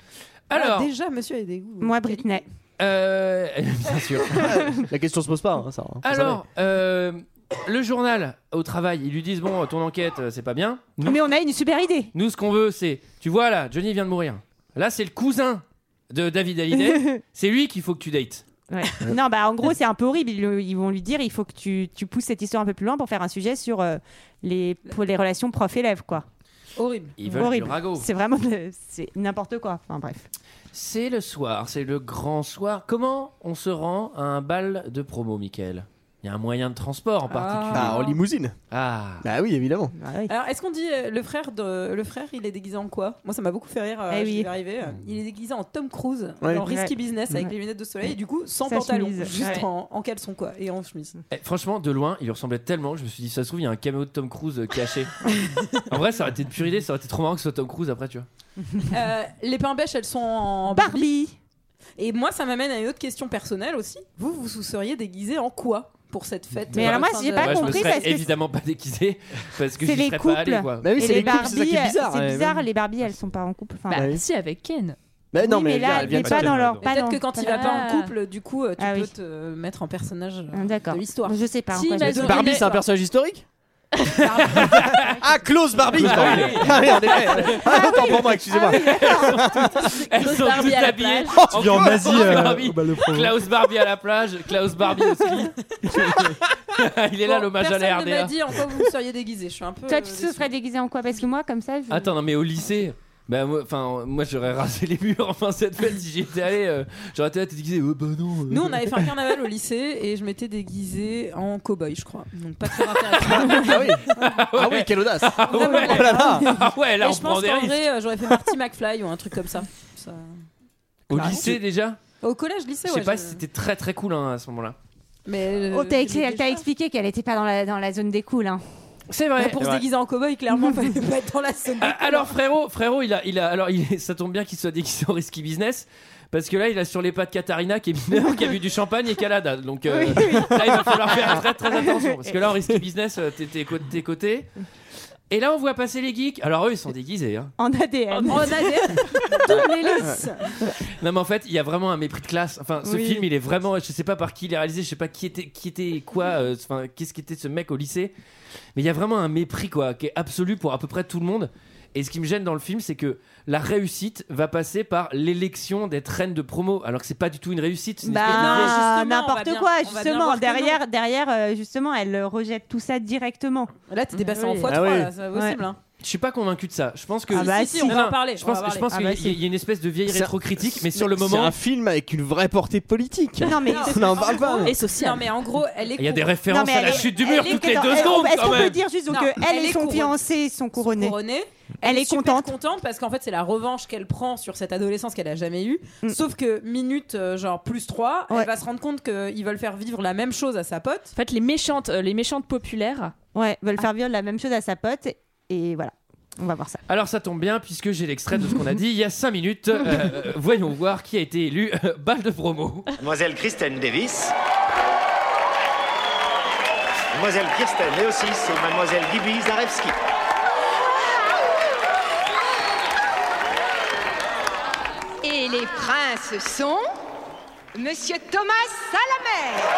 Speaker 9: Ah,
Speaker 1: Alors,
Speaker 9: déjà, monsieur a des goûts.
Speaker 7: Moi, Britney.
Speaker 1: euh, bien sûr.
Speaker 10: La question se pose pas hein, ça. hein.
Speaker 1: Alors, euh, le journal au travail, ils lui disent bon, ton enquête, euh, c'est pas bien. Nous,
Speaker 7: Mais on a une super idée.
Speaker 1: nous, ce qu'on veut, c'est, tu vois là, Johnny vient de mourir. Là, c'est le cousin de David Hallyday. c'est lui qu'il faut que tu dates.
Speaker 7: Ouais. non, bah en gros, c'est un peu horrible. Ils, le- ils vont lui dire il faut que tu, tu pousses cette histoire un peu plus loin pour faire un sujet sur euh, les, pour les relations prof-élève, quoi.
Speaker 9: Horrible.
Speaker 1: Ils veulent
Speaker 7: Horrible.
Speaker 1: du ragot.
Speaker 7: C'est vraiment de- c'est n'importe quoi. Enfin, bref.
Speaker 1: C'est le soir, c'est le grand soir. Comment on se rend à un bal de promo, Michael Il y a un moyen de transport en
Speaker 9: Ah.
Speaker 1: particulier.
Speaker 10: Bah en limousine.
Speaker 1: Ah.
Speaker 10: Bah oui évidemment.
Speaker 7: Ah oui.
Speaker 9: Alors, est-ce qu'on dit euh, le frère de le frère Il est déguisé en quoi Moi, ça m'a beaucoup fait rire. euh,
Speaker 7: Eh
Speaker 9: je
Speaker 7: oui.
Speaker 9: suis arrivée, euh, Il est déguisé en Tom Cruise,
Speaker 10: Ouais.
Speaker 9: en risky
Speaker 7: Ouais.
Speaker 9: business avec
Speaker 7: Ouais.
Speaker 9: les lunettes de soleil et du coup sans
Speaker 7: Sa
Speaker 9: pantalon,
Speaker 7: chemise.
Speaker 9: juste
Speaker 7: Ouais.
Speaker 9: en, en caleçon quoi et en chemise.
Speaker 1: Eh, franchement, de loin, il lui ressemblait tellement que je me suis dit, ça se trouve, il y a un caméo de Tom Cruise euh, caché. en vrai, ça aurait été une pure idée, ça aurait été trop marrant que ce soit Tom Cruise après, tu vois.
Speaker 9: Euh, les pains bêches, elles sont en Barbie.
Speaker 7: Barbie.
Speaker 9: Et moi, ça m'amène à une autre question personnelle aussi. Vous, vous vous seriez déguisé en quoi pour cette fête
Speaker 7: Mais
Speaker 9: euh,
Speaker 7: alors moi,
Speaker 9: fin
Speaker 7: j'ai
Speaker 9: de-
Speaker 7: pas
Speaker 1: Moi, je me
Speaker 7: compris
Speaker 1: serais
Speaker 7: parce que c'est-
Speaker 1: évidemment pas déguisé parce que
Speaker 7: C'est
Speaker 1: j'y
Speaker 7: les
Speaker 1: serais
Speaker 7: couples.
Speaker 1: pas allé, quoi.
Speaker 10: Bah oui
Speaker 7: Et
Speaker 10: c'est
Speaker 7: les
Speaker 10: les couples c'est ça qui
Speaker 7: Barbies,
Speaker 10: est
Speaker 7: euh,
Speaker 10: bizarre. hein.
Speaker 7: c'est
Speaker 10: ouais,
Speaker 7: bizarre,
Speaker 10: même.
Speaker 7: les Barbies, elles sont pas en couple. Enfin,
Speaker 11: Bah,
Speaker 10: Ah oui.
Speaker 11: si, avec Ken.
Speaker 10: Mais non
Speaker 7: oui,
Speaker 10: mais
Speaker 7: mais
Speaker 10: là,
Speaker 7: là,
Speaker 10: elle
Speaker 7: elle
Speaker 10: vient
Speaker 7: n'est
Speaker 10: de
Speaker 7: pas
Speaker 10: Ken,
Speaker 7: dans
Speaker 10: là,
Speaker 7: leur. Ah.
Speaker 10: donc.
Speaker 7: pas
Speaker 9: Peut-être
Speaker 7: dans-
Speaker 9: que quand il
Speaker 11: pas
Speaker 9: va pas en
Speaker 11: là.
Speaker 9: couple, du coup, euh, tu
Speaker 7: Ah
Speaker 9: peux
Speaker 7: oui.
Speaker 9: te euh, mettre en personnage euh,
Speaker 7: Ah, D'accord.
Speaker 9: de l'histoire.
Speaker 7: Je sais pas.
Speaker 11: Si,
Speaker 7: en quoi
Speaker 11: mais
Speaker 7: je-
Speaker 11: elles ont-
Speaker 10: Barbie c'est un personnage historique ah, Klaus Barbie
Speaker 1: Klaus Barbie.
Speaker 10: Ah oui, en effet Ah, autant pour moi, excusez-moi
Speaker 1: Elles
Speaker 10: Klaus
Speaker 1: sont
Speaker 10: Barbie
Speaker 1: toutes
Speaker 10: à la
Speaker 1: habillées.
Speaker 10: plage. Oh, tu viens en
Speaker 1: Klaus
Speaker 10: Asie, euh,
Speaker 1: Barbie.
Speaker 10: au bal de promo.
Speaker 1: Klaus Barbie à la plage, Klaus Barbie au ski. Il est là l'hommage à la
Speaker 9: Personne ne m'a
Speaker 1: RDA.
Speaker 9: dit en quoi vous vous seriez déguisé. Je suis un peu.
Speaker 7: Toi,
Speaker 9: euh,
Speaker 7: tu te
Speaker 9: déçue.
Speaker 7: serais déguisé en quoi Parce que moi, comme ça, je...
Speaker 1: Attends, non mais au lycée. Bah, moi, enfin, moi j'aurais rasé les murs. Enfin, cette fête, si j'étais allé, euh, j'aurais été là, t'es déguisé. Oh, bah non. euh.
Speaker 9: Nous, on avait fait un carnaval au lycée et je m'étais déguisée en cow-boy, je crois. Donc pas très intéressant.
Speaker 10: ah oui Ah oui, quelle audace
Speaker 1: Ah ouais,
Speaker 9: Vraiment,
Speaker 1: oh là là. Ah ouais, là,
Speaker 9: Et
Speaker 1: on
Speaker 9: je
Speaker 1: prend
Speaker 9: pense
Speaker 1: des
Speaker 9: qu'en
Speaker 1: risques.
Speaker 9: vrai, euh, j'aurais fait Marty McFly ou un truc comme ça. Ça-
Speaker 1: Au
Speaker 9: Clairement.
Speaker 1: lycée déjà
Speaker 9: Au collège, lycée,
Speaker 1: Je
Speaker 9: ouais.
Speaker 1: sais pas
Speaker 9: je-
Speaker 1: si c'était très très cool hein, à ce moment-là.
Speaker 9: Mais. euh,
Speaker 7: Oh, t'as expliqué, elle t'a expliqué qu'elle était pas dans la, dans la zone des cools. Hein.
Speaker 1: C'est vrai.
Speaker 9: Bah, Pour
Speaker 1: C'est
Speaker 9: se
Speaker 1: vrai.
Speaker 9: déguiser en cow-boy, clairement, fallait pas être dans la zone.
Speaker 1: Ah, alors frérot, frérot, il a, il a, alors il- ça tombe bien qu'il soit déguisé en risky business. Parce que là, il a sur les pattes Katarina qui est mineure, qui a bu du champagne et qui a la dalle. Donc euh, là, il va falloir faire très très attention. Parce que là, en risky business, euh, t'es t'es cô- t'es coté. Et là, on voit passer les geeks. Alors eux, ils sont déguisés. hein.
Speaker 7: En ADN.
Speaker 9: En ADN. Double hélice.
Speaker 1: Non, mais en fait, il y a vraiment un mépris de classe. Enfin, ce
Speaker 9: Oui.
Speaker 1: film, il est vraiment. Je sais pas par qui il est réalisé, je sais pas qui était, qui était quoi, euh, enfin, qu'est-ce qu'était ce mec au lycée. Mais il y a vraiment un mépris, quoi, qui est absolu pour à peu près tout le monde. Et ce qui me gêne dans le film, c'est que la réussite va passer par l'élection des reines de promo, alors que c'est pas du tout une réussite. c'est une espèce de piège.
Speaker 7: Bah,
Speaker 9: justement, on va
Speaker 7: n'importe
Speaker 9: bien-
Speaker 7: quoi,
Speaker 9: on va bien voir
Speaker 7: justement.
Speaker 9: que
Speaker 7: Derrière, derrière euh, justement, elle euh, rejette tout ça directement.
Speaker 9: Là, t'étais passé en
Speaker 7: Ah Oui.
Speaker 9: fois 3
Speaker 1: Ah
Speaker 9: là, c'est pas possible. hein.
Speaker 1: Je suis pas convaincu de ça. Je pense que.
Speaker 7: Ah bah, Si, si, si, si. on va
Speaker 1: Non,
Speaker 9: en parler,
Speaker 1: Je
Speaker 9: on va
Speaker 1: pense,
Speaker 9: en
Speaker 1: je pense
Speaker 9: parler.
Speaker 1: qu'il
Speaker 9: Ah bah,
Speaker 1: y, a-
Speaker 9: si.
Speaker 1: il y a une espèce de vieille
Speaker 10: C'est un-
Speaker 1: rétrocritique, mais sur le
Speaker 10: C'est
Speaker 1: moment,
Speaker 10: un film avec une vraie portée politique
Speaker 7: Non, mais-
Speaker 10: On en parle pas
Speaker 11: Et sociale.
Speaker 9: Non, mais en gros, elle est.
Speaker 1: il y a des
Speaker 9: cour-
Speaker 1: références
Speaker 7: mais
Speaker 1: à
Speaker 7: elle
Speaker 1: la
Speaker 7: est-
Speaker 1: chute du
Speaker 9: elle
Speaker 1: mur
Speaker 9: est-
Speaker 1: toutes les
Speaker 9: attends,
Speaker 1: deux
Speaker 9: elle-
Speaker 1: secondes.
Speaker 7: Est-ce
Speaker 1: quand
Speaker 7: qu'on peut
Speaker 1: même.
Speaker 7: dire juste donc,
Speaker 9: Non,
Speaker 7: que elle
Speaker 9: elle
Speaker 7: et
Speaker 9: est
Speaker 7: son
Speaker 9: couronnée.
Speaker 7: fiancé sont couronnés
Speaker 9: couronnée.
Speaker 7: Elle est
Speaker 9: super
Speaker 7: contente.
Speaker 9: contente parce qu'en fait, c'est la revanche qu'elle prend sur cette adolescence qu'elle a jamais eue. Sauf que minute, euh, genre plus 3,
Speaker 7: Mm. Ouais.
Speaker 9: elle va se rendre compte qu'ils veulent faire vivre la même chose à sa pote.
Speaker 11: En fait, les méchantes, euh, les méchantes populaires.
Speaker 7: Ouais, veulent faire vivre la même chose à sa pote et voilà. On va voir ça.
Speaker 1: Alors ça tombe bien puisque j'ai l'extrait de ce qu'on a dit il y a 5 minutes. Euh, voyons voir qui a été élu euh, balle de promo.
Speaker 2: Mademoiselle Kristen Davis. Mademoiselle Kirsten Leosis et Mademoiselle Bibi Zarevski.
Speaker 13: Et les princes sont. Monsieur Thomas Salamel.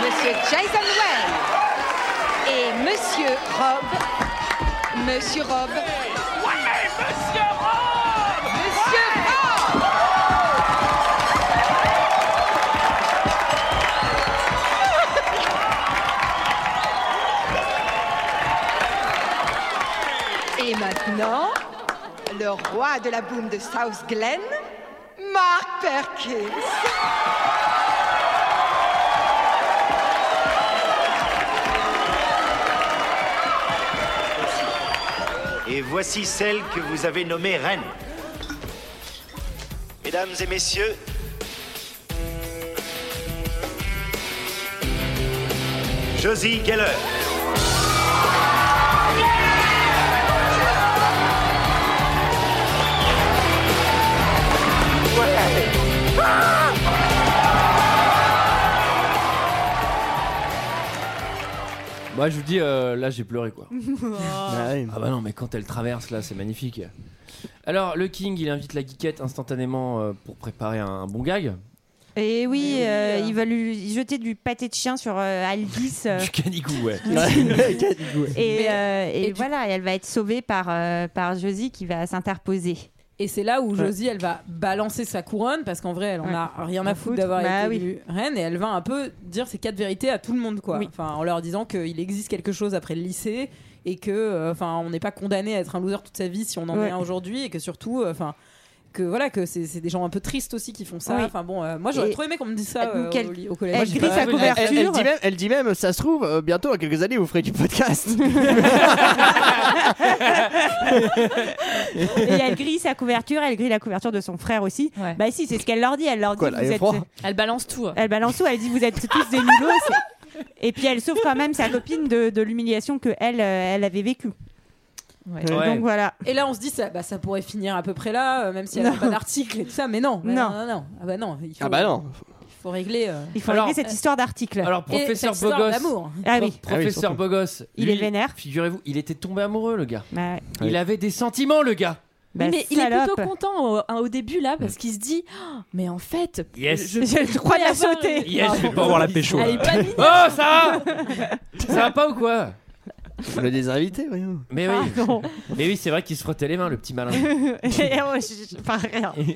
Speaker 13: Monsieur Jason Well. Et Monsieur Rob. Monsieur Rob. Monsieur Rob Monsieur Rob Et maintenant, le roi de la boom de South Glen, Mark Perkins.
Speaker 2: Et voici celle que vous avez nommée reine. Mesdames et messieurs, Josie Geller.
Speaker 1: Moi je vous dis euh, là j'ai pleuré quoi.
Speaker 7: Oh.
Speaker 10: Ah oui.
Speaker 1: Ah bah non mais quand elle traverse là c'est magnifique. Alors le King il invite la geekette instantanément euh, pour préparer un, un bon gag.
Speaker 7: Et oui,
Speaker 9: oui,
Speaker 7: euh,
Speaker 9: euh.
Speaker 7: ils veulent lui jeter du pâté de chien sur euh, Aldis. euh,
Speaker 1: Du canicou ouais.
Speaker 7: et euh, et
Speaker 9: et du-
Speaker 7: voilà, et elle va être sauvée par, euh, par Josie qui va s'interposer.
Speaker 9: Et c'est là où
Speaker 7: Ouais.
Speaker 9: Josie, elle va balancer sa couronne parce qu'en vrai, elle en a rien à foutre d'avoir
Speaker 7: Bah
Speaker 9: été
Speaker 7: oui.
Speaker 9: élue reine et elle va un peu dire ses quatre vérités à tout le monde, quoi.
Speaker 7: Oui.
Speaker 9: Enfin, en leur disant qu'il existe quelque chose après le lycée et que, euh, enfin, on n'est pas condamné à être un loser toute sa vie si on en
Speaker 7: Ouais.
Speaker 9: est un aujourd'hui et que surtout, euh, enfin. que voilà que c'est c'est des gens un peu tristes aussi qui font ça
Speaker 7: Oui.
Speaker 9: enfin bon euh, moi j'aurais
Speaker 7: Et-
Speaker 9: trop aimé qu'on me dise ça euh,
Speaker 7: Donc, elle-
Speaker 9: au, li- au collège
Speaker 7: elle
Speaker 9: J'ai
Speaker 7: grille sa
Speaker 9: pas- oui,
Speaker 10: Elle, elle- elle
Speaker 7: couverture.
Speaker 10: dit même, elle dit même, ça se trouve, euh, bientôt, à quelques années, vous ferez du podcast.
Speaker 7: et elle grille sa couverture, elle grille la couverture de son frère aussi.
Speaker 11: Ouais.
Speaker 7: Bah si, c'est ce qu'elle leur dit. Elle leur dit,
Speaker 10: Quoi, là,
Speaker 7: vous
Speaker 10: elle est
Speaker 7: êtes-
Speaker 10: froid
Speaker 11: Elles balancent tout.
Speaker 7: elle balance tout, elle dit vous êtes tous des nulos. C'est- Et puis elle sauve quand même sa copine de, de l'humiliation que elle, euh, elle avait vécue.
Speaker 1: Ouais.
Speaker 7: Donc voilà.
Speaker 9: Et là, on se dit, ça, bah, ça pourrait finir à peu près là, euh, même si elle n'a
Speaker 7: Non.
Speaker 9: pas d'article et tout ça. Mais non, mais
Speaker 7: Non.
Speaker 9: non, non, non. Ah bah non, il faut,
Speaker 10: ah bah non.
Speaker 9: il faut régler. euh,
Speaker 7: Il faut
Speaker 1: Alors-
Speaker 7: régler cette histoire d'article.
Speaker 1: Alors
Speaker 9: et
Speaker 1: professeur
Speaker 9: cette histoire
Speaker 1: Bogos.
Speaker 9: d'amour.
Speaker 7: Ah oui.
Speaker 10: Ah oui,
Speaker 1: Professeur
Speaker 10: surtout.
Speaker 1: Bogos.
Speaker 7: Il
Speaker 1: lui,
Speaker 7: est vénère.
Speaker 1: Figurez-vous il était tombé amoureux le gars.
Speaker 7: Bah, ouais.
Speaker 1: Il
Speaker 10: Oui.
Speaker 1: avait des sentiments le gars.
Speaker 7: Bah,
Speaker 11: mais il est
Speaker 7: salope.
Speaker 11: plutôt content au, au début là parce qu'il se dit Oh, mais en fait
Speaker 1: Yes.
Speaker 11: je,
Speaker 1: J'ai
Speaker 7: le droit de la
Speaker 11: peux y avoir
Speaker 7: sauter.
Speaker 11: une-
Speaker 1: Yes,
Speaker 11: Ah,
Speaker 1: je vais pas avoir la pécho.
Speaker 11: Elle est pas mignonne.
Speaker 1: Oh, ça va Ça va pas ou quoi
Speaker 10: On a des invités, voyons.
Speaker 1: Mais
Speaker 7: Ah.
Speaker 1: oui, mais oui, c'est vrai qu'il se frottait les mains, le petit malin.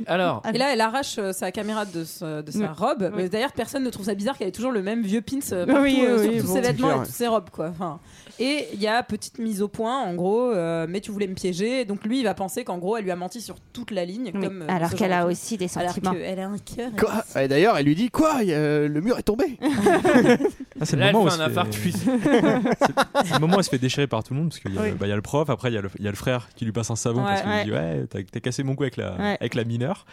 Speaker 1: Alors,
Speaker 7: Ah.
Speaker 9: Et là, elle arrache euh, sa caméra de, ce- de sa
Speaker 7: Ouais.
Speaker 9: robe. Mais D'ailleurs, personne ne trouve ça bizarre qu'elle ait toujours le même vieux pins euh, partout,
Speaker 7: Oui,
Speaker 9: euh,
Speaker 7: oui,
Speaker 9: sur
Speaker 7: oui,
Speaker 9: tous
Speaker 7: bon,
Speaker 9: ses
Speaker 7: c'est
Speaker 9: vêtements
Speaker 7: clair,
Speaker 9: et
Speaker 7: ouais.
Speaker 9: toutes ses robes. Quoi. Enfin, et il y a petite mise au point, en gros, euh, mais tu voulais me piéger. Donc lui, il va penser qu'en gros, elle lui a menti sur toute la ligne.
Speaker 7: Oui,
Speaker 9: Comme, euh,
Speaker 7: alors
Speaker 9: ce
Speaker 7: qu'elle
Speaker 9: genre
Speaker 7: a
Speaker 9: de-
Speaker 7: aussi des
Speaker 9: Alors
Speaker 7: sentiments.
Speaker 9: qu'elle a un cœur. elle
Speaker 10: Quoi Et d'ailleurs, elle lui dit Quoi Il y a- euh, Le mur est tombé
Speaker 8: Ah, c'est le
Speaker 1: Là, elle
Speaker 8: moment où
Speaker 1: fait
Speaker 8: elle
Speaker 1: un
Speaker 8: se
Speaker 1: infarctus.
Speaker 8: C'est le moment où elle se fait déchirer par tout le monde parce qu'il y, a le-
Speaker 7: Oui.
Speaker 8: bah, il y a le prof, après il y, a le- il y a le frère qui lui passe un savon parce
Speaker 7: Ouais.
Speaker 8: qu'il lui dit ouais t'as, t'as cassé mon cou avec la,
Speaker 7: Ouais.
Speaker 8: avec la mineure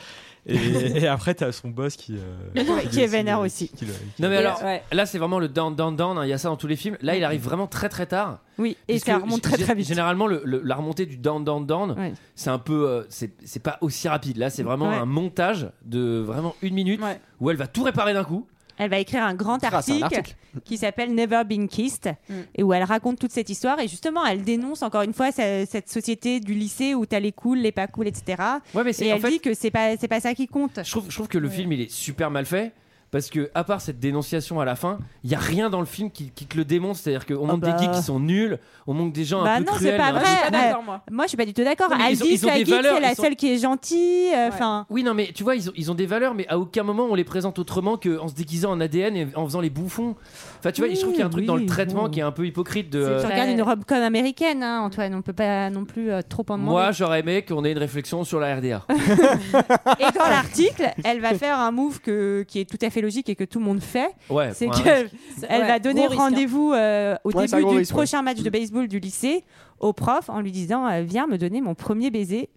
Speaker 8: et, et après t'as son boss qui, euh,
Speaker 7: Qui est vénère aussi.
Speaker 8: qui le-
Speaker 1: non mais
Speaker 9: Et,
Speaker 1: alors,
Speaker 9: ouais.
Speaker 1: là c'est vraiment le down, down, down. hein, Il y a ça dans tous les films. Là, il arrive vraiment très, très tard.
Speaker 7: Oui, et
Speaker 1: Puisque
Speaker 7: ça remonte très
Speaker 1: gé-
Speaker 7: très vite.
Speaker 1: Généralement, le- le- la remontée du down, down, down,
Speaker 7: Ouais.
Speaker 1: c'est un peu, euh, c'est c'est pas aussi rapide. Là, c'est vraiment
Speaker 7: Ouais.
Speaker 1: un montage de vraiment une minute
Speaker 9: Ouais.
Speaker 1: où elle va tout réparer d'un coup.
Speaker 7: Elle va écrire un grand
Speaker 10: Ah, c'est
Speaker 7: article,
Speaker 10: un article.
Speaker 7: qui s'appelle Never Been Kissed
Speaker 9: Mm.
Speaker 7: et où elle raconte toute cette histoire et justement elle dénonce encore une fois ce- cette société du lycée où t'as les cool, les pas cool, etc.
Speaker 1: Ouais, mais
Speaker 7: Et
Speaker 1: c'est en
Speaker 7: elle
Speaker 1: fait,
Speaker 7: dit que c'est pas c'est pas ça qui compte.
Speaker 1: je trouve, je trouve que le film il est super mal fait. Parce que, à part cette dénonciation à la fin, il y a rien dans le film qui, qui te le démontre. C'est-à-dire qu'on montre
Speaker 7: bah.
Speaker 1: des geeks qui sont nuls, on montre des gens
Speaker 7: Bah
Speaker 1: un peu
Speaker 7: non, c'est
Speaker 1: cruels.
Speaker 7: pas
Speaker 1: mais un
Speaker 7: vrai.
Speaker 1: peu-
Speaker 9: Ah,
Speaker 7: Ouais.
Speaker 9: d'accord, moi.
Speaker 7: Moi je suis pas du tout d'accord.
Speaker 1: Non, mais
Speaker 7: Elle
Speaker 1: ils ont-
Speaker 7: dit
Speaker 1: ils
Speaker 7: que
Speaker 1: ont
Speaker 7: la
Speaker 1: des
Speaker 7: geek, c'est
Speaker 1: valeurs,
Speaker 7: la
Speaker 1: ils sont-
Speaker 7: seule qui est gentille. euh,
Speaker 9: Ouais.
Speaker 7: Enfin,
Speaker 1: Oui, non, mais tu vois, ils ont, ils ont des valeurs, mais à aucun moment on les présente autrement qu'en se déguisant en ADN et en faisant les bouffons. Enfin, tu vois, je trouve qu'il y a un truc
Speaker 7: Oui,
Speaker 1: dans le
Speaker 7: oui,
Speaker 1: traitement
Speaker 7: oui.
Speaker 1: qui est un peu hypocrite de.
Speaker 7: tu
Speaker 1: euh,
Speaker 11: Bah,
Speaker 7: regardes une robe comme américaine, hein, Antoine. On peut pas non plus euh, trop en demander.
Speaker 1: Moi, j'aurais aimé qu'on ait une réflexion sur la RDA.
Speaker 7: Et dans l'article, elle va faire un move que, qui est tout à fait logique et que tout le monde fait.
Speaker 1: Ouais.
Speaker 7: C'est
Speaker 1: enfin,
Speaker 7: qu'elle
Speaker 9: ouais,
Speaker 7: va donner
Speaker 9: gros risque, hein.
Speaker 7: rendez-vous euh, au
Speaker 10: Ouais, c'est un
Speaker 7: début
Speaker 10: gros
Speaker 7: du
Speaker 10: risque, ouais. Mm.
Speaker 7: prochain match de baseball du lycée au prof en lui disant euh, Viens me donner mon premier baiser.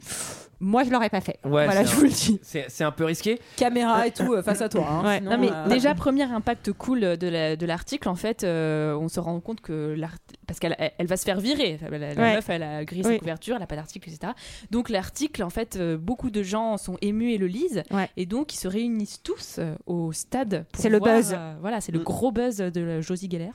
Speaker 7: Moi, je l'aurais pas fait.
Speaker 1: Ouais,
Speaker 7: voilà,
Speaker 1: c'est
Speaker 7: je
Speaker 1: un-
Speaker 7: vous le dis.
Speaker 1: C'est c'est un peu risqué.
Speaker 9: Caméra et tout euh, face à toi. hein.
Speaker 7: Ouais.
Speaker 9: Sinon,
Speaker 11: Non mais
Speaker 9: euh,
Speaker 11: déjà premier impact cool de la- de l'article en fait euh, on se rend compte que l'art- parce qu'elle elle- elle va se faire virer Enfin, la, la
Speaker 7: Ouais.
Speaker 11: meuf elle a gris
Speaker 7: Oui.
Speaker 11: sa couverture elle a pas d'article etc donc l'article en fait euh, beaucoup de gens sont émus et le lisent
Speaker 7: Ouais.
Speaker 11: et donc ils se réunissent tous euh, au stade pour
Speaker 7: C'est le
Speaker 11: voir,
Speaker 7: buzz.
Speaker 11: euh, voilà c'est le
Speaker 10: Mm.
Speaker 11: gros buzz de la Josie Galère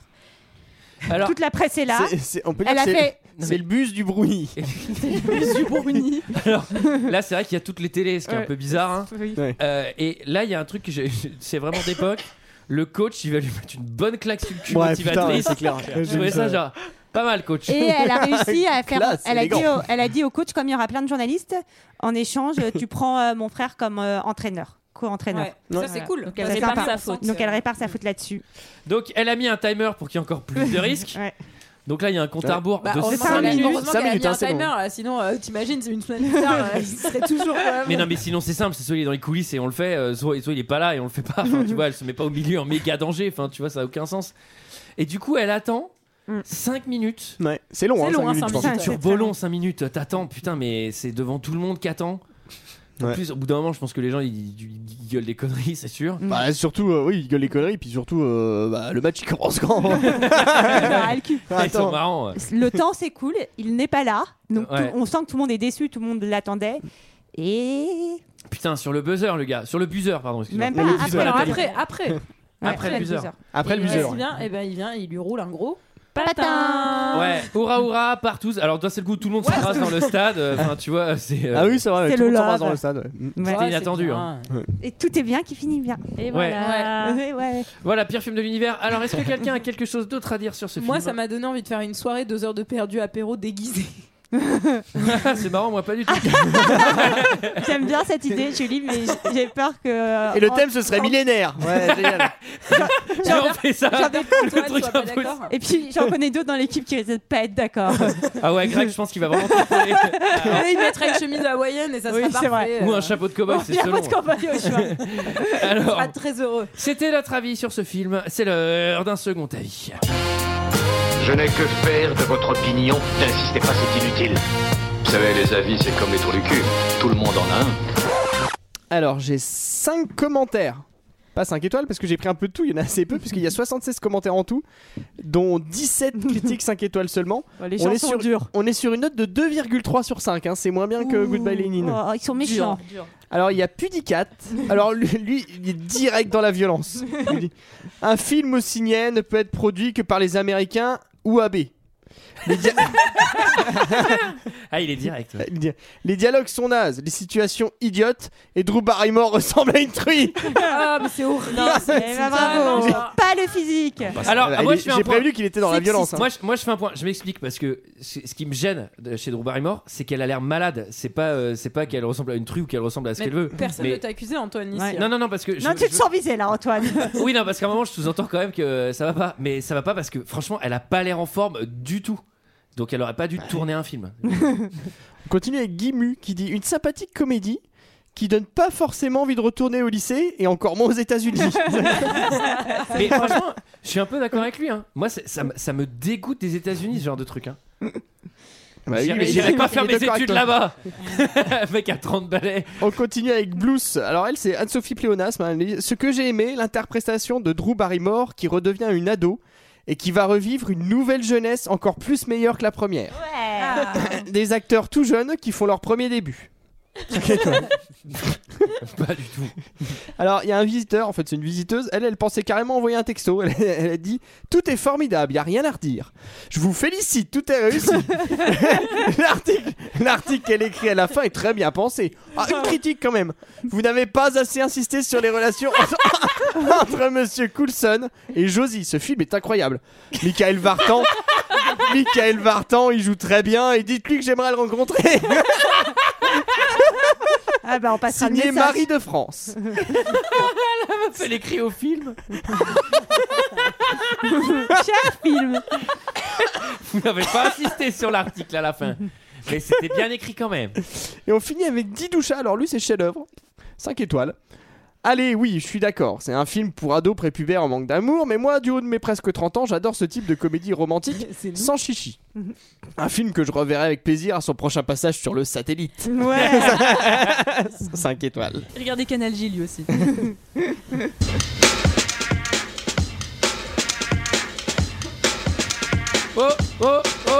Speaker 1: Alors,
Speaker 7: Toute la presse est là.
Speaker 10: C'est- c'est- on peut dire
Speaker 7: Elle a
Speaker 10: que c'est-
Speaker 7: fait.
Speaker 10: C'est le bus du Bruni.
Speaker 1: alors, là, c'est vrai qu'il y a toutes les télés, ce qui est un
Speaker 7: Ouais.
Speaker 1: peu bizarre. hein. Euh, et là, il y a un truc que j'ai- c'est vraiment d'époque. Le coach, il va lui mettre une bonne claque sur le cul
Speaker 10: Ouais, putain, ouais,
Speaker 1: motivatrice.
Speaker 10: c'est clair.
Speaker 1: Je trouvais ça, genre, pas mal, coach.
Speaker 7: Et elle a réussi à faire.
Speaker 10: Classe,
Speaker 7: elle, a dit
Speaker 10: élégant.
Speaker 7: au, elle a dit au coach Comme il y aura plein de journalistes, en échange, tu prends euh, mon frère comme euh, entraîneur, co-entraîneur.
Speaker 9: ouais. Ça, c'est
Speaker 11: Voilà.
Speaker 9: cool.
Speaker 11: Donc, elle
Speaker 9: Ça, c'est
Speaker 7: répare
Speaker 9: pas
Speaker 11: sa
Speaker 9: on sent
Speaker 11: faute.
Speaker 9: que
Speaker 7: Donc,
Speaker 9: c'est-
Speaker 7: elle répare sa faute là-dessus.
Speaker 1: Donc, elle a mis un timer pour qu'il y ait encore plus de risques.
Speaker 7: Ouais.
Speaker 1: Donc là, il y a un compte à
Speaker 10: Ouais.
Speaker 1: rebours
Speaker 9: Bah,
Speaker 1: de
Speaker 9: on
Speaker 7: cinq
Speaker 9: sent
Speaker 7: minutes.
Speaker 9: heureusement
Speaker 10: Cinq
Speaker 9: qu'elle a
Speaker 10: minutes,
Speaker 9: mis
Speaker 10: hein,
Speaker 9: un
Speaker 10: c'est
Speaker 9: timer, là, sinon euh, t'imagines, c'est une semaine plus tard, euh, il serait toujours. euh,
Speaker 1: Mais non, mais sinon c'est simple, c'est soit il est dans les coulisses et on le fait, euh, soit, soit il est pas là et on le fait pas. Enfin, tu vois, elle se met pas au milieu en méga danger. Enfin, tu vois, ça a aucun sens. Et du coup, elle attend
Speaker 7: Mm.
Speaker 1: 5 minutes.
Speaker 10: Ouais, c'est long,
Speaker 9: C'est
Speaker 10: hein,
Speaker 9: long,
Speaker 10: cinq
Speaker 9: hein,
Speaker 10: minutes,
Speaker 9: cinq
Speaker 10: je pense.
Speaker 7: minutes.
Speaker 1: Sur
Speaker 7: c'est très
Speaker 1: volon,
Speaker 7: long.
Speaker 1: 5 minutes, t'attends, putain, mais c'est devant tout le monde qu'attend. En
Speaker 10: Ouais.
Speaker 1: plus, au bout d'un moment, je pense que les gens ils, ils gueulent des conneries, c'est sûr.
Speaker 10: Bah, surtout, euh, oui, il gueule les conneries, puis surtout, euh, bah, le match il commence quand
Speaker 7: Alors, elle-
Speaker 1: Ils sont
Speaker 10: Attends,
Speaker 1: marrants. ouais.
Speaker 7: Le temps s'écoule, il n'est pas là. Donc tout-
Speaker 1: Ouais.
Speaker 7: on sent que tout le monde est déçu, tout le monde l'attendait. Et
Speaker 1: Putain, sur le buzzer, le gars, sur le buzzer, pardon, excuse-moi.
Speaker 7: même
Speaker 10: Mais
Speaker 7: pas
Speaker 10: le
Speaker 7: après,
Speaker 10: viseur,
Speaker 9: Alors
Speaker 7: la télé.
Speaker 9: après, après.
Speaker 1: Après le buzzer.
Speaker 10: après le
Speaker 9: Et, euh,
Speaker 10: viseur.
Speaker 9: s'il vient, eh ben, il vient, il lui roule un gros.
Speaker 7: Patin
Speaker 1: Ouais, hurrah, hurrah, partout. Alors, d'un seul coup, tout le monde s'embrasse dans le stade. euh, Enfin, tu vois, c'est. euh,
Speaker 10: Ah oui, c'est vrai,
Speaker 7: C'est
Speaker 10: tout
Speaker 7: le
Speaker 10: monde s'embrasse
Speaker 7: love.
Speaker 10: dans le stade. ouais. Mm.
Speaker 7: Ouais.
Speaker 1: C'était inattendu, hein.
Speaker 7: Et tout est bien qui finit bien. Euh,
Speaker 11: et
Speaker 1: voilà.
Speaker 11: voilà
Speaker 7: Ouais, ouais.
Speaker 1: Voilà, pire film de l'univers. Alors, est-ce que quelqu'un a quelque chose d'autre à dire sur ce
Speaker 9: Moi, ça
Speaker 1: film
Speaker 9: m'a donné envie de faire une soirée deux heures de perdu apéro déguisé.
Speaker 1: Moi, ça Ah, C'est marrant, moi, pas du tout.
Speaker 7: J'aime bien cette idée, Julie, mais j- j'ai peur que. euh,
Speaker 10: Et le
Speaker 7: en-
Speaker 10: thème, ce serait millénaire. Ouais, génial.
Speaker 1: Si on fait ça.
Speaker 9: J'avais peur que
Speaker 1: Le
Speaker 9: Antoine
Speaker 1: truc
Speaker 9: soit pas
Speaker 1: un peu-
Speaker 9: d'accord.
Speaker 7: Et puis j'en connais d'autres dans l'équipe qui risquent de pas être d'accord.
Speaker 1: Ah ouais, Greg, je pense qu'il va vraiment tricoter.
Speaker 9: Ah, Il mettrait une chemise hawaïenne et ça
Speaker 7: Oui,
Speaker 9: sera
Speaker 7: c'est
Speaker 9: parfait.
Speaker 1: Ou
Speaker 9: euh,
Speaker 1: un chapeau de cowboy, c'est
Speaker 7: Il y a
Speaker 1: selon.
Speaker 7: pas de campagne au choix.
Speaker 9: il
Speaker 1: Alors,
Speaker 9: sera très heureux.
Speaker 1: c'était notre avis sur ce film. C'est l'heure d'un second avis.
Speaker 2: Je n'ai que faire de votre opinion. N'insistez pas, c'est inutile.
Speaker 4: Vous savez, les avis, c'est comme les trous du cul. Tout le monde en a un.
Speaker 10: Alors, j'ai 5 commentaires. Pas 5 étoiles, parce que j'ai pris un peu de tout, il y en a assez peu, puisqu'il y a 76 commentaires en tout, dont 17 critiques 5 étoiles seulement.
Speaker 7: Bon, les
Speaker 10: on,
Speaker 7: gens
Speaker 10: est
Speaker 7: sont
Speaker 10: sur,
Speaker 7: durs.
Speaker 10: on est sur une note de 2,3 sur 5, hein, c'est moins bien que
Speaker 7: Ouh,
Speaker 10: Goodbye Lenin.
Speaker 7: oh, ils sont méchants.
Speaker 9: Ah,
Speaker 10: Alors il y a Pudicat. Alors lui, lui, il est direct dans la violence. Il dit, un film au signet ne peut être produit que par les Américains ou AB.
Speaker 1: Ah, il est direct.
Speaker 9: Euh, Il dit, Les dialogues sont nazes, les situations idiotes et Drew Barrymore ressemble à une truie.
Speaker 14: Ah, mais c'est horrible.
Speaker 7: Non, c'est-
Speaker 14: Eh ben,
Speaker 7: c'est
Speaker 14: bravo.
Speaker 7: vraiment- Pas le physique.
Speaker 1: Alors,
Speaker 9: Elle
Speaker 1: ah, moi,
Speaker 9: est-
Speaker 1: je fais un
Speaker 9: j'ai
Speaker 1: point.
Speaker 9: prévenu qu'il était dans la
Speaker 1: Sexiste.
Speaker 9: violence, hein.
Speaker 1: Moi, je, moi, je fais un point. Je m'explique parce que ce ce qui me gêne de- chez Drew Barrymore, c'est qu'elle a l'air malade. C'est pas, euh, c'est pas qu'elle ressemble à une truie ou qu'elle ressemble à ce
Speaker 14: Mais
Speaker 1: qu'elle veut.
Speaker 14: Personne
Speaker 1: Mais-
Speaker 14: ne t'a accusé, Antoine, ici.
Speaker 9: hein.
Speaker 1: Ouais. Non, non, non, parce que. je-
Speaker 7: non, tu
Speaker 1: je-
Speaker 7: te sens visé là, Antoine.
Speaker 1: Oui, non, parce qu'à un moment, je sous-entends quand même que ça va pas. Mais ça va pas parce que, franchement, elle a pas l'air en forme du tout. Donc, elle aurait pas dû tourner un film.
Speaker 9: On continue avec Guimu qui dit une sympathique comédie qui donne pas forcément envie de retourner au lycée et encore moins aux États-Unis.
Speaker 1: Mais franchement, je suis un peu d'accord avec lui. hein. Moi, c'est- ça, me- ça me dégoûte des États-Unis, ce genre de truc. Hein.
Speaker 9: Bah oui, mais
Speaker 1: J'irai
Speaker 9: il est
Speaker 1: j'irai pas
Speaker 9: d'accord-
Speaker 1: faire
Speaker 9: il est
Speaker 1: mes
Speaker 9: d'accord avec
Speaker 1: études
Speaker 9: toi.
Speaker 1: là-bas. Mec à 30 balais.
Speaker 9: On continue avec Blues. Alors elle, c'est Anne-Sophie Pléonasme. Elle dit, Ce que j'ai aimé, l'interprétation de Drew Barrymore qui redevient une ado et qui va revivre une nouvelle jeunesse encore plus meilleure que la première. Des acteurs tout jeunes qui font leur premier début.
Speaker 1: Pas du tout.
Speaker 9: Alors il y a un visiteur, en fait c'est une visiteuse, elle elle pensait carrément envoyer un texto, elle, elle a dit tout est formidable, il n'y a rien à redire. Je vous félicite, tout est réussi. L'article- L'article qu'elle écrit à la fin est très bien pensé. Ah une critique quand même. Vous n'avez pas assez insisté sur les relations entre, entre Monsieur Coulson et Josie. Ce film est incroyable. Michael Vartan, Michael Vartan, il joue très bien et dites-lui que j'aimerais le rencontrer.
Speaker 7: Ah bah on passera le
Speaker 9: Signé
Speaker 7: message.
Speaker 9: Marie de France.
Speaker 1: Elle écrit au film.
Speaker 7: Cher film.
Speaker 1: Vous n'avez pas insisté sur l'article à la fin. Mais c'était bien écrit quand même.
Speaker 9: Et on finit avec Didoucha. Alors lui, c'est chef-d'œuvre. 5 étoiles. Allez, oui, je suis d'accord. C'est un film pour ados prépubères en manque d'amour, mais moi, du haut de mes presque 30 ans, j'adore ce type de comédie romantique sans chichi. Un film que je reverrai avec plaisir à son prochain passage sur le satellite.
Speaker 7: Ouais.
Speaker 9: 5 étoiles.
Speaker 15: Regardez Canal J lui aussi.
Speaker 1: Oh, oh, oh,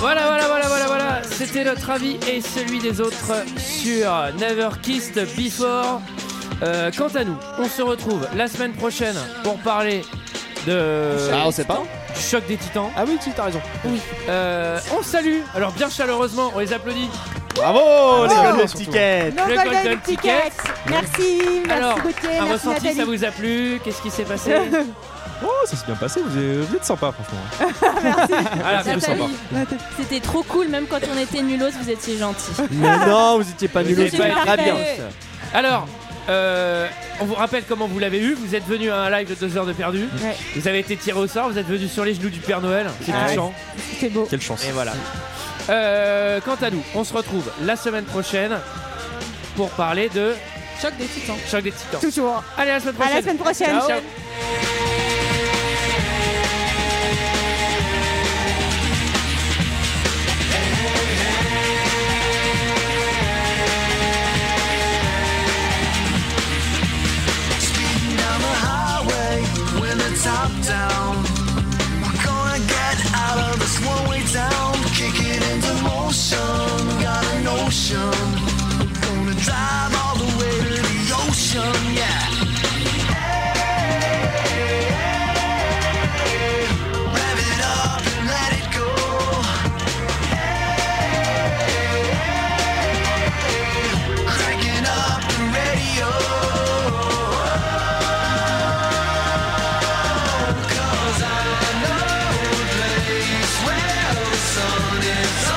Speaker 1: Voilà, voilà, voilà, voilà, voilà. C'était notre avis et celui des autres sur Never Kissed Before. Euh, quant à nous, on se retrouve la semaine prochaine pour parler de.
Speaker 9: Ah, on sait pas.
Speaker 1: Choc des Titans.
Speaker 9: Ah oui, tu as raison.
Speaker 1: Oui. Euh, on salue. Alors bien chaleureusement, on les applaudit.
Speaker 10: Oh,
Speaker 9: Bravo, les
Speaker 1: Bravo.
Speaker 9: Golden Tickets.
Speaker 7: Nos
Speaker 1: Le
Speaker 7: Golden
Speaker 1: Golden
Speaker 7: Tickets.
Speaker 1: Tickets.
Speaker 7: Merci, merci
Speaker 1: Alors,
Speaker 7: Gauthier,
Speaker 1: un
Speaker 7: merci
Speaker 1: ressenti,
Speaker 7: Nathalie.
Speaker 1: ça vous a plu Qu'est-ce qui s'est passé
Speaker 8: Oh, ça s'est bien passé, vous êtes, vous êtes sympa, franchement.
Speaker 7: Bah,
Speaker 1: Voilà,
Speaker 8: Vous êtes sympa.
Speaker 15: C'était trop cool, même quand on était nulos, vous étiez gentils.
Speaker 9: Mais non, vous étiez pas
Speaker 1: Vous
Speaker 9: nuls,
Speaker 1: avez
Speaker 9: c'est
Speaker 1: pas
Speaker 9: très
Speaker 1: été
Speaker 9: bien.
Speaker 1: nuls. Alors, euh, on vous rappelle comment vous l'avez eu. Vous êtes venu à un live de 2 heures de perdu.
Speaker 7: Ouais.
Speaker 1: Vous avez été tiré au sort. Vous êtes venu sur les genoux du Père Noël. C'est
Speaker 7: Ah ouais.
Speaker 1: touchant.
Speaker 7: C'est beau.
Speaker 8: Quelle chance.
Speaker 1: Et voilà. Euh, quant à nous, on se retrouve la semaine prochaine pour parler de
Speaker 14: Choc des titans.
Speaker 1: Choc des Titans.
Speaker 7: Toujours.
Speaker 1: Allez, à la semaine
Speaker 7: À
Speaker 1: prochaine.
Speaker 7: la semaine prochaine.
Speaker 1: Ciao.
Speaker 16: Speeding down the highway with the top down. We're gonna get out of this one-way town. Kick it into motion. Got a notion. Gonna drive all the way to the ocean. Yeah. Hey, rev it up and let it go. Hey, cranking up the radio. Cause I know a place where the sun is